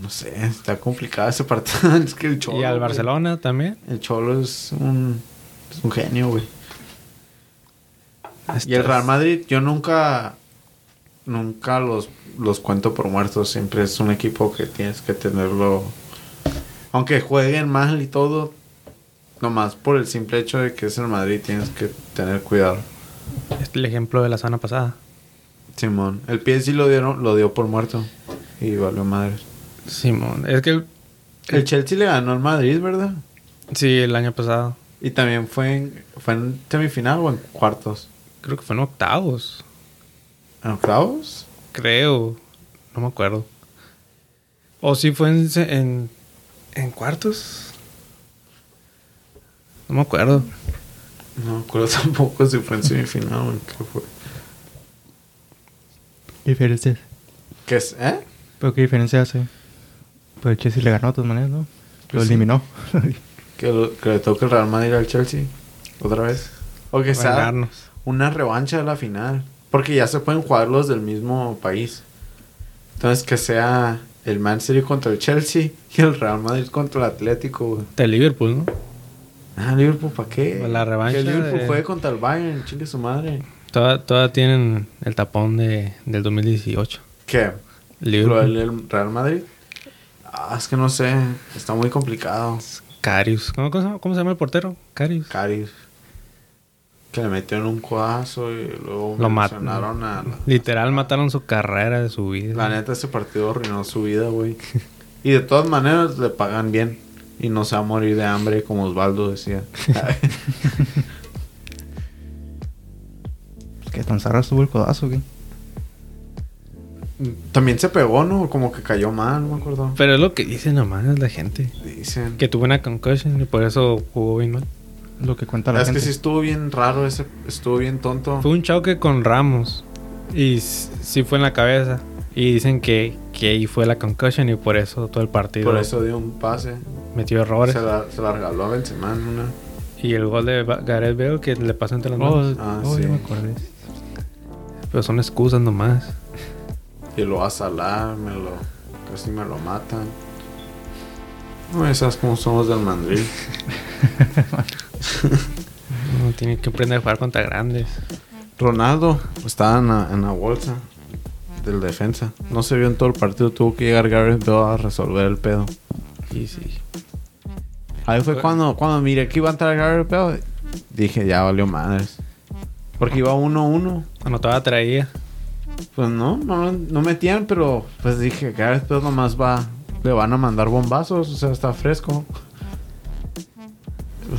B: No sé, está complicado ese partido. [laughs] es que el Cholo.
C: y al
B: güey.
C: Barcelona también.
B: El Cholo es un. Es un genio, güey.
C: Este
B: Y el
C: es-
B: Real Madrid, yo nunca. Nunca los, los cuento por muertos. Siempre es un equipo que tienes que tenerlo. Aunque jueguen mal y todo. Nomás por el simple hecho de que es el Madrid, tienes que tener cuidado.
C: Este es el ejemplo de la semana pasada.
B: Simón, el PSG lo dieron, lo dio por muerto. Y valió madre.
C: Simón. Es que el-
B: El Chelsea le ganó al Madrid, ¿verdad?
C: sí, el año pasado.
B: Y también fue en, fue en semifinal o en cuartos.
C: Creo que fueron octavos.
B: ¿En octavos?
C: Creo. No me acuerdo. O si fue en, se- en, en cuartos. No me acuerdo.
B: No me acuerdo [laughs] tampoco si fue en semifinal o en qué fue.
A: ¿Qué diferencia?
B: ¿Qué es? ¿Eh?
A: ¿Pero qué diferencia hace? Pues el Chelsea le ganó de todas maneras, ¿no? Lo
B: Pues sí.
A: eliminó. [laughs]
B: Que, lo- que le toque el Real Madrid al Chelsea. Otra vez. O que sea
C: Ganarnos.
B: una revancha de la final. Porque ya se pueden jugar los del mismo país. Entonces que sea el Man City contra el Chelsea [laughs] y el Real Madrid contra el Atlético. güey.
C: De Liverpool, ¿no?
B: Ah, Liverpool, ¿para qué?
C: Pues la revancha
B: Que el Liverpool
C: de-
B: juegue contra el Bayern, chingue su madre.
C: Todas toda tienen el tapón de, del 2018.
B: ¿Qué? ¿Lo
C: Liverpool.
B: del el Real Madrid? Ah, es que no sé. Está muy complicado.
C: Carius. ¿Cómo, cómo se llama- cómo se llama el portero? Carius.
B: Caris. Que le metieron un codazo y luego
C: Lo mat-
B: mencionaron a... la-
C: Literal mataron su carrera de su vida.
B: La neta, ese partido arruinó su vida, güey. Y de todas maneras le pagan bien. Y no se va a morir de hambre, como Osvaldo decía.
C: [laughs]
A: que tan zarra estuvo el codazo, güey.
B: También se pegó, ¿no? Como que cayó mal, no me acuerdo.
C: Pero es lo que dice nomás la gente.
B: Dicen.
C: Que tuvo una concussion y por eso jugó bien mal.
A: Lo que cuenta la
B: Es que
A: gente.
B: sí estuvo bien raro ese. Estuvo bien tonto.
C: Fue un choque con Ramos. Y s- sí fue en la cabeza. Y dicen que, que ahí fue la concussion y por eso todo el partido
B: Por eso dio un pase.
C: metió errores.
B: Se la, se la regaló a Benzema en una.
C: Y el gol de Ba- Gareth Bale que le pasó entre las manos.
A: Oh,
B: Ah,
A: oh,
B: sí.
A: ya me acordé.
C: Pero son excusas nomás.
B: Y lo va a salar, me lo. Casi me lo matan. No, esas como somos del Madrid.
C: Uno tiene que aprender a jugar contra grandes.
B: Ronaldo estaba en la, en la bolsa del defensa. No se vio en todo el partido. Tuvo que llegar Gareth Bale a resolver el pedo.
C: Y sí.
B: Ahí fue cuando, cuando miré que iba a entrar Gareth Bale. Dije, ya valió madres. Porque iba 1-1.
C: Anotaba traía.
B: Pues no, no, no metían, pero pues dije, Gareth Bale nomás va... Le van a mandar bombazos. O sea, está fresco.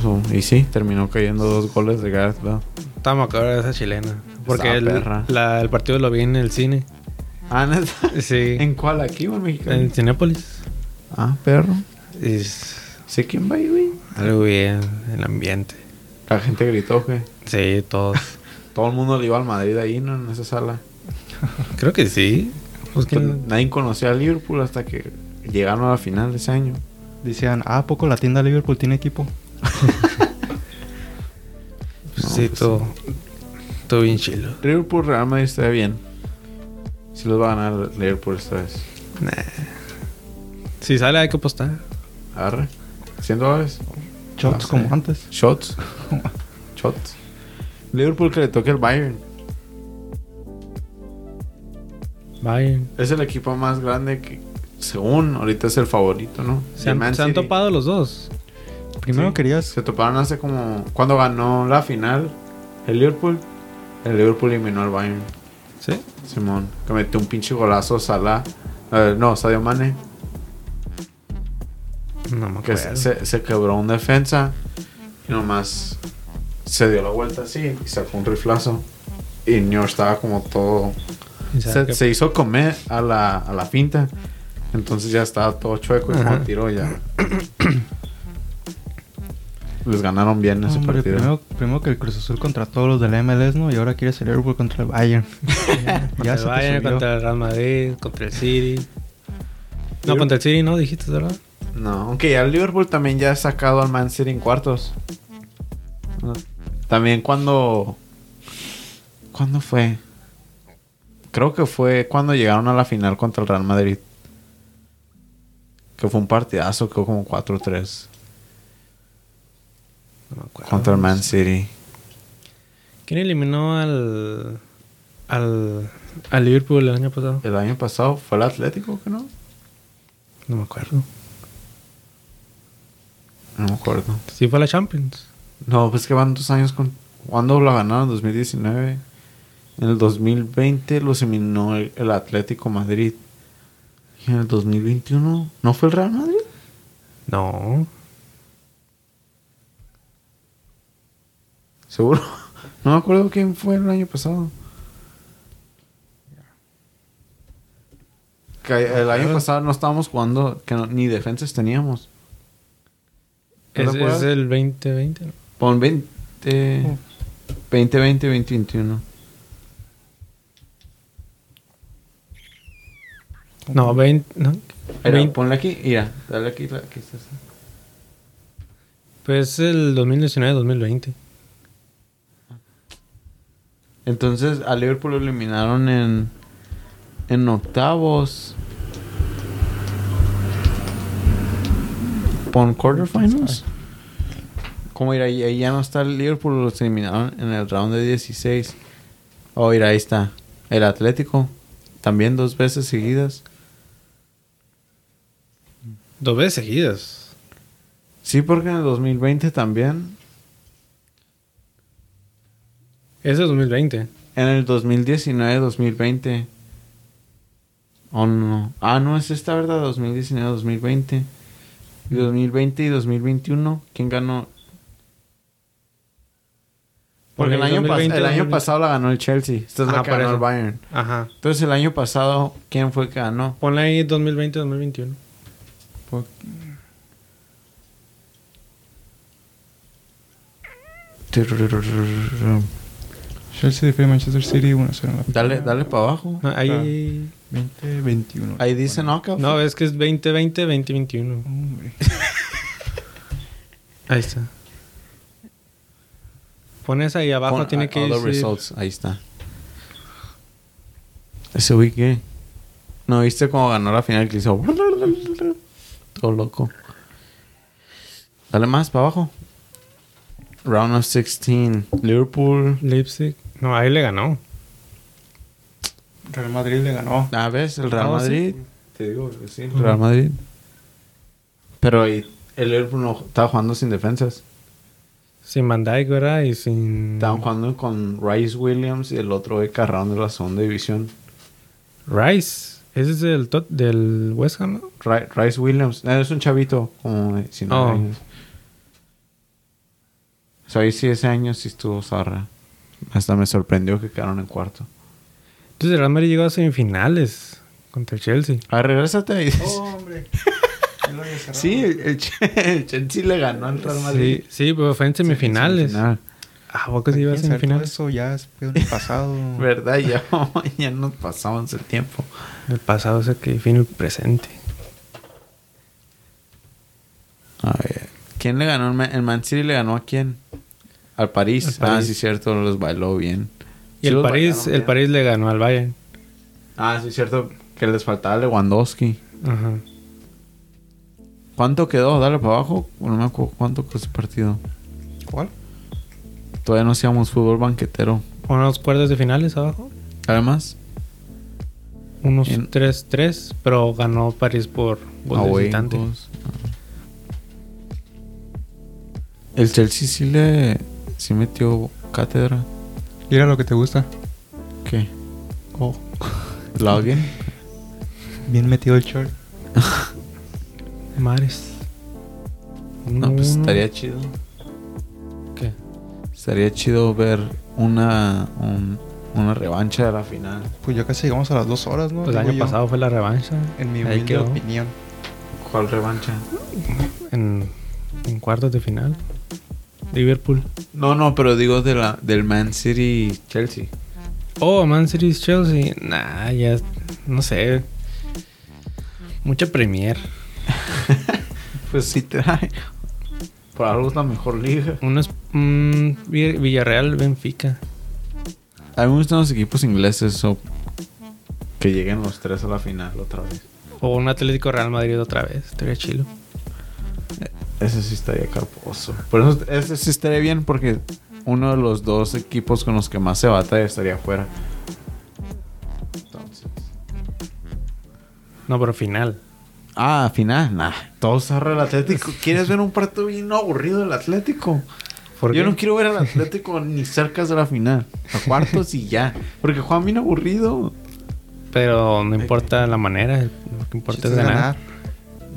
B: So, y sí, terminó cayendo dos goles de Gareth Bale.
C: Estábamos acabar de esa chilena. Porque
B: Esa
C: el,
B: perra.
C: la- el partido lo vi en el cine.
B: Ah, ¿neta?
C: [laughs] Sí.
B: ¿En cuál? ¿Aquí o en Mexicali?
C: En Cinépolis.
B: Ah, perro.
C: Es
B: Sé quién va ahí, güey.
C: algo bien el ambiente.
B: La gente gritó que
C: Sí, [laughs] todos.
B: todo el mundo le iba al Madrid ahí, ¿no? En esa sala.
C: Creo que sí. Pues que-
B: Pues nadie conocía a Liverpool hasta que llegaron a la final de ese año.
A: Decían, ah, ¿a poco la tienda Liverpool tiene equipo?
C: pues
B: No,
C: sí,
B: pues
C: todo. Todo bien chilo.
B: Liverpool Real Madrid está bien. Si los va a ganar Liverpool esta vez.
C: Si sale, hay que apostar.
B: Arre. 100 dólares.
A: Shots
B: No sé.
A: como antes.
B: Shots.
C: [laughs]
B: Shots. Liverpool que le toque el Bayern.
C: Bayern.
B: Es el equipo más grande que, según ahorita es el favorito, ¿no?
C: Se
B: El
C: han,
B: Man
C: se han
B: City.
C: topado los dos.
A: Primero
B: Sí.
A: querías
B: Se toparon hace como. Cuando ganó la final el Liverpool, el Liverpool eliminó al Bayern.
C: Sí.
B: Simón, que metió un pinche golazo Salah. Eh, no, Sadio Mane.
C: No me
B: Que
C: acuerdo.
B: se, se- se quebró un defensa. Y nomás se dio la vuelta así y sacó un riflazo. Y New estaba como todo.
C: Y sabe
B: Se,
C: que-
B: se hizo comer a la, a la finta. Entonces ya estaba todo chueco y como
C: Ajá.
B: tiró ya. Les ganaron bien ese
A: Hombre,
B: partido.
A: primero, primero que el Cruz Azul contra todos los del MLS, ¿no? Y ahora quiere ser Liverpool contra el Bayern. ya
C: [laughs] contra el
A: se te
C: Bayern,
A: subió.
C: contra el Real Madrid, contra el City. No, contra el City no, dijiste, ¿verdad?
B: No, aunque ya el Liverpool también ya ha sacado al Man City en cuartos. También cuando. ¿Cuándo fue? Creo que fue cuando llegaron a la final contra el Real Madrid. Que fue un partidazo, quedó como 4-3
C: No me acuerdo.
B: contra el Man City.
C: ¿Quién eliminó al. al. al Liverpool el año pasado?
B: El año pasado fue el Atlético, ¿que no?
C: No me acuerdo.
B: No me acuerdo.
C: Sí, fue a la Champions.
B: No, pues que van dos años con. ¿Cuándo la ganaron? 2019. En el 2020 los eliminó el, el Atlético Madrid. Y en el 2021. ¿No fue el Real Madrid?
C: No.
B: Seguro. [laughs] No me acuerdo quién fue el año pasado. que el año pasado no estábamos jugando, que no- ni defensas teníamos. ¿No
C: Es,
B: te acuerdas?
C: es el 2020. ¿no?
B: Pon 20. 20, 20, 21.
C: No, 20. No.
B: Mira,
C: 20,
B: ponle aquí, mira, dale aquí. la- aquí está.
C: pues el 2019-2020.
B: Entonces, a Liverpool lo eliminaron en, en octavos. Pon quarterfinals. ¿Cómo ir ahí? Ahí ya no está el Liverpool, los eliminaron en el round de 16. Oh, mira, ahí está. El Atlético. También dos veces seguidas.
C: Dos veces seguidas.
B: Sí, porque en el 2020 también.
C: Ese es 2020.
B: En el 2019-2020. Oh, no. Ah, no, es esta, ¿verdad? 2019-2020. Y 2020 y 2021. ¿Quién ganó? Porque el año, pas-
C: 2020,
B: el año
C: 2020.
B: pasado la ganó el Chelsea. Esta es la
C: Ajá,
B: que
C: por
B: ganó el
C: eso.
B: Bayern.
C: Ajá.
B: Entonces, el año pasado, ¿quién fue que ganó?
C: Ponle ahí 2020-2021.
A: Chelsea defeat Manchester City 1-0 en la
C: Ah.
B: Dale, dale para abajo.
C: No, ahí.
A: 20-21.
B: Ahí dice knockout.
C: No, es que es 2020-2021.
A: Hombre.
C: Ahí está. Pones ahí abajo,
B: Pon
C: tiene
B: a-
C: que
B: all the
C: decir-
B: results. Ahí está. Ese güey que... ¿No viste cómo ganó la final que hizo? Todo loco. Dale más para abajo. Round of 16. Liverpool.
C: Leipzig. No, ahí le ganó.
A: Real Madrid le ganó.
B: Ah, ¿ves? El Real
C: Ah, sí.
B: Madrid. Te digo que sí. Real Madrid. Pero ahí el Liverpool no estaba jugando sin defensas.
C: Sin Van Dijk, ¿verdad? Y sin...
B: Estaban jugando con Rice Williams y el otro güey carrón de la segunda división.
C: Rice. Ese es del, Tot- del West Ham, ¿no?
B: Ri- Rice Williams. Eh, Es un chavito como de 19
C: Oh.
B: años. O sea, ahí sí ese año sí estuvo zarra. Hasta me sorprendió que quedaron en cuarto.
C: Entonces el Real Madrid llegó a semifinales contra el Chelsea.
B: A ver, regrésate ahí.
A: [laughs] hombre.
B: sí, el, el Ch- [laughs] el Chelsea le ganó al Real Madrid.
C: Sí, sí, pero fue en semifinales.
B: Semifinal.
C: Ah, ¿a poco se iba a semifinales?
A: Eso ya es peor del pasado.
B: ¿Verdad? Ya, [laughs] ya nos pasamos el tiempo.
C: El pasado es el que define el presente.
B: A ver. ¿Quién le ganó? El Ma- El Man City le ganó a quién? Al París.
C: Al
B: Ah,
C: París.
B: sí, cierto, los bailó bien.
C: Y
B: Sí
C: el
B: los
C: París,
B: bailaron
C: el
B: bien.
C: París le ganó al Bayern.
B: Ah, sí, cierto, que les faltaba Lewandowski.
C: Ajá.
B: ¿Cuánto quedó? Dale para abajo. No me acuerdo cuánto quedó ese partido.
A: ¿Cuál?
B: Todavía no hacíamos fútbol banquetero.
C: Unos cuartos de finales abajo.
B: Además,
C: Unos
B: En-
C: 3-3, pero ganó París por gol de
B: away
C: visitante.
B: goals. Ah. El Chelsea sí le. Sí metió cátedra.
A: Y era lo que te gusta.
B: ¿Qué? [laughs]
A: Oh.
B: ¿Login?
A: Bien metido el short.
C: Mares.
B: No, pues
C: Uno-
B: estaría chido.
C: ¿Qué?
B: Estaría chido ver una. un- una revancha de la final.
A: Pues ya casi llegamos a las dos horas, ¿no?
C: Pues el
A: Digo
C: año
A: yo,
C: pasado fue la revancha.
A: En mi
C: Ahí
A: humilde
C: quedó.
A: opinión.
B: ¿Cuál revancha?
C: En, en cuartos de final. Liverpool.
B: No, no, pero digo de la, del Man City Chelsea.
C: Oh, Man City Chelsea. Nah, ya. No sé. Mucha Premier.
B: [laughs] Pues sí trae. Por algo es la mejor liga.
C: Unos. mm, Vi- Villarreal, Benfica.
B: A mí me gustan los equipos ingleses o que lleguen los tres a la final otra vez.
C: O un Atlético Real Madrid otra vez. Estaría chilo.
B: Ese sí estaría carposo. Por eso ese sí estaría bien porque uno de los dos equipos con los que más se batalla estaría afuera. Entonces.
C: No, pero final.
B: Ah, final, nah. Todo zarra el Atlético. ¿Quieres ver un partido bien aburrido del Atlético?
C: ¿Por
B: Yo
C: qué?
B: no quiero ver al Atlético ni cerca de la final. A cuartos y ya. Porque Juan bien aburrido.
C: Pero no importa la manera. Lo que importa
A: Chiste
C: es
A: es
C: ganar.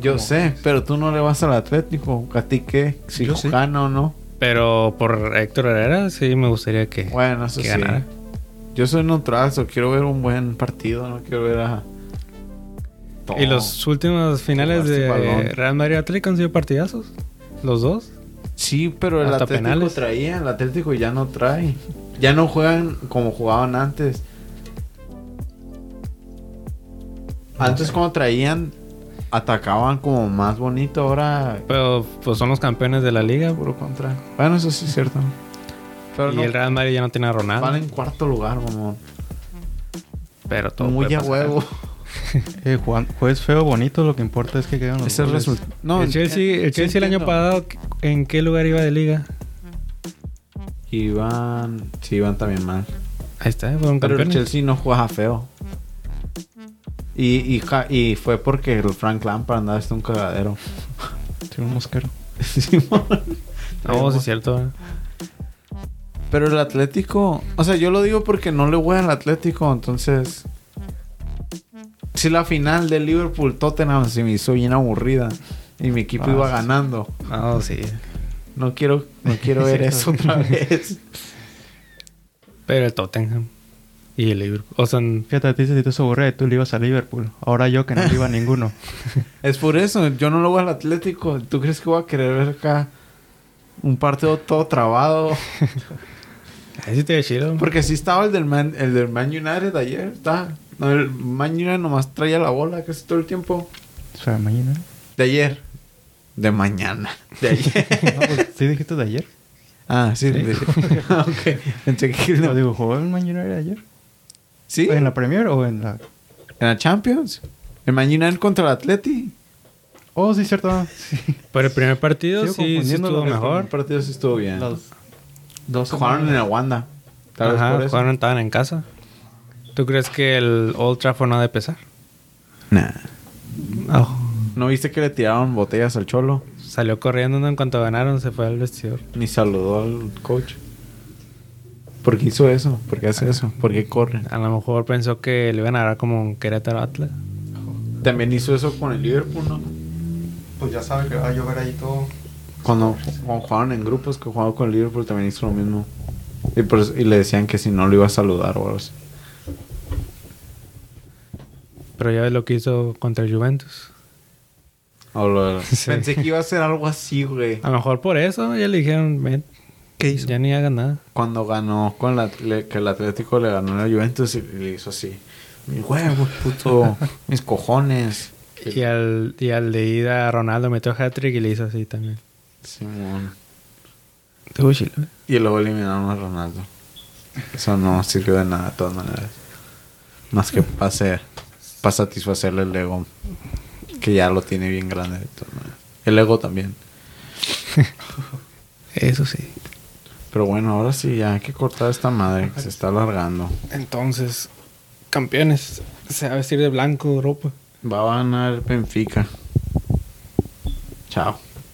B: Yo sé, pero tú no le vas al Atlético. ¿A ti qué? Si
A: Yo sí.
B: gana o no.
C: Pero por Héctor Herrera, sí me gustaría que.
B: Bueno, eso
C: Que
B: sí.
C: ganara.
B: Yo soy neutral, so quiero ver un buen partido. No quiero ver a... empató.
C: Y los últimos finales
B: Jugaste
C: de
B: Este balón.
C: Real Madrid Atlético han sido partidazos. Los dos.
B: Sí, pero el
C: Hasta
B: Atlético
C: penales.
B: traía, el Atlético ya no trae. Ya no juegan como jugaban antes. Antes cuando traían, atacaban como más bonito, ahora
C: Pero pues son los campeones de la liga.
B: puro contra. Bueno, eso sí es cierto. Pero
C: y
B: no,
C: el Real Madrid ya no tiene a Ronaldo.
B: van en cuarto lugar, mamón.
C: Pero todo.
B: Muy
C: puede
B: a
C: pasar.
B: huevo.
A: Eh, Juan, jueves feo, bonito, lo que importa es que quedan los
B: Ese
A: goles.
B: resultado. No,
C: el Chelsea, el,
B: sí
C: Chelsea el año
B: entiendo.
C: pasado, ¿en qué lugar iba de liga?
B: Iban, sí, iban también mal.
C: Ahí está, fueron
B: Pero el
C: campeones.
B: Chelsea no jugaba feo. Y, y, ja- y fue porque el Frank Lampard andaba hasta un cagadero.
A: Sí, un mosquero.
B: Simón.
C: No, sí es cierto. ¿eh?
B: Pero el Atlético, o sea, yo lo digo porque no le voy al Atlético, entonces. Si la final de Liverpool Tottenham se me hizo bien aburrida y mi equipo
A: Ah,
B: iba
A: sí.
B: ganando.
C: No, sí.
B: No quiero, no quiero ver [laughs] eso otra vez.
C: Pero el Tottenham. Y el Liverpool. O sea, n-
A: Fíjate, a ti si te hizo aburrir, tú le ibas a Liverpool. Ahora yo que no le iba a ninguno.
B: Es por eso, yo no lo voy al Atlético. ¿Tú crees que voy a querer ver acá un partido todo trabado?
C: ahí sí te ve chido.
B: Porque sí estaba el del Man, el del Man United ayer, está. No, el Man United nomás traía la bola casi todo el tiempo.
A: O sea,
B: [laughs]
A: mañana.
B: De ayer. De mañana. De
C: [laughs]
B: ayer.
A: No, pues, ¿Sí dijiste de ayer?
B: ah, sí. de- [laughs] Ah, ok. Pensé
A: Yo
B: que no.
A: digo, ¿jugó el mañana de ayer?
B: ¿Sí?
A: ¿En la Premier o en la...?
B: ¿En la Champions? ¿El Man United contra el Atleti?
A: Oh, sí, cierto. ah, Sí.
C: Pero el primer partido
A: Sigo
C: sí, sí
A: confundiendo
C: estuvo
A: los de-
B: El
C: mejor.
B: primer partido sí estuvo bien.
A: Los dos
B: Jugaron en el Wanda. Tal vez
C: Ajá,
B: por eso.
C: jugaron, estaban en casa. ¿Tú crees que el Old Trafford no ha de pesar?
B: Nah.
C: Oh,
B: ¿No viste que le tiraron botellas al Cholo?
C: Salió corriendo ¿no? en cuanto ganaron, se fue al vestidor.
B: Ni saludó al coach. ¿Por qué hizo eso? ¿Por qué hace eso? ¿Por qué corre?
C: A lo mejor pensó que le iban a dar como un Querétaro Atlas.
B: También hizo eso con el Liverpool, ¿no?
A: Pues ya sabe que va a llover ahí todo.
B: Cuando, cuando jugaron en grupos que jugaban con el Liverpool también hizo lo mismo. Y, por eso- y le decían que si no lo iba a saludar o algo así.
C: Pero ya ves lo que hizo contra el Juventus.
B: O lo-
C: Sí.
B: Pensé que iba a ser algo así, güey.
C: A lo mejor por eso ya le dijeron, "Ven,
A: ¿Qué
C: ya ni hagan nada.
B: Cuando ganó, con la, le- que el Atlético le ganó a la Juventus y le hizo así. Mis huevos, puto. mis cojones.
C: Y al, y al de ida Ronaldo metió hat-trick y le hizo así también.
B: Simón.
C: Estuvo chido, ¿eh?
B: Y luego eliminaron a Ronaldo. Eso no sirvió de nada de todas maneras. Más que para para satisfacerle el ego. Que ya lo tiene bien grande de todas maneras. El ego también.
C: Eso sí.
B: Pero bueno, ahora sí, ya hay que cortar esta madre que se está alargando.
C: Entonces, campeones. Se va a vestir de blanco Europa.
B: Va a ganar Benfica. Chao.